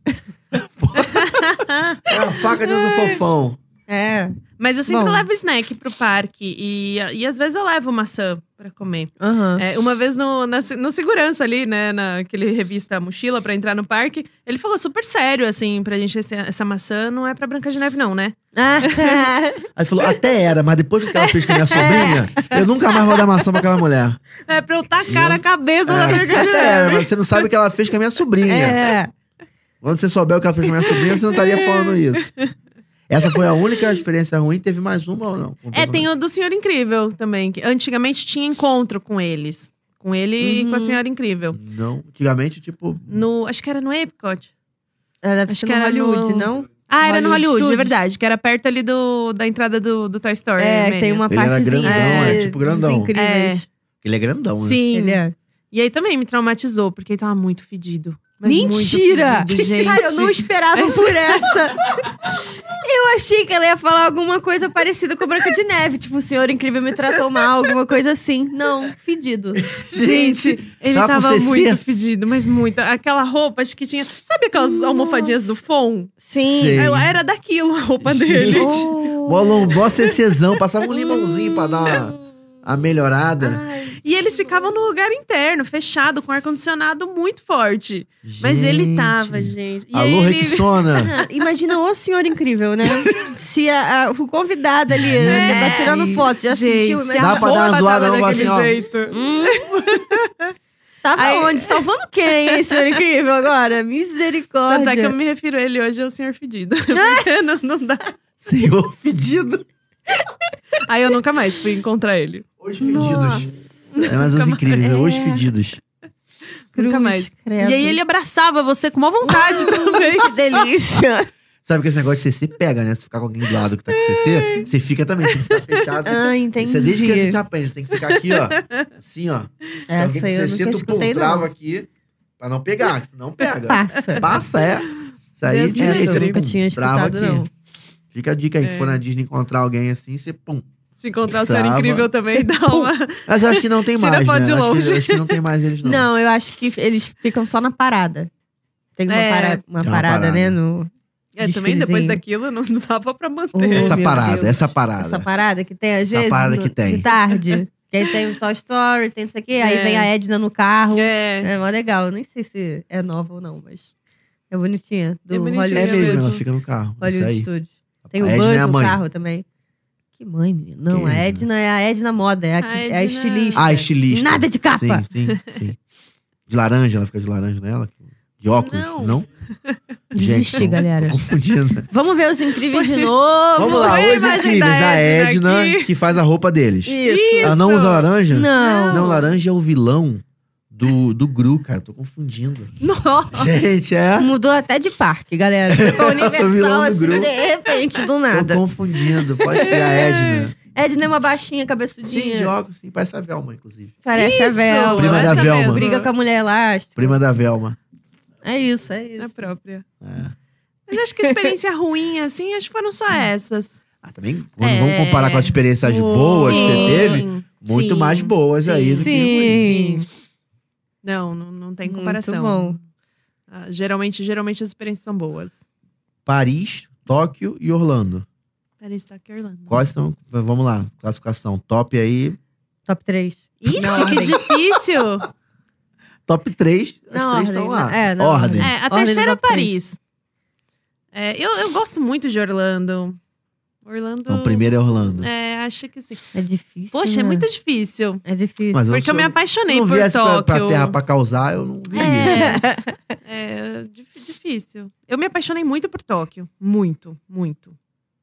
B: é uma faca dentro do fofão.
A: É.
C: Mas eu sempre
A: Bom.
C: levo snack pro parque e, e às vezes eu levo maçã pra comer.
A: Aham.
C: É, uma vez no, na, no segurança ali, né, naquele revista Mochila pra entrar no parque, ele falou super sério, assim, pra gente, esse- essa maçã não é pra Branca de Neve não, né?
A: [laughs] Ah,
B: Aí falou, até era, mas depois do que ela fez com a minha sobrinha, eu nunca mais vou dar maçã pra aquela mulher.
C: É pra eu tacar na cabeça da
B: É,
C: Branca
A: [laughs]
C: de
B: até era,
C: Neve.
B: mas você não sabe o que ela fez com a minha sobrinha.
A: é.
B: Quando você souber o que ela fez com a minha sobrinha, você não estaria falando isso. Essa foi a única experiência ruim. Teve mais uma ou não?
C: É, tem o do Senhor Incrível também. que antigamente tinha encontro com eles. Com ele e com a
A: Uhum.
C: Senhora Incrível.
B: Não, antigamente, tipo...
C: No, acho que era no Epcot.
A: É, deve
C: Acho
A: ser
C: que
A: no
C: era no-
A: Hollywood, não?
C: Ah, era
A: Hollywood
C: no Hollywood, é
A: Studios.
C: verdade. Que era perto ali do, da entrada do, do Toy Story.
A: É,
C: Mania.
A: tem uma
B: Ele era
A: partezinha.
B: grandão,
A: de-
B: é, tipo grandão.
A: dos Incríveis.
B: Ele é grandão, né?
C: Sim.
A: Ele é.
C: E aí também me traumatizou, porque ele tava muito fedido. Mas muito
A: Mentira! [laughs]
C: fedido, gente.
A: Cara, eu não esperava por essa. Eu achei que ela ia falar alguma coisa parecida com Branca de Neve. Tipo, o senhor incrível me tratou mal, alguma coisa assim. Não, fedido.
C: Gente, ele
B: Tava Tá com
C: tava
B: CC?
C: muito fedido, mas muito. Aquela roupa, acho que tinha. Sabe aquelas almofadinhas do Fon?
A: Sim.
B: Sei.
C: Eu- Era daquilo a roupa
B: Gente.
C: dele.
A: Oh.
B: Mó lombó, CCzão. Passava um limãozinho pra dar uma- a melhorada.
C: E eles ficavam no lugar interno, fechado, com ar-condicionado muito forte. Mas ele tava, gente. E
B: Alô,
C: aí ele.
A: [laughs]
B: Rexona.
A: Ah, imagina o senhor incrível, né? Se a- a- o convidado ali, né?
C: É.
A: que Tá tirando foto, já
C: Gente,
A: sentiu. né?
C: se
A: imagina-
B: Dá pra dar uma
C: roupa
B: zoada,
C: tava
B: não,
C: daquele
B: assim, ó.
C: jeito.
E: Tava
C: Aí-
E: onde? Salvando quem, hein, senhor incrível, agora? Misericórdia.
C: Tanto é que eu me refiro a ele hoje ao senhor fedido. [laughs] Porque não, não dá.
B: Senhor pedido.
C: Aí eu nunca mais fui encontrar ele.
B: Os fedidos.
E: Nossa,
B: É, mas os
C: Nunca
B: incríveis, né? Os fedidos.
A: Cruz,
C: nunca mais.
A: credo.
C: E aí ele abraçava você com má
A: [laughs]
C: vontade, talvez.
E: que delícia.
B: Sabe que esse negócio de CC pega, né? Se ficar com alguém do lado que tá com CC, você fica também, você fica fechado.
E: ah, entendi.
B: Isso é desde que a gente aprende, você tem que ficar aqui, ó. Assim, ó. Tem alguém
A: Essa
B: com
A: eu
B: CC,
A: nunca
B: tu pum,
A: escutei,
B: trava
A: não.
B: aqui pra não pegar, que senão pega.
A: Passa.
B: Passa, é. Isso aí,
C: Deus me
B: direito,
C: livre.
B: você
C: Eu
E: nunca
B: pum,
E: tinha
B: trava
E: escutado, não.
B: Fica a dica aí, que
C: É.
B: for na Disney encontrar alguém assim, você pum.
C: Se encontrar o senhor
B: Trava.
C: incrível também, dá uma.
B: Mas eu acho que não tem
C: [laughs] Tira
B: mais,
C: a foto
B: né?
C: de
B: Eu acho que-
C: longe.
B: eu acho que não tem mais eles, não.
A: Não, eu acho que eles ficam só na parada. Tem uma,
C: É.
A: para- uma
B: Tem uma
A: parada,
B: parada.
A: né? No...
C: É, também depois
A: Desfilezinho.
C: daquilo não dava pra
A: Oh,
C: manter.
B: Essa
A: meu
B: parada,
A: Deus.
B: essa parada.
A: Essa parada que tem, às
B: Essa
A: vezes,
B: parada
A: no-
B: que tem.
A: de tarde. que aí tem o Toy Story, tem isso aqui. Aí
C: É.
A: vem a Edna no carro. É,
C: É.
A: mó legal. Nem sei se é nova ou não, mas é bonitinha. Do
C: É bonitinha
B: É
A: Hollywood,
B: mesmo,
C: mesmo.
B: ela fica no carro. Isso
A: Hollywood
B: aí.
A: Studios. Tem o
B: A Edna
A: Buzz
B: é a
A: no
B: mãe.
A: carro também. Que mãe, menino. Não,
B: Que
A: a
B: Edna?
A: Edna é a Edna Moda, é a, que-
C: A
A: é a
C: Edna-
A: estilista.
B: Ah, estilista.
A: Nada de capa.
B: Sim, sim, sim. De laranja, ela fica de laranja nela? De óculos? Não.
C: Não. [laughs]
A: Desiste,
B: Gente, não.
A: galera.
B: Tô confundindo.
E: Vamos ver os incríveis de novo.
B: Vamos lá, é
C: Olha a
B: os
C: imagem da
B: incríveis. A
C: Edna
B: Edna,
C: aqui.
B: que faz a roupa deles.
E: Isso.
B: Ela não usa laranja?
E: Não.
B: Não, laranja é o vilão do, do Gru, cara. Tô confundindo.
C: Nossa.
B: Gente, é.
E: Mudou até de parque, galera. Foi
B: [laughs]
A: um
E: pra Universal,
B: Vilão do
E: assim,
B: um grupo.
E: de repente, do
B: Tô
E: nada.
B: confundindo. Pode pegar a
C: [laughs]
B: Edna.
E: Edna é uma baixinha,
B: Sim,
E: cabeçudinha.
B: de óculos, sim. Parece a Velma, inclusive.
A: Parece a
C: Isso, Uhum.
A: Velma.
B: Prima da
C: essa
B: Velma.
C: mesmo.
A: Briga com a mulher elástica.
B: Prima da Velma.
E: É isso, é isso.
C: a própria.
B: É.
C: Mas acho
B: [laughs]
C: que experiência ruim, assim, acho que foram só essas.
B: Ah, também, quando
C: É.
B: vamos comparar com as experiências boas que
C: Sim.
B: você teve, muito
C: Sim.
B: mais boas aí do que...
E: Sim.
C: Não, não, não tem
A: Muito
C: comparação.
A: bom.
C: Ah, geralmente, geralmente as experiências são boas.
B: Paris, Tóquio e Orlando.
C: Peraí, está aqui, Orlando.
B: Quais são... Vamos lá, classificação. Top aí...
A: Top 3.
C: Ixi,
A: Não,
C: que
A: ordem.
C: difícil!
B: Top 3,
A: Na
B: as três
A: ordem,
B: estão lá.
A: na- é, na
B: ordem.
C: né? É, a
A: Ordem do
C: terceira é
A: top três.
C: Paris. É, eu, eu gosto muito de Orlando. Orlando.
B: Então, primeiro é Orlando.
C: É, acho que sim.
A: É difícil.
C: Poxa, é
A: né?
C: muito difícil.
A: É difícil.
B: Mas eu
C: Porque
B: sou-
C: eu
B: um
C: me apaixonei
B: Se não
C: por
B: viesse pra,
C: Tóquio.
B: pra terra pra causar, eu não viria.
C: É, é dif- difícil. Eu me apaixonei muito por Tóquio. Muito, muito.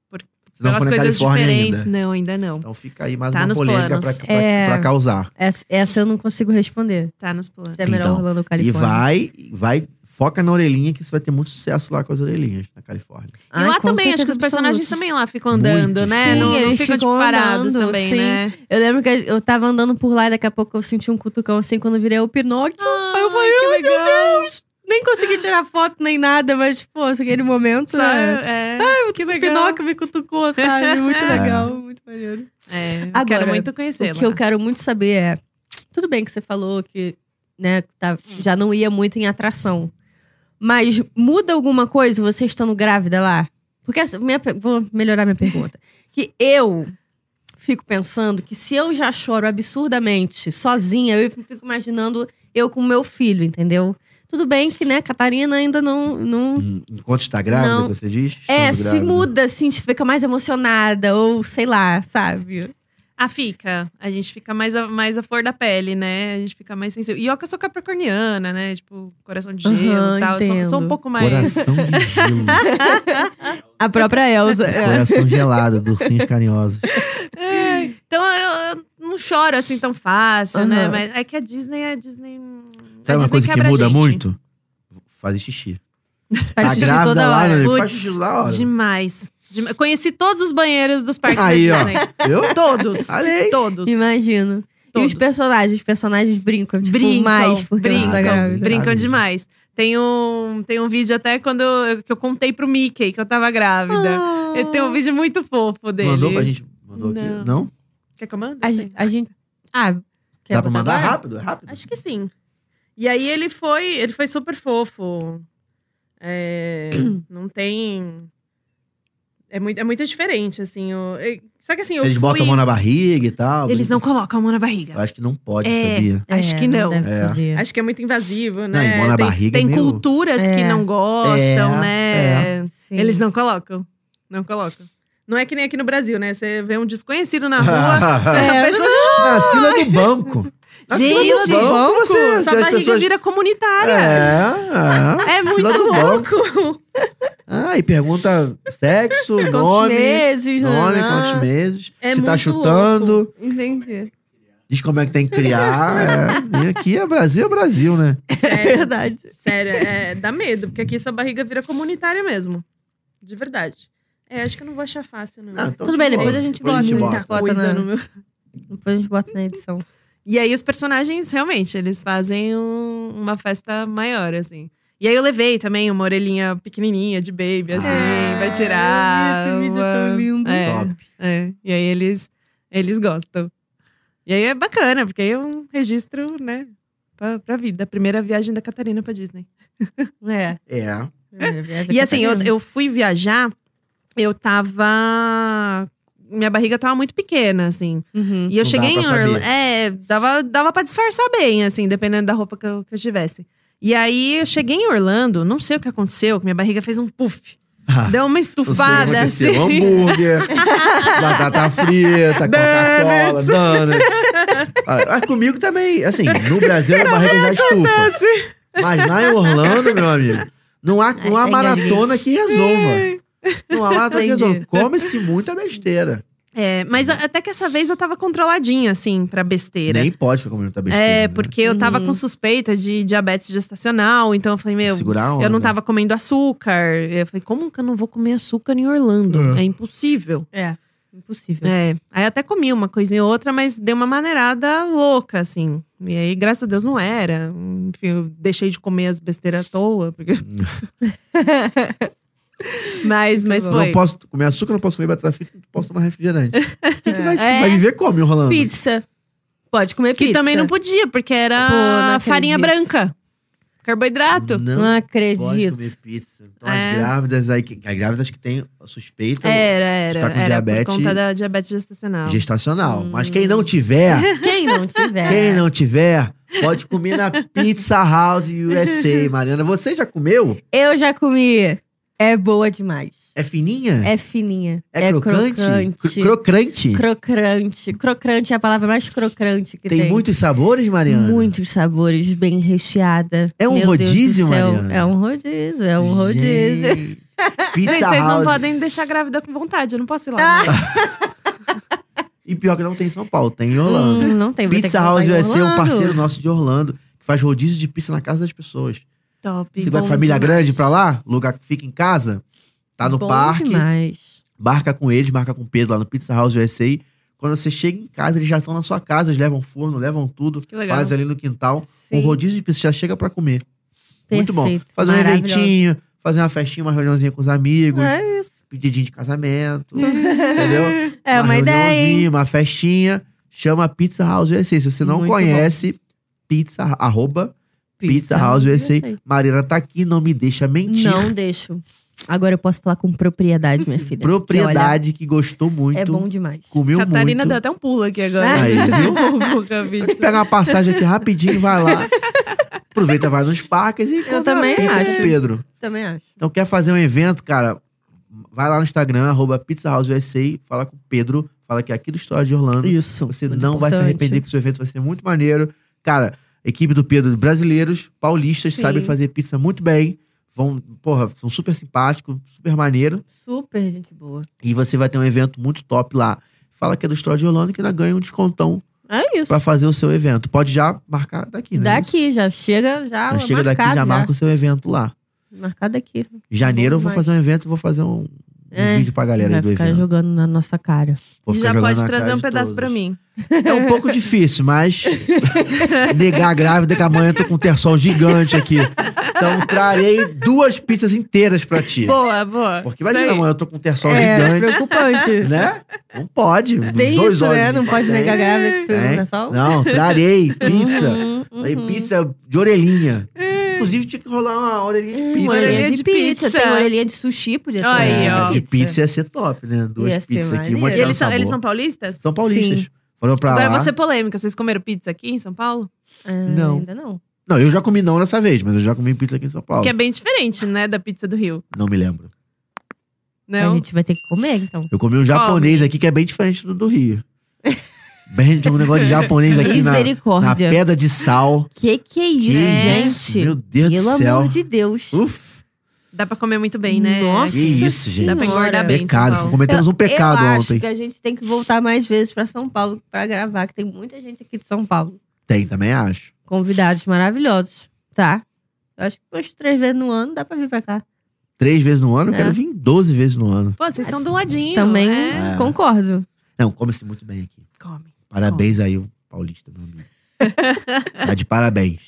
C: Por,
B: Se não
C: pelas
B: for na
C: coisas
B: Califórnia
C: diferentes.
B: ainda.
C: Não, ainda não.
B: Então fica aí mais
C: Tá
B: uma
C: nos
B: polêmica pra,
C: planos.
B: pra-
A: É.
B: pra causar.
A: Essa, essa eu não consigo responder.
C: Tá nos planos.
A: Se é melhor
B: Então,
A: Orlando ou Califórnia.
B: E vai, vai, foca na orelhinha que você vai ter muito sucesso lá com as orelhinhas na Califórnia.
C: e
A: Ai,
C: lá
A: com
C: também, acho que
A: certeza
C: os personagens
A: absoluta.
C: também lá ficam andando,
B: Muito,
C: né?
B: sim.
C: não não
A: Eles
C: ficam tipo,
A: ficam
C: parados
A: andando,
C: também,
A: sim.
C: né?
A: Eu lembro que eu tava andando por lá e daqui a pouco eu senti um cutucão assim quando eu virei o Pinóquio. Aí eu falei,
C: Ah, que legal!
A: nem consegui tirar foto nem nada, mas, pô, aquele momento, né?
C: Sabe? É. Ai, que
A: O
C: legal.
A: Pinóquio me cutucou, sabe?
C: [laughs]
A: Muito
B: É.
A: legal, muito maneiro.
C: É, eu
A: Agora,
C: quero muito
A: O
C: conhecê-la.
A: que eu quero muito saber é. Tudo bem que você falou que né, tá- já não ia muito em atração. Mas muda alguma coisa você estando grávida lá? Porque essa- minha pe- vou melhorar minha pergunta. que eu fico pensando que se eu já choro absurdamente sozinha, eu fico imaginando eu com meu filho, entendeu? Tudo bem que, né, Catarina ainda não- não
B: Hum, Enquanto está grávida,
A: Não.
B: você diz?
A: é,
B: Estando
A: se
B: grávida.
A: muda, assim, tipo, fica mais emocionada, ou sei lá, sabe?
C: Ah, fica. A gente fica mais a, mais a flor da pele, né? A gente fica mais sensível. E ó, que eu sou capricorniana, né? Tipo, coração de gelo
A: Aham,
C: e tal. Eu sou,
A: entendo.
C: sou um pouco mais.
B: Coração de gelo.
C: [laughs]
A: A própria Elsa. é,
B: coração gelado, ursinhos carinhosos.
C: Então eu, eu não choro assim tão fácil, né?
A: Aham.
C: Mas é que a Disney, a Disney. a
B: Sabe uma
C: Disney
B: coisa que
C: quebra a
B: muda
C: gente.
B: muito? Fazer xixi.
A: Faz
B: tá
A: xixi
B: grávida
A: toda
B: lá,
A: hora.
B: né? Faz
C: Putz,
B: xixi lá, olha.
C: Demais. Dema- Conheci todos os banheiros dos parques
B: Aí,
C: da
B: ó.
C: Disney.
B: Eu? [laughs]
C: Todos.
B: Olha aí.
C: Todos.
A: Imagino. E os
C: todos.
A: personagens? Os personagens brincam, tipo,
C: Brincam,
A: mais porque você tá
B: brincam.
A: grávida.
C: Brincam
B: Grávida.
C: demais. Tem um, tem um vídeo até quando eu, que eu contei pro Mickey que eu tava grávida.
A: Ah.
C: Tem um vídeo muito fofo dele.
B: Mandou pra gente? Mandou aqui?
C: Não.
B: Não?
C: Quer que eu mande?
A: A, gen- a gente... Ah, quer
B: Dá
A: botar
B: pra mandar
A: agora?
B: rápido? É rápido?
C: Acho que sim. E aí ele foi, ele foi super fofo. [clears throat] É, não tem. É muito, é muito diferente, assim. o- é- só que assim, eu
B: Eles
C: fui-
B: botam a mão na barriga e tal.
C: Eles
B: brincam.
C: não colocam a mão na barriga.
B: Eu acho que não pode,
C: É.
B: sabia?
C: Acho que não.
A: deve
B: É.
A: poder.
C: Acho que é muito invasivo,
B: Não,
C: né?
B: e mão na
C: tem
B: barriga é
C: tem
B: meio-
C: culturas que
A: É.
C: não gostam,
B: É,
C: né?
A: Sim.
C: Eles não colocam. Não colocam. Não é que
B: [laughs]
C: nem aqui no Brasil, né? Você vê um desconhecido na rua,
A: É,
C: a pessoa já
B: Na fila do banco. Na
C: Gente,
B: fila do banco, você,
C: Sua
B: as
C: barriga
B: pessoas...
C: vira comunitária.
B: É,
C: É, muito
B: fila do banco.
C: louco.
B: Ah, e pergunta sexo,
A: Quantos
B: nome,
A: meses,
B: nome,
A: nanã.
B: quantos meses,
C: É
B: se tá
C: muito
B: chutando,
A: Entendi.
B: diz como é que tem que criar. é. E aqui é Brasil, é Então, Brasil, né?
A: [laughs] É verdade.
C: Sério, é, dá medo, porque aqui sua barriga vira comunitária mesmo. De verdade. É, acho que eu não vou achar fácil, não.
B: Ah, então
A: Tudo
B: te
A: bem,
B: bota.
A: depois a gente
B: Depois
A: bota,
B: te
A: né?
B: bota.
C: Muita coisa
A: na-
C: no meu.
A: Depois a gente bota na edição.
C: E aí os personagens, realmente, eles fazem um- uma festa maior, assim. E aí eu levei também uma orelhinha pequenininha de baby, assim,
A: Ah,
C: vai tirar.
A: eu vi esse vídeo
C: uma-
A: tão lindo.
C: É,
B: Top.
C: é. E aí eles, eles gostam. E aí é bacana, porque aí é um registro, né, pra, pra vida. A primeira viagem da Catarina pra Disney.
A: É.
B: É.
C: E assim, eu, eu fui viajar, eu tava. Minha barriga tava muito pequena, assim.
A: Uhum.
C: E eu
B: Não
C: cheguei
B: dava
C: em
B: pra
C: Orlando.
B: saber.
C: É, dava, dava pra disfarçar bem, assim, dependendo da roupa que eu, que eu tivesse. E aí eu cheguei em Orlando, não sei o que aconteceu, que minha barriga fez um puff.
B: Ah,
C: Deu uma
B: não sei o que
C: estufada,
B: aconteceu.
C: assim.
B: Hambúrguer, [laughs] batata frita, Coca-Cola,
C: Donuts.
B: donuts. Ah, Mas comigo também, assim, no Brasil a barriga já estufa. Mas lá em Orlando, meu amigo, não há, não há
A: tem
B: maratona que resolva. Não há maratona que
A: Entendi.
B: resolva. Come-se muita besteira.
C: É, mas a- até que essa vez eu tava controladinha, assim, pra besteira.
B: Nem pode ficar comendo muita besteira.
C: é,
B: né?
C: porque eu tava com suspeita de diabetes gestacional, então eu falei, meu,
B: Segurar a onda. né?
C: Eu não tava comendo açúcar. Eu falei, como que eu não vou comer açúcar em Orlando? É, impossível.
A: É. Impossível.
C: É. Aí até comi uma coisa e outra, mas deu uma maneirada louca, assim. E aí, graças a Deus, não era. Enfim, eu deixei de comer as besteiras à toa. Porque... mas, mas
A: bom.
C: foi.
B: Não posso comer açúcar, não posso comer batata frita, não posso tomar refrigerante. O que, que vai,
C: É.
B: vai viver como, Rolando?
A: Pizza. Pode comer
C: Que
A: pizza.
C: também não podia, porque era
A: Pô, não acredito.
C: farinha branca. Carboidrato.
A: Não
B: Não pode
A: acredito.
B: comer pizza. Então
C: É.
B: as grávidas aí, que- as grávidas que têm suspeita
A: É.
C: Era, era.
B: Tá com
C: era
B: diabetes-
C: por conta da diabetes gestacional.
B: gestacional. Mas
A: Hum.
B: quem
A: [laughs]
B: não tiver,
A: Quem não tiver.
B: quem não tiver, pode comer na Pizza House USA,
A: [laughs]
B: Mariana. Você já comeu?
A: Eu já comi. É boa demais.
B: É fininha?
A: É fininha.
B: É, crocante? Cro- Crocante?
A: Crocante. Crocante é a palavra mais crocante que tem.
B: Tem muitos sabores, Mariana?
A: Muitos sabores, bem recheada.
B: É um
A: Meu Deus do
B: rodízio,
A: céu.
B: Mariana?
A: É um rodízio, é um rodízio. [laughs]
B: Gente, Pizza
C: Gente, vocês não
B: House.
C: podem deixar grávida com vontade. Eu não posso ir lá. né?
B: E pior que não tem em São Paulo, tem em Orlando.
A: Hum, não tem vou ter que
B: Pizza
A: voltar
B: House
A: em
B: USA é um
A: Orlando.
B: parceiro nosso de Orlando, que faz rodízio de pizza na casa das pessoas.
C: Top.
B: Você vai com
A: bom
B: família
A: demais.
B: grande pra lá, lugar que fica em casa, tá no
A: Bom
B: parque,
A: demais.
B: marca com eles, marca com o Pedro lá no Pizza House USA. Quando você chega em casa, eles já estão na sua casa, eles levam forno, levam tudo,
C: Que legal.
B: fazem ali no quintal. Um
A: Sim.
B: rodízio de pizza já chega pra comer. Muito bom.
A: Perfeito,
B: Fazer um
A: maravilhoso.
B: eventinho, fazer uma festinha, uma reuniãozinha com os amigos,
A: É isso.
B: pedidinho
A: [laughs]
B: de casamento, entendeu?
A: É uma ideia, hein?
B: reuniãozinha, Uma festinha, chama Pizza House USA. Se você não
A: Muito
B: conhece, pizza, arroba Pizza, House USA. Marina tá aqui, não me deixa mentir.
A: Não deixo. Agora eu posso falar com propriedade, minha filha.
B: Propriedade que gostou
A: Que,
B: muito,
A: olha, é bom demais.
B: comeu
C: Catarina deu
B: muito.
C: até um pulo aqui agora. [laughs]
B: Aí, viu?
C: Pouca
B: Tem que
C: vida.
B: pegar uma passagem aqui rapidinho, vai lá. Aproveita, vai nos parques e compra
A: também
B: pizza com
A: acho.
B: Pedro.
A: Também acho.
B: Então quer fazer um evento, cara? Vai lá no Instagram, arroba Pizza House USA, fala com o Pedro, fala que é aqui do História de Orlando.
A: Isso.
B: Você
A: muito
B: não vai se
A: importante.
B: arrepender, que o seu evento vai ser muito maneiro. Cara, a equipe do Pedro, brasileiros, paulistas,
A: Sim.
B: sabem fazer pizza muito bem. Vão, porra, são super simpáticos, super maneiro.
A: Super gente boa.
B: E você vai ter um evento muito top lá. Fala que é do História de Orlando que ainda ganha um descontão
A: É isso.
B: pra fazer o seu evento. Pode já marcar daqui, né?
A: Daqui, já chega, já.
B: Já chega daqui,
A: marcado,
B: já marca o seu evento lá.
A: Marcado aqui.
B: Em
A: Bom
B: janeiro eu vou
A: demais.
B: fazer um evento, vou fazer um, um
A: É,
B: vídeo pra galera aí
A: vai
B: do
A: ficar
B: evento.
A: jogando na nossa cara.
B: Vou ficar
C: Já
B: jogando
C: pode
B: na
C: trazer
B: cara
C: um
B: de
C: pedaço
B: todos.
C: pra mim.
B: É
A: [laughs]
B: um pouco difícil, mas negar a grávida que amanhã eu tô com um terçol gigante aqui. Então trarei duas pizzas inteiras pra ti.
C: Boa, boa.
B: Porque imagina,
C: Isso aí.
B: amanhã eu tô com um terçol
A: É,
B: gigante,
A: preocupante.
B: né? Não pode. uns
A: Tem
B: dois
A: isso,
B: olhos
A: né? Não pode
B: tem.
A: negar grávida que
B: Tem.
A: fez o sol.
B: Não, trarei pizza.
A: Uhum,
B: Trarei
A: uhum.
B: Pizza de orelhinha. Inclusive tinha que rolar uma orelhinha de
A: Uma
B: pizza.
C: orelhinha
A: Hum, orelhinha de
C: de
A: pizza.
C: pizza.
A: Tem orelhinha de sushi, podia ter.
C: Olha aí,
A: orelhinha
C: ó.
B: de pizza ia ser top, né?
A: Ia
B: Duas
A: ser
B: pizzas aqui, uma de
A: maneiro.
C: E
B: cada
C: eles são,
B: sabor.
C: eles são paulistas?
B: São paulistas.
A: Sim.
B: Foram né? Tá pra
C: Agora
B: lá.
C: você polêmica. Vocês comeram pizza aqui em São Paulo?
A: Ah,
B: Não.
A: Ainda não.
B: Não, eu já comi não dessa vez, mas eu já comi pizza aqui em São Paulo.
C: Que é bem diferente, né? Da pizza do Rio.
B: Não me lembro.
A: A
C: Não?
A: gente vai ter que comer, então.
B: Eu comi um japonês aqui que é bem diferente do do Rio. Band um negócio de japonês aqui na, na
D: Misericórdia.
B: pedra de sal.
D: Que que é
B: Que
D: isso,
B: isso,
D: gente?
B: Meu Deus
D: Pelo
B: do céu.
D: amor de Deus.
B: Uf,
C: Dá pra comer muito bem, né?
D: Nossa
B: Que isso, gente.
C: Dá pra engordar bem. em São
B: pecado.
C: Paulo.
B: Cometemos um pecado
D: Eu
B: ontem.
D: acho que a gente tem que voltar mais vezes pra São Paulo pra gravar, que tem muita gente aqui de São Paulo.
B: Tem, também acho.
D: Convidados maravilhosos, tá? Eu acho que umas três vezes no ano dá pra vir pra cá.
B: Três vezes no ano, eu
D: É.
B: quero vir 12 vezes no ano.
C: Pô, vocês estão do ladinho.
D: Também
C: É.
B: É.
D: concordo.
B: Não, come-se muito bem aqui.
C: Come.
B: Parabéns aí, o paulista,
D: [laughs]
B: meu amigo. tá de parabéns.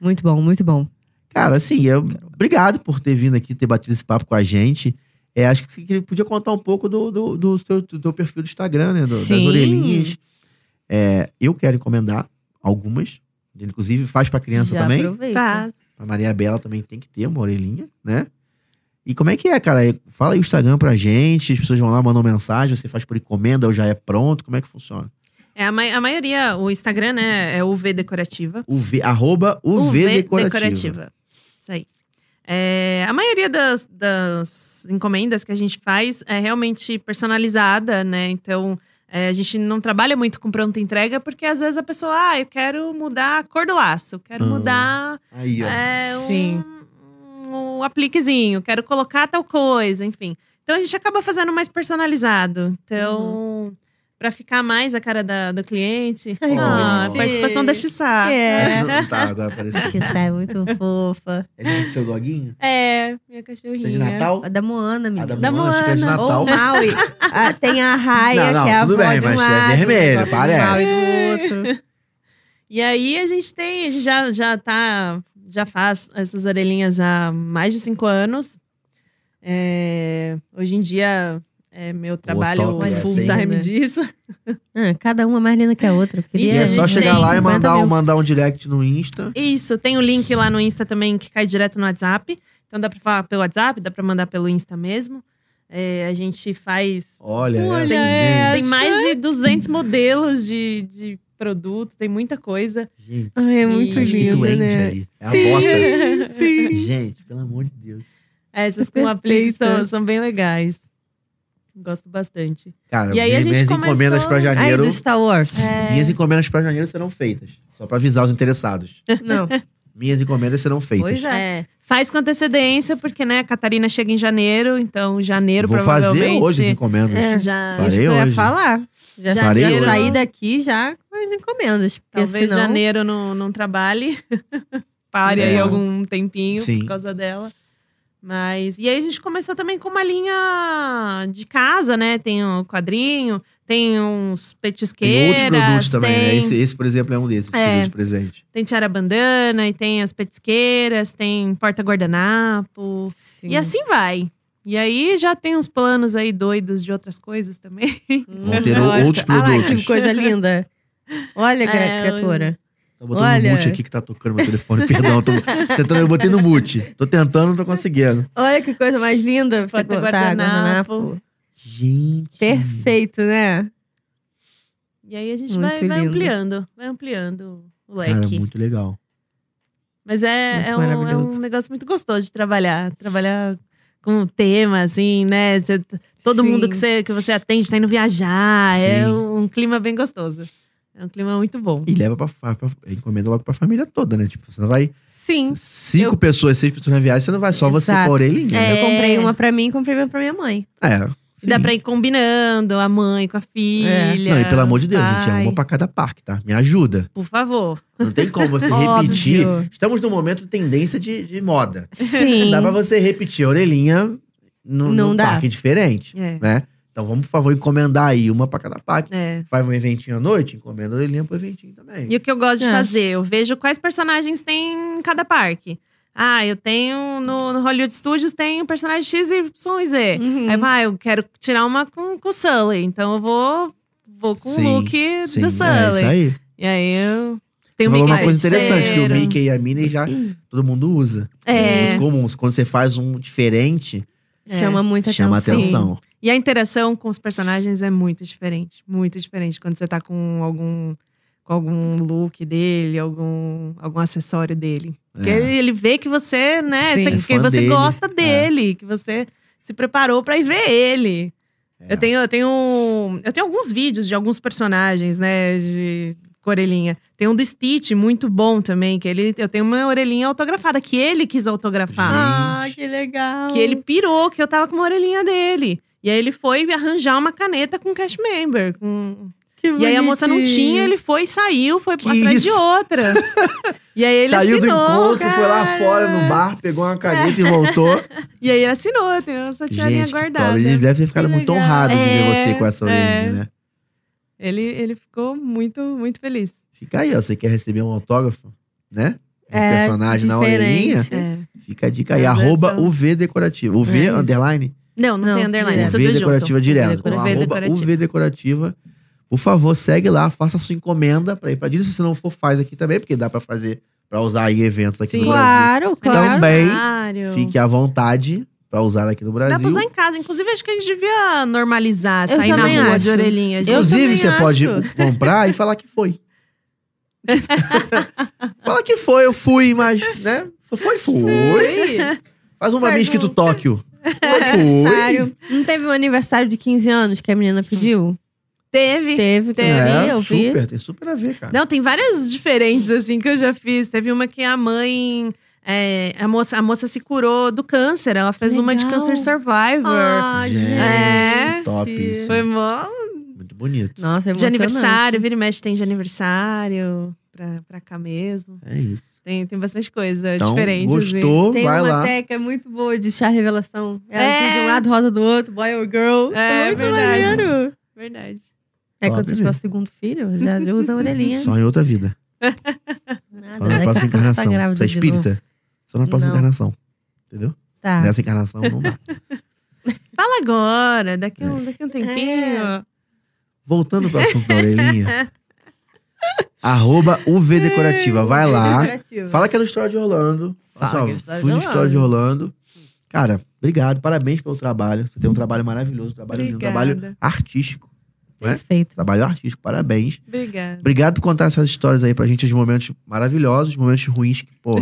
D: Muito bom, muito bom.
B: Cara, assim, eu, obrigado por ter vindo aqui, ter batido esse papo com a gente. É, acho que você podia contar um pouco do, do, do seu do teu perfil do Instagram, né? do- das
D: Sim.
B: orelhinhas. É, eu quero encomendar algumas. Inclusive, faz pra criança
D: Já
B: também.
D: aproveita.
C: Faz.
B: A Maria Bela também tem que ter uma orelhinha, né? E como é que é, cara? Fala aí o Instagram pra gente, as pessoas vão lá, mandam mensagem, você faz por encomenda ou já é pronto, como é que funciona?
C: É, a, mai- a maioria, o Instagram, né, é UV Decorativa.
B: UV, arroba UV, decorativa.
C: Isso aí. É, a maioria das, das encomendas que a gente faz é realmente personalizada, né? Então, é, a gente não trabalha muito com pronta entrega, porque às vezes a pessoa, ah, eu quero mudar a cor do laço, eu quero
B: Ah.
C: mudar
B: Aí, ó.
C: é, um,
D: Sim.
C: um apliquezinho, quero colocar tal coisa, enfim. Então a gente acaba fazendo mais personalizado. Então, pra ficar mais a cara da, do cliente.
B: Ai,
C: ah,
B: que
C: participação da Xissá.
D: É.
B: [laughs] Não tá, agora apareceu.
D: Que sai muito fofa.
B: É do seu doguinho?
C: É, minha
B: Você é de
C: cachorrinha.
B: Natal?
D: A da Moana, menina.
B: A da,
C: Da
B: Moana, acho que é de
C: Moana.
B: Natal.
D: Ou Maui. Ah, tem a raia,
B: Não, não,
D: que é a
B: tudo
D: avó
B: bem,
D: de um
B: mas é
D: lado,
B: vermelho,
D: gosta do
B: parece.
D: Maui do outro.
C: E aí a gente tem, a gente já, já tá, já faz essas orelhinhas há mais de cinco anos. É, hoje em dia é meu trabalho
B: top,
D: é,
C: full
D: sim,
C: time
D: né?
C: disso.
D: Ah, cada uma mais linda que a outra. Eu
B: E
D: queria
B: é
C: Ixi,
B: só
C: gente,
B: chegar
C: tem
B: lá e
D: 50
B: mandar um,
D: mil.
B: mandar um direct no Insta.
C: Isso, tem o link lá no Insta também que cai direto no WhatsApp. Então dá pra falar pelo WhatsApp, dá pra mandar pelo Insta mesmo. É, a gente faz. é,
B: Olha,
D: Olha
B: essa,
D: essa.
C: Tem mais de 200 modelos de, de produto, tem muita coisa.
B: gente. Gente,
D: Ai, é muito
B: tá escrito
D: linda,
B: Andy
D: né?
B: aí. É a bota.
D: Sim, sim.
B: Gente, pelo amor de Deus.
C: Essas com apliques
D: Perfeita.
C: são, são bem legais. Gosto bastante.
B: Cara,
C: E aí a é.
B: minhas
C: gente
B: minhas
C: começou-
B: encomendas pra
D: Aí,
B: janeiro.
D: do Star Wars.
B: Minhas encomendas pra janeiro serão feitas. Só pra avisar os interessados.
D: Não,
B: Minhas encomendas serão feitas.
D: pois é.
C: É, faz com antecedência, porque né, a Catarina chega em janeiro, então janeiro
B: Vou fazer
C: provavelmente.
B: hoje as encomendas.
D: É.
C: Já,
B: Farei
D: Isso que eu
B: hoje.
D: ia falar. Já, já
B: Farei hoje.
D: saí daqui já com as encomendas. Porque
C: Talvez
D: senão...
C: janeiro não, não trabalhe. [laughs] Pare aí
B: É.
C: algum tempinho
B: Sim.
C: por causa dela. Mas. E aí a gente começou também com uma linha de casa, né? Tem o quadrinho, tem uns
B: Tem
C: petisqueiras.
B: outros produtos também, né?
C: tem-
B: Esse, esse, por exemplo, é um desses que
C: É.
B: chegou de presente.
C: Tem tiara bandana, e tem as petisqueiras, tem porta-guardanapo.
D: Sim.
C: E assim vai. E aí já tem uns planos aí doidos de outras coisas também. [laughs]
D: Hum,
B: Vão ter
D: gosto.
B: outros
D: Ah lá,
B: produtos.
D: que coisa linda. Olha, gra-
C: [laughs] É,
D: criatura.
B: Tá botando
D: Olha.
B: um mute aqui que tá tocando meu telefone, [laughs] perdão. eu Tô tentando, eu botei no mute. Tô tentando, não tô conseguindo.
D: Olha que coisa mais linda. Você
C: Pode ter
D: botar
C: guardanapo.
D: guardanapo.
B: Gente.
D: Perfeito, né?
C: E aí a gente
D: Muito
C: vai, vai
D: lindo.
C: ampliando, vai ampliando o leque.
B: Cara, muito legal.
C: Mas é,
D: Muito
C: é, um, é
D: maravilhoso.
C: um negócio muito gostoso de trabalhar. Trabalhar com o tema, assim, né? Você- todo
D: Sim.
C: mundo que você, que você atende tá indo viajar. É
B: Sim.
C: um clima bem gostoso. É um clima muito bom.
B: E leva pra, fa- pra- Encomenda logo pra família toda, né? Tipo, você não vai.
D: Sim.
B: Cinco
D: Eu-
B: pessoas, seis pessoas na viagem, você não vai só você
D: Exato.
B: com a orelhinha. né?
C: É.
D: Eu comprei uma pra mim e comprei uma pra minha mãe.
B: É. sim. É.
C: Dá pra ir combinando a mãe com a filha.
B: Não, e pelo
D: ah,
B: amor de Deus, gente, é
C: pai.
B: uma pra cada parque, tá? Me ajuda.
C: Por favor.
B: Não tem
D: [laughs]
B: como você repetir.
D: Óbvio.
B: Estamos num momento de tendência de, de moda.
D: Sim.
B: Não dá pra você repetir a orelhinha no,
D: Não
B: num
D: dá.
B: parque diferente,
C: É.
B: né? Então vamos, por favor, encomendar aí uma pra cada parque.
C: É.
B: Faz um eventinho à noite, encomenda a orelhinha pro eventinho também.
C: E o que eu gosto de
D: É.
C: fazer? Eu vejo quais personagens tem em cada parque. Ah, eu tenho no, no Hollywood Studios tem o personagem X, Y, Z.
A: Hum.
D: Uhum.
C: Aí vai, eu quero tirar uma com, com o Sully. Então eu vou, vou com
B: Sim,
C: o look
B: Sim,
C: do
B: é isso
C: Sully.
B: aí.
C: e aí eu.
B: Você
C: tenho
D: um
C: um
B: falou uma coisa
D: parceiro.
B: interessante, que o Mickey e a Minnie já todo mundo usa.
C: É.
B: Muito comum. Quando você faz um diferente,
C: É.
D: Chama muita
B: chama
D: atenção.
B: atenção.
C: E a interação com os personagens é muito diferente. Muito diferente quando você tá com algum. Com algum look dele, algum, algum acessório dele. Porque
B: É.
C: ele, ele vê que você, né?
D: Sim.
C: você-
B: É
C: que
B: fã
C: você
B: dele.
C: gosta dele, que você se preparou pra ir ver ele.
B: É.
C: Eu tenho, eu tenho. Eu tenho alguns vídeos de alguns personagens, né? De orelhinha. Tem um do Stitch, muito bom também, que ele. Eu tenho uma orelhinha autografada, que ele quis autografar.
A: Ah, que legal.
C: Que ele pirou, que eu tava com uma orelhinha dele. E aí ele foi arranjar uma caneta com cash member. com-
A: Que
C: E aí a moça não
A: bonitinho.
C: tinha, ele foi, saiu, foi
B: Que
C: atrás de
B: isso? [laughs]
C: outra. e aí ele
B: Saiu do
C: assinou. É.
B: encontro, foi lá
A: cara.
B: fora no bar, pegou uma caneta e voltou.
C: [laughs] E aí ele assinou, tem essa tiarinha
B: Gente, que
C: guardada.
B: top. Ele deve ter ficado
A: Que
B: muito
A: legal.
B: honrado de ver
C: É,
B: você com essa orelhinha, né?
C: Ele, ele ficou muito, muito feliz.
B: Fica aí, ó. Você quer receber um autógrafo, né? Um
A: É,
B: personagem na
A: diferente.
B: orelhinha.
C: É.
B: Fica a dica aí.
C: Mas
B: Arroba
C: essa-
B: UV Decorativa. UV
A: É isso.
B: underline?
C: Não, não,
A: Não,
C: tem underline,
A: É,
B: UV
C: tudo junto.
B: Decorativa direto.
A: UV
B: Então, arroba
C: Decorativa.
B: UV Decorativa. Por favor, segue lá, faça a sua encomenda pra ir pra Disney. Se você não for, faz aqui também, porque dá pra fazer, pra usar aí eventos aqui
C: Sim.
B: no Brasil.
A: Claro, claro.
B: Também
C: Claro.
B: fique à vontade pra usar aqui no Brasil.
C: Dá pra usar em casa. Inclusive, acho que a gente devia normalizar,
A: Eu
C: sair na
A: também
C: rua
A: acho.
C: de orelhinha. gente.
A: Eu
B: Inclusive,
A: também
B: você
A: acho.
B: pode [laughs] comprar e falar que
C: [laughs]
B: foi. Fala que foi, eu fui, mas, né? Foi, foi. Faz uma
A: Faz
B: Miss que tu
A: um-
B: Tóquio.
C: [laughs]
B: Foi, foi.
A: Aniversário. Não teve um aniversário de 15 anos que a menina pediu?
C: Teve.
A: Teve, teve.
B: É,
A: eu vi.
B: super, tem super a ver, cara.
C: Não, tem várias diferentes, assim, que eu já fiz. Teve uma que a mãe. é, a, moça, a moça se curou do câncer. Ela fez uma de
A: Legal.
C: câncer survivor.
A: Ah,
B: Gente,
C: É.
B: top isso.
C: Foi mó
B: Muito bonito.
A: Nossa, é
C: de
A: emocionante.
C: aniversário, vira e mexe tem de aniversário, pra, pra cá mesmo.
B: É isso.
C: Tem, tem bastante coisa
B: Então,
C: diferente. assim.
B: gostou,
A: Tem
B: vai
A: uma
B: lá.
A: técnica muito boa de chá revelação. Ela
C: É.
A: assim, de um lado, rosa do outro, boy ou girl.
C: É,
A: muito
C: verdade.
A: maneiro.
C: Verdade.
A: É quando
B: Top,
A: você tiver o
B: gente.
A: segundo filho, já usa a orelhinha.
B: Só em outra vida.
A: Nada,
B: Só na
A: daqui a
B: próxima
A: pouco
B: encarnação.
A: Tá grávida
B: Você é
A: de novo.
B: espírita? Só na próxima
A: Não.
B: encarnação. Entendeu?
A: Tá.
B: Nessa encarnação não dá.
C: Fala agora, daqui a um, daqui a um tempinho.
A: É.
B: Voltando pro assunto da orelhinha.
A: [laughs]
B: arroba UV Decorativa. Vai lá.
A: Decorativo.
B: Fala que é do História de Orlando.
A: Fala
B: Fala
A: que é do História
B: fui
A: de
B: no História de
A: Orlando.
B: Orlando. Cara, obrigado. Parabéns pelo trabalho. Você tem um trabalho maravilhoso. Um trabalho, lindo, um
C: Obrigada.
B: trabalho artístico. né?
A: Perfeito.
B: Trabalho artístico. Parabéns.
C: Obrigada.
B: Obrigado por contar essas histórias aí pra gente. Os momentos maravilhosos, os momentos ruins. Que, pô,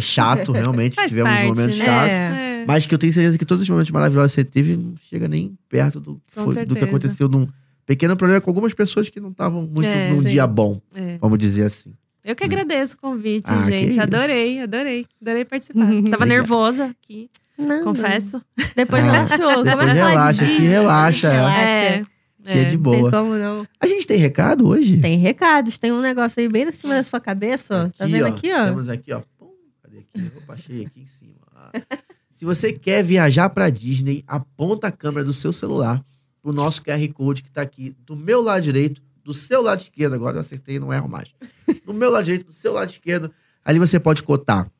A: [laughs]
B: chato, realmente.
C: Faz
B: Tivemos
C: parte,
B: momentos
C: né?
B: chatos.
A: É.
C: É.
B: Mas que eu tenho certeza que todos os momentos maravilhosos que você teve não chega nem perto do, que
C: Com
B: foi- do que
C: certeza.
B: aconteceu num pequeno problema com algumas pessoas que não estavam muito
C: É,
B: num
A: sim.
B: dia bom,
C: É.
B: vamos dizer assim.
C: Eu que agradeço o convite,
B: Ah, que
C: gente.
B: isso.
C: Adorei, adorei. Adorei
B: [laughs]
C: participar. Tava
B: Obrigado.
C: nervosa aqui,
A: Não,
C: confesso.
A: Depois
B: Ah,
A: dá um show.
B: depois
A: Começa a falar
B: relaxa,
A: de
B: que
A: Disney,
B: relaxa, é.
A: Relaxa.
B: Que é de
A: Não Tem
B: boa.
A: como não.
B: A gente tem recado hoje?
A: Tem recados, tem um negócio aí bem em cima da sua cabeça, ó. tá
B: Aqui,
A: vendo aqui, ó?
B: Temos aqui, ó. Pum, cadê aqui? Opa, achei aqui em cima. Ah. Se você quer viajar pra Disney, aponta a câmera do seu celular pro nosso QR Code que tá aqui do meu lado direito, do seu lado esquerdo. Agora eu acertei, não erro mais. Do meu lado direito, do seu lado esquerdo. Ali você pode cotar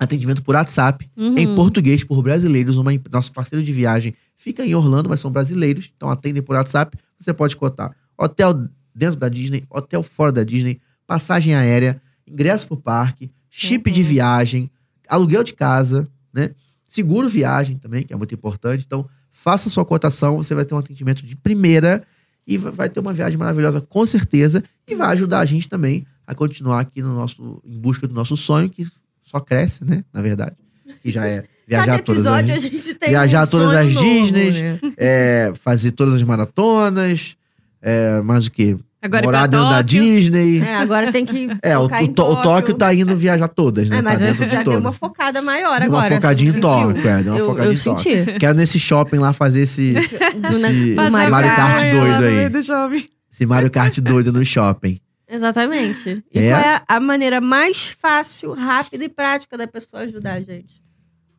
B: atendimento por WhatsApp,
A: Uhum.
B: em português por brasileiros. Uma, imp- nosso parceiro de viagem fica em Orlando, mas são brasileiros, então atendem por WhatsApp. Você pode cotar hotel dentro da Disney, hotel fora da Disney, passagem aérea, ingresso pro parque, chip de viagem, aluguel de casa, né? Seguro viagem também, que é muito importante. Então, faça sua cotação, você vai ter um atendimento de primeira e va- vai ter uma viagem maravilhosa com certeza e vai ajudar a gente também a continuar aqui no nosso em busca do nosso sonho que só cresce, né? Na verdade, que
A: [laughs]
B: já é viajar
A: Cada
B: todas as
A: episódio a gente tem
B: viajar
A: um
B: todas
A: sonho
B: as
A: novo,
B: Disneys.
A: né?
B: é, fazer todas as maratonas, é, mais o que
C: Agora é
B: morar
C: pra
B: dentro da
C: Tóquio.
B: Disney.
A: É, agora tem que
B: [laughs] É, o,
A: focar em
B: o, Tó- o Tóquio tá indo viajar todas, né?
A: É, mas
B: tá
A: eu
B: dentro
A: já
B: de
A: dei
B: todas.
A: uma focada maior
B: Deu uma
A: agora.
B: focadinha
A: você
B: em
A: sentiu?
B: Tóquio, é, deu uma
A: Eu, eu
B: focadinha em Tóquio. [laughs]
A: senti.
B: Quero nesse shopping lá
A: [laughs]
B: fazer esse,
A: Do ne-
B: esse,
A: Passa
B: esse
A: pra
B: Mario Kart
A: cá,
B: doido
C: ela no
B: aí.
C: meio do shopping.
B: Esse Mario Kart doido no shopping.
A: Exatamente. E
B: É.
A: qual é a maneira mais fácil, rápida e prática da pessoa ajudar a gente?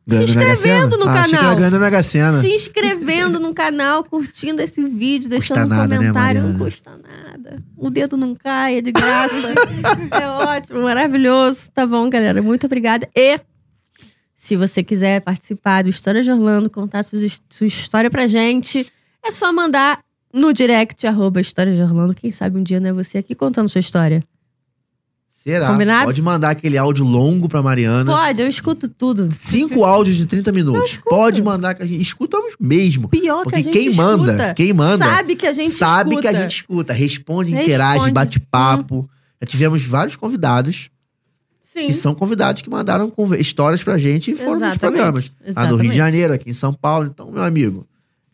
B: Ganhando Mega
A: inscrevendo
B: Sena?
A: no
B: ah, achei que
A: canal.
B: era Ganhando Mega Sena.
A: Se inscrevendo no canal, curtindo esse vídeo, deixando um
B: nada, né,
A: comentário.
B: Mariana?
A: não custa nada. O dedo não cai, é de
B: [laughs]
A: graça. é ótimo, maravilhoso. Tá bom, galera. Muito obrigada. E se você quiser participar do História de Orlando, contar sua, his- sua história pra gente, é só mandar no direct, arroba História de Orlando. Quem sabe um dia não é você aqui contando sua história.
B: Será?
A: Combinado?
B: Pode mandar aquele áudio longo pra Mariana.
A: Pode, eu escuto tudo.
B: Cinco áudios de 30 minutos. Pode mandar que a gente. Escutamos mesmo.
A: Pior
B: Porque
A: que a gente
B: quem manda,
A: escuta,
B: quem manda,
A: sabe que a gente
B: Sabe
A: escuta.
B: que a gente escuta. Responde,
A: Responde. Hum.
B: interage, bate papo. Já tivemos vários convidados
A: Sim.
B: que são convidados que mandaram conver- histórias pra gente e foram nos
A: Exatamente,
B: programas. Lá no Rio
A: exatamente.
B: de Janeiro, aqui em São Paulo. Então, meu amigo,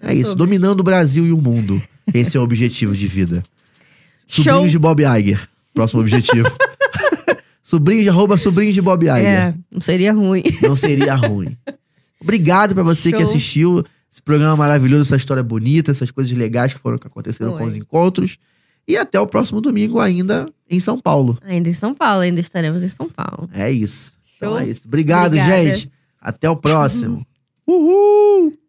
B: É isso,
A: Sobre.
B: dominando o Brasil e o mundo. Esse é o objetivo de vida.
A: Show.
B: Sobrinhos de Bob Iger. Próximo
A: [laughs]
B: objetivo. sobrinhos de arroba sobrinhos de Bob Iger.
A: É, não seria ruim. [laughs]
B: Não seria ruim. Obrigado pra você que
A: Show.
B: assistiu esse programa maravilhoso, essa história bonita, essas coisas legais que foram que aconteceram com
A: Foi.
B: os encontros. E até o próximo domingo ainda em São Paulo.
A: Ainda em São Paulo, ainda estaremos em São Paulo.
B: É isso. Então
A: Show.
B: é isso. Obrigado,
A: Obrigada.
B: gente. Até o próximo. Uhul!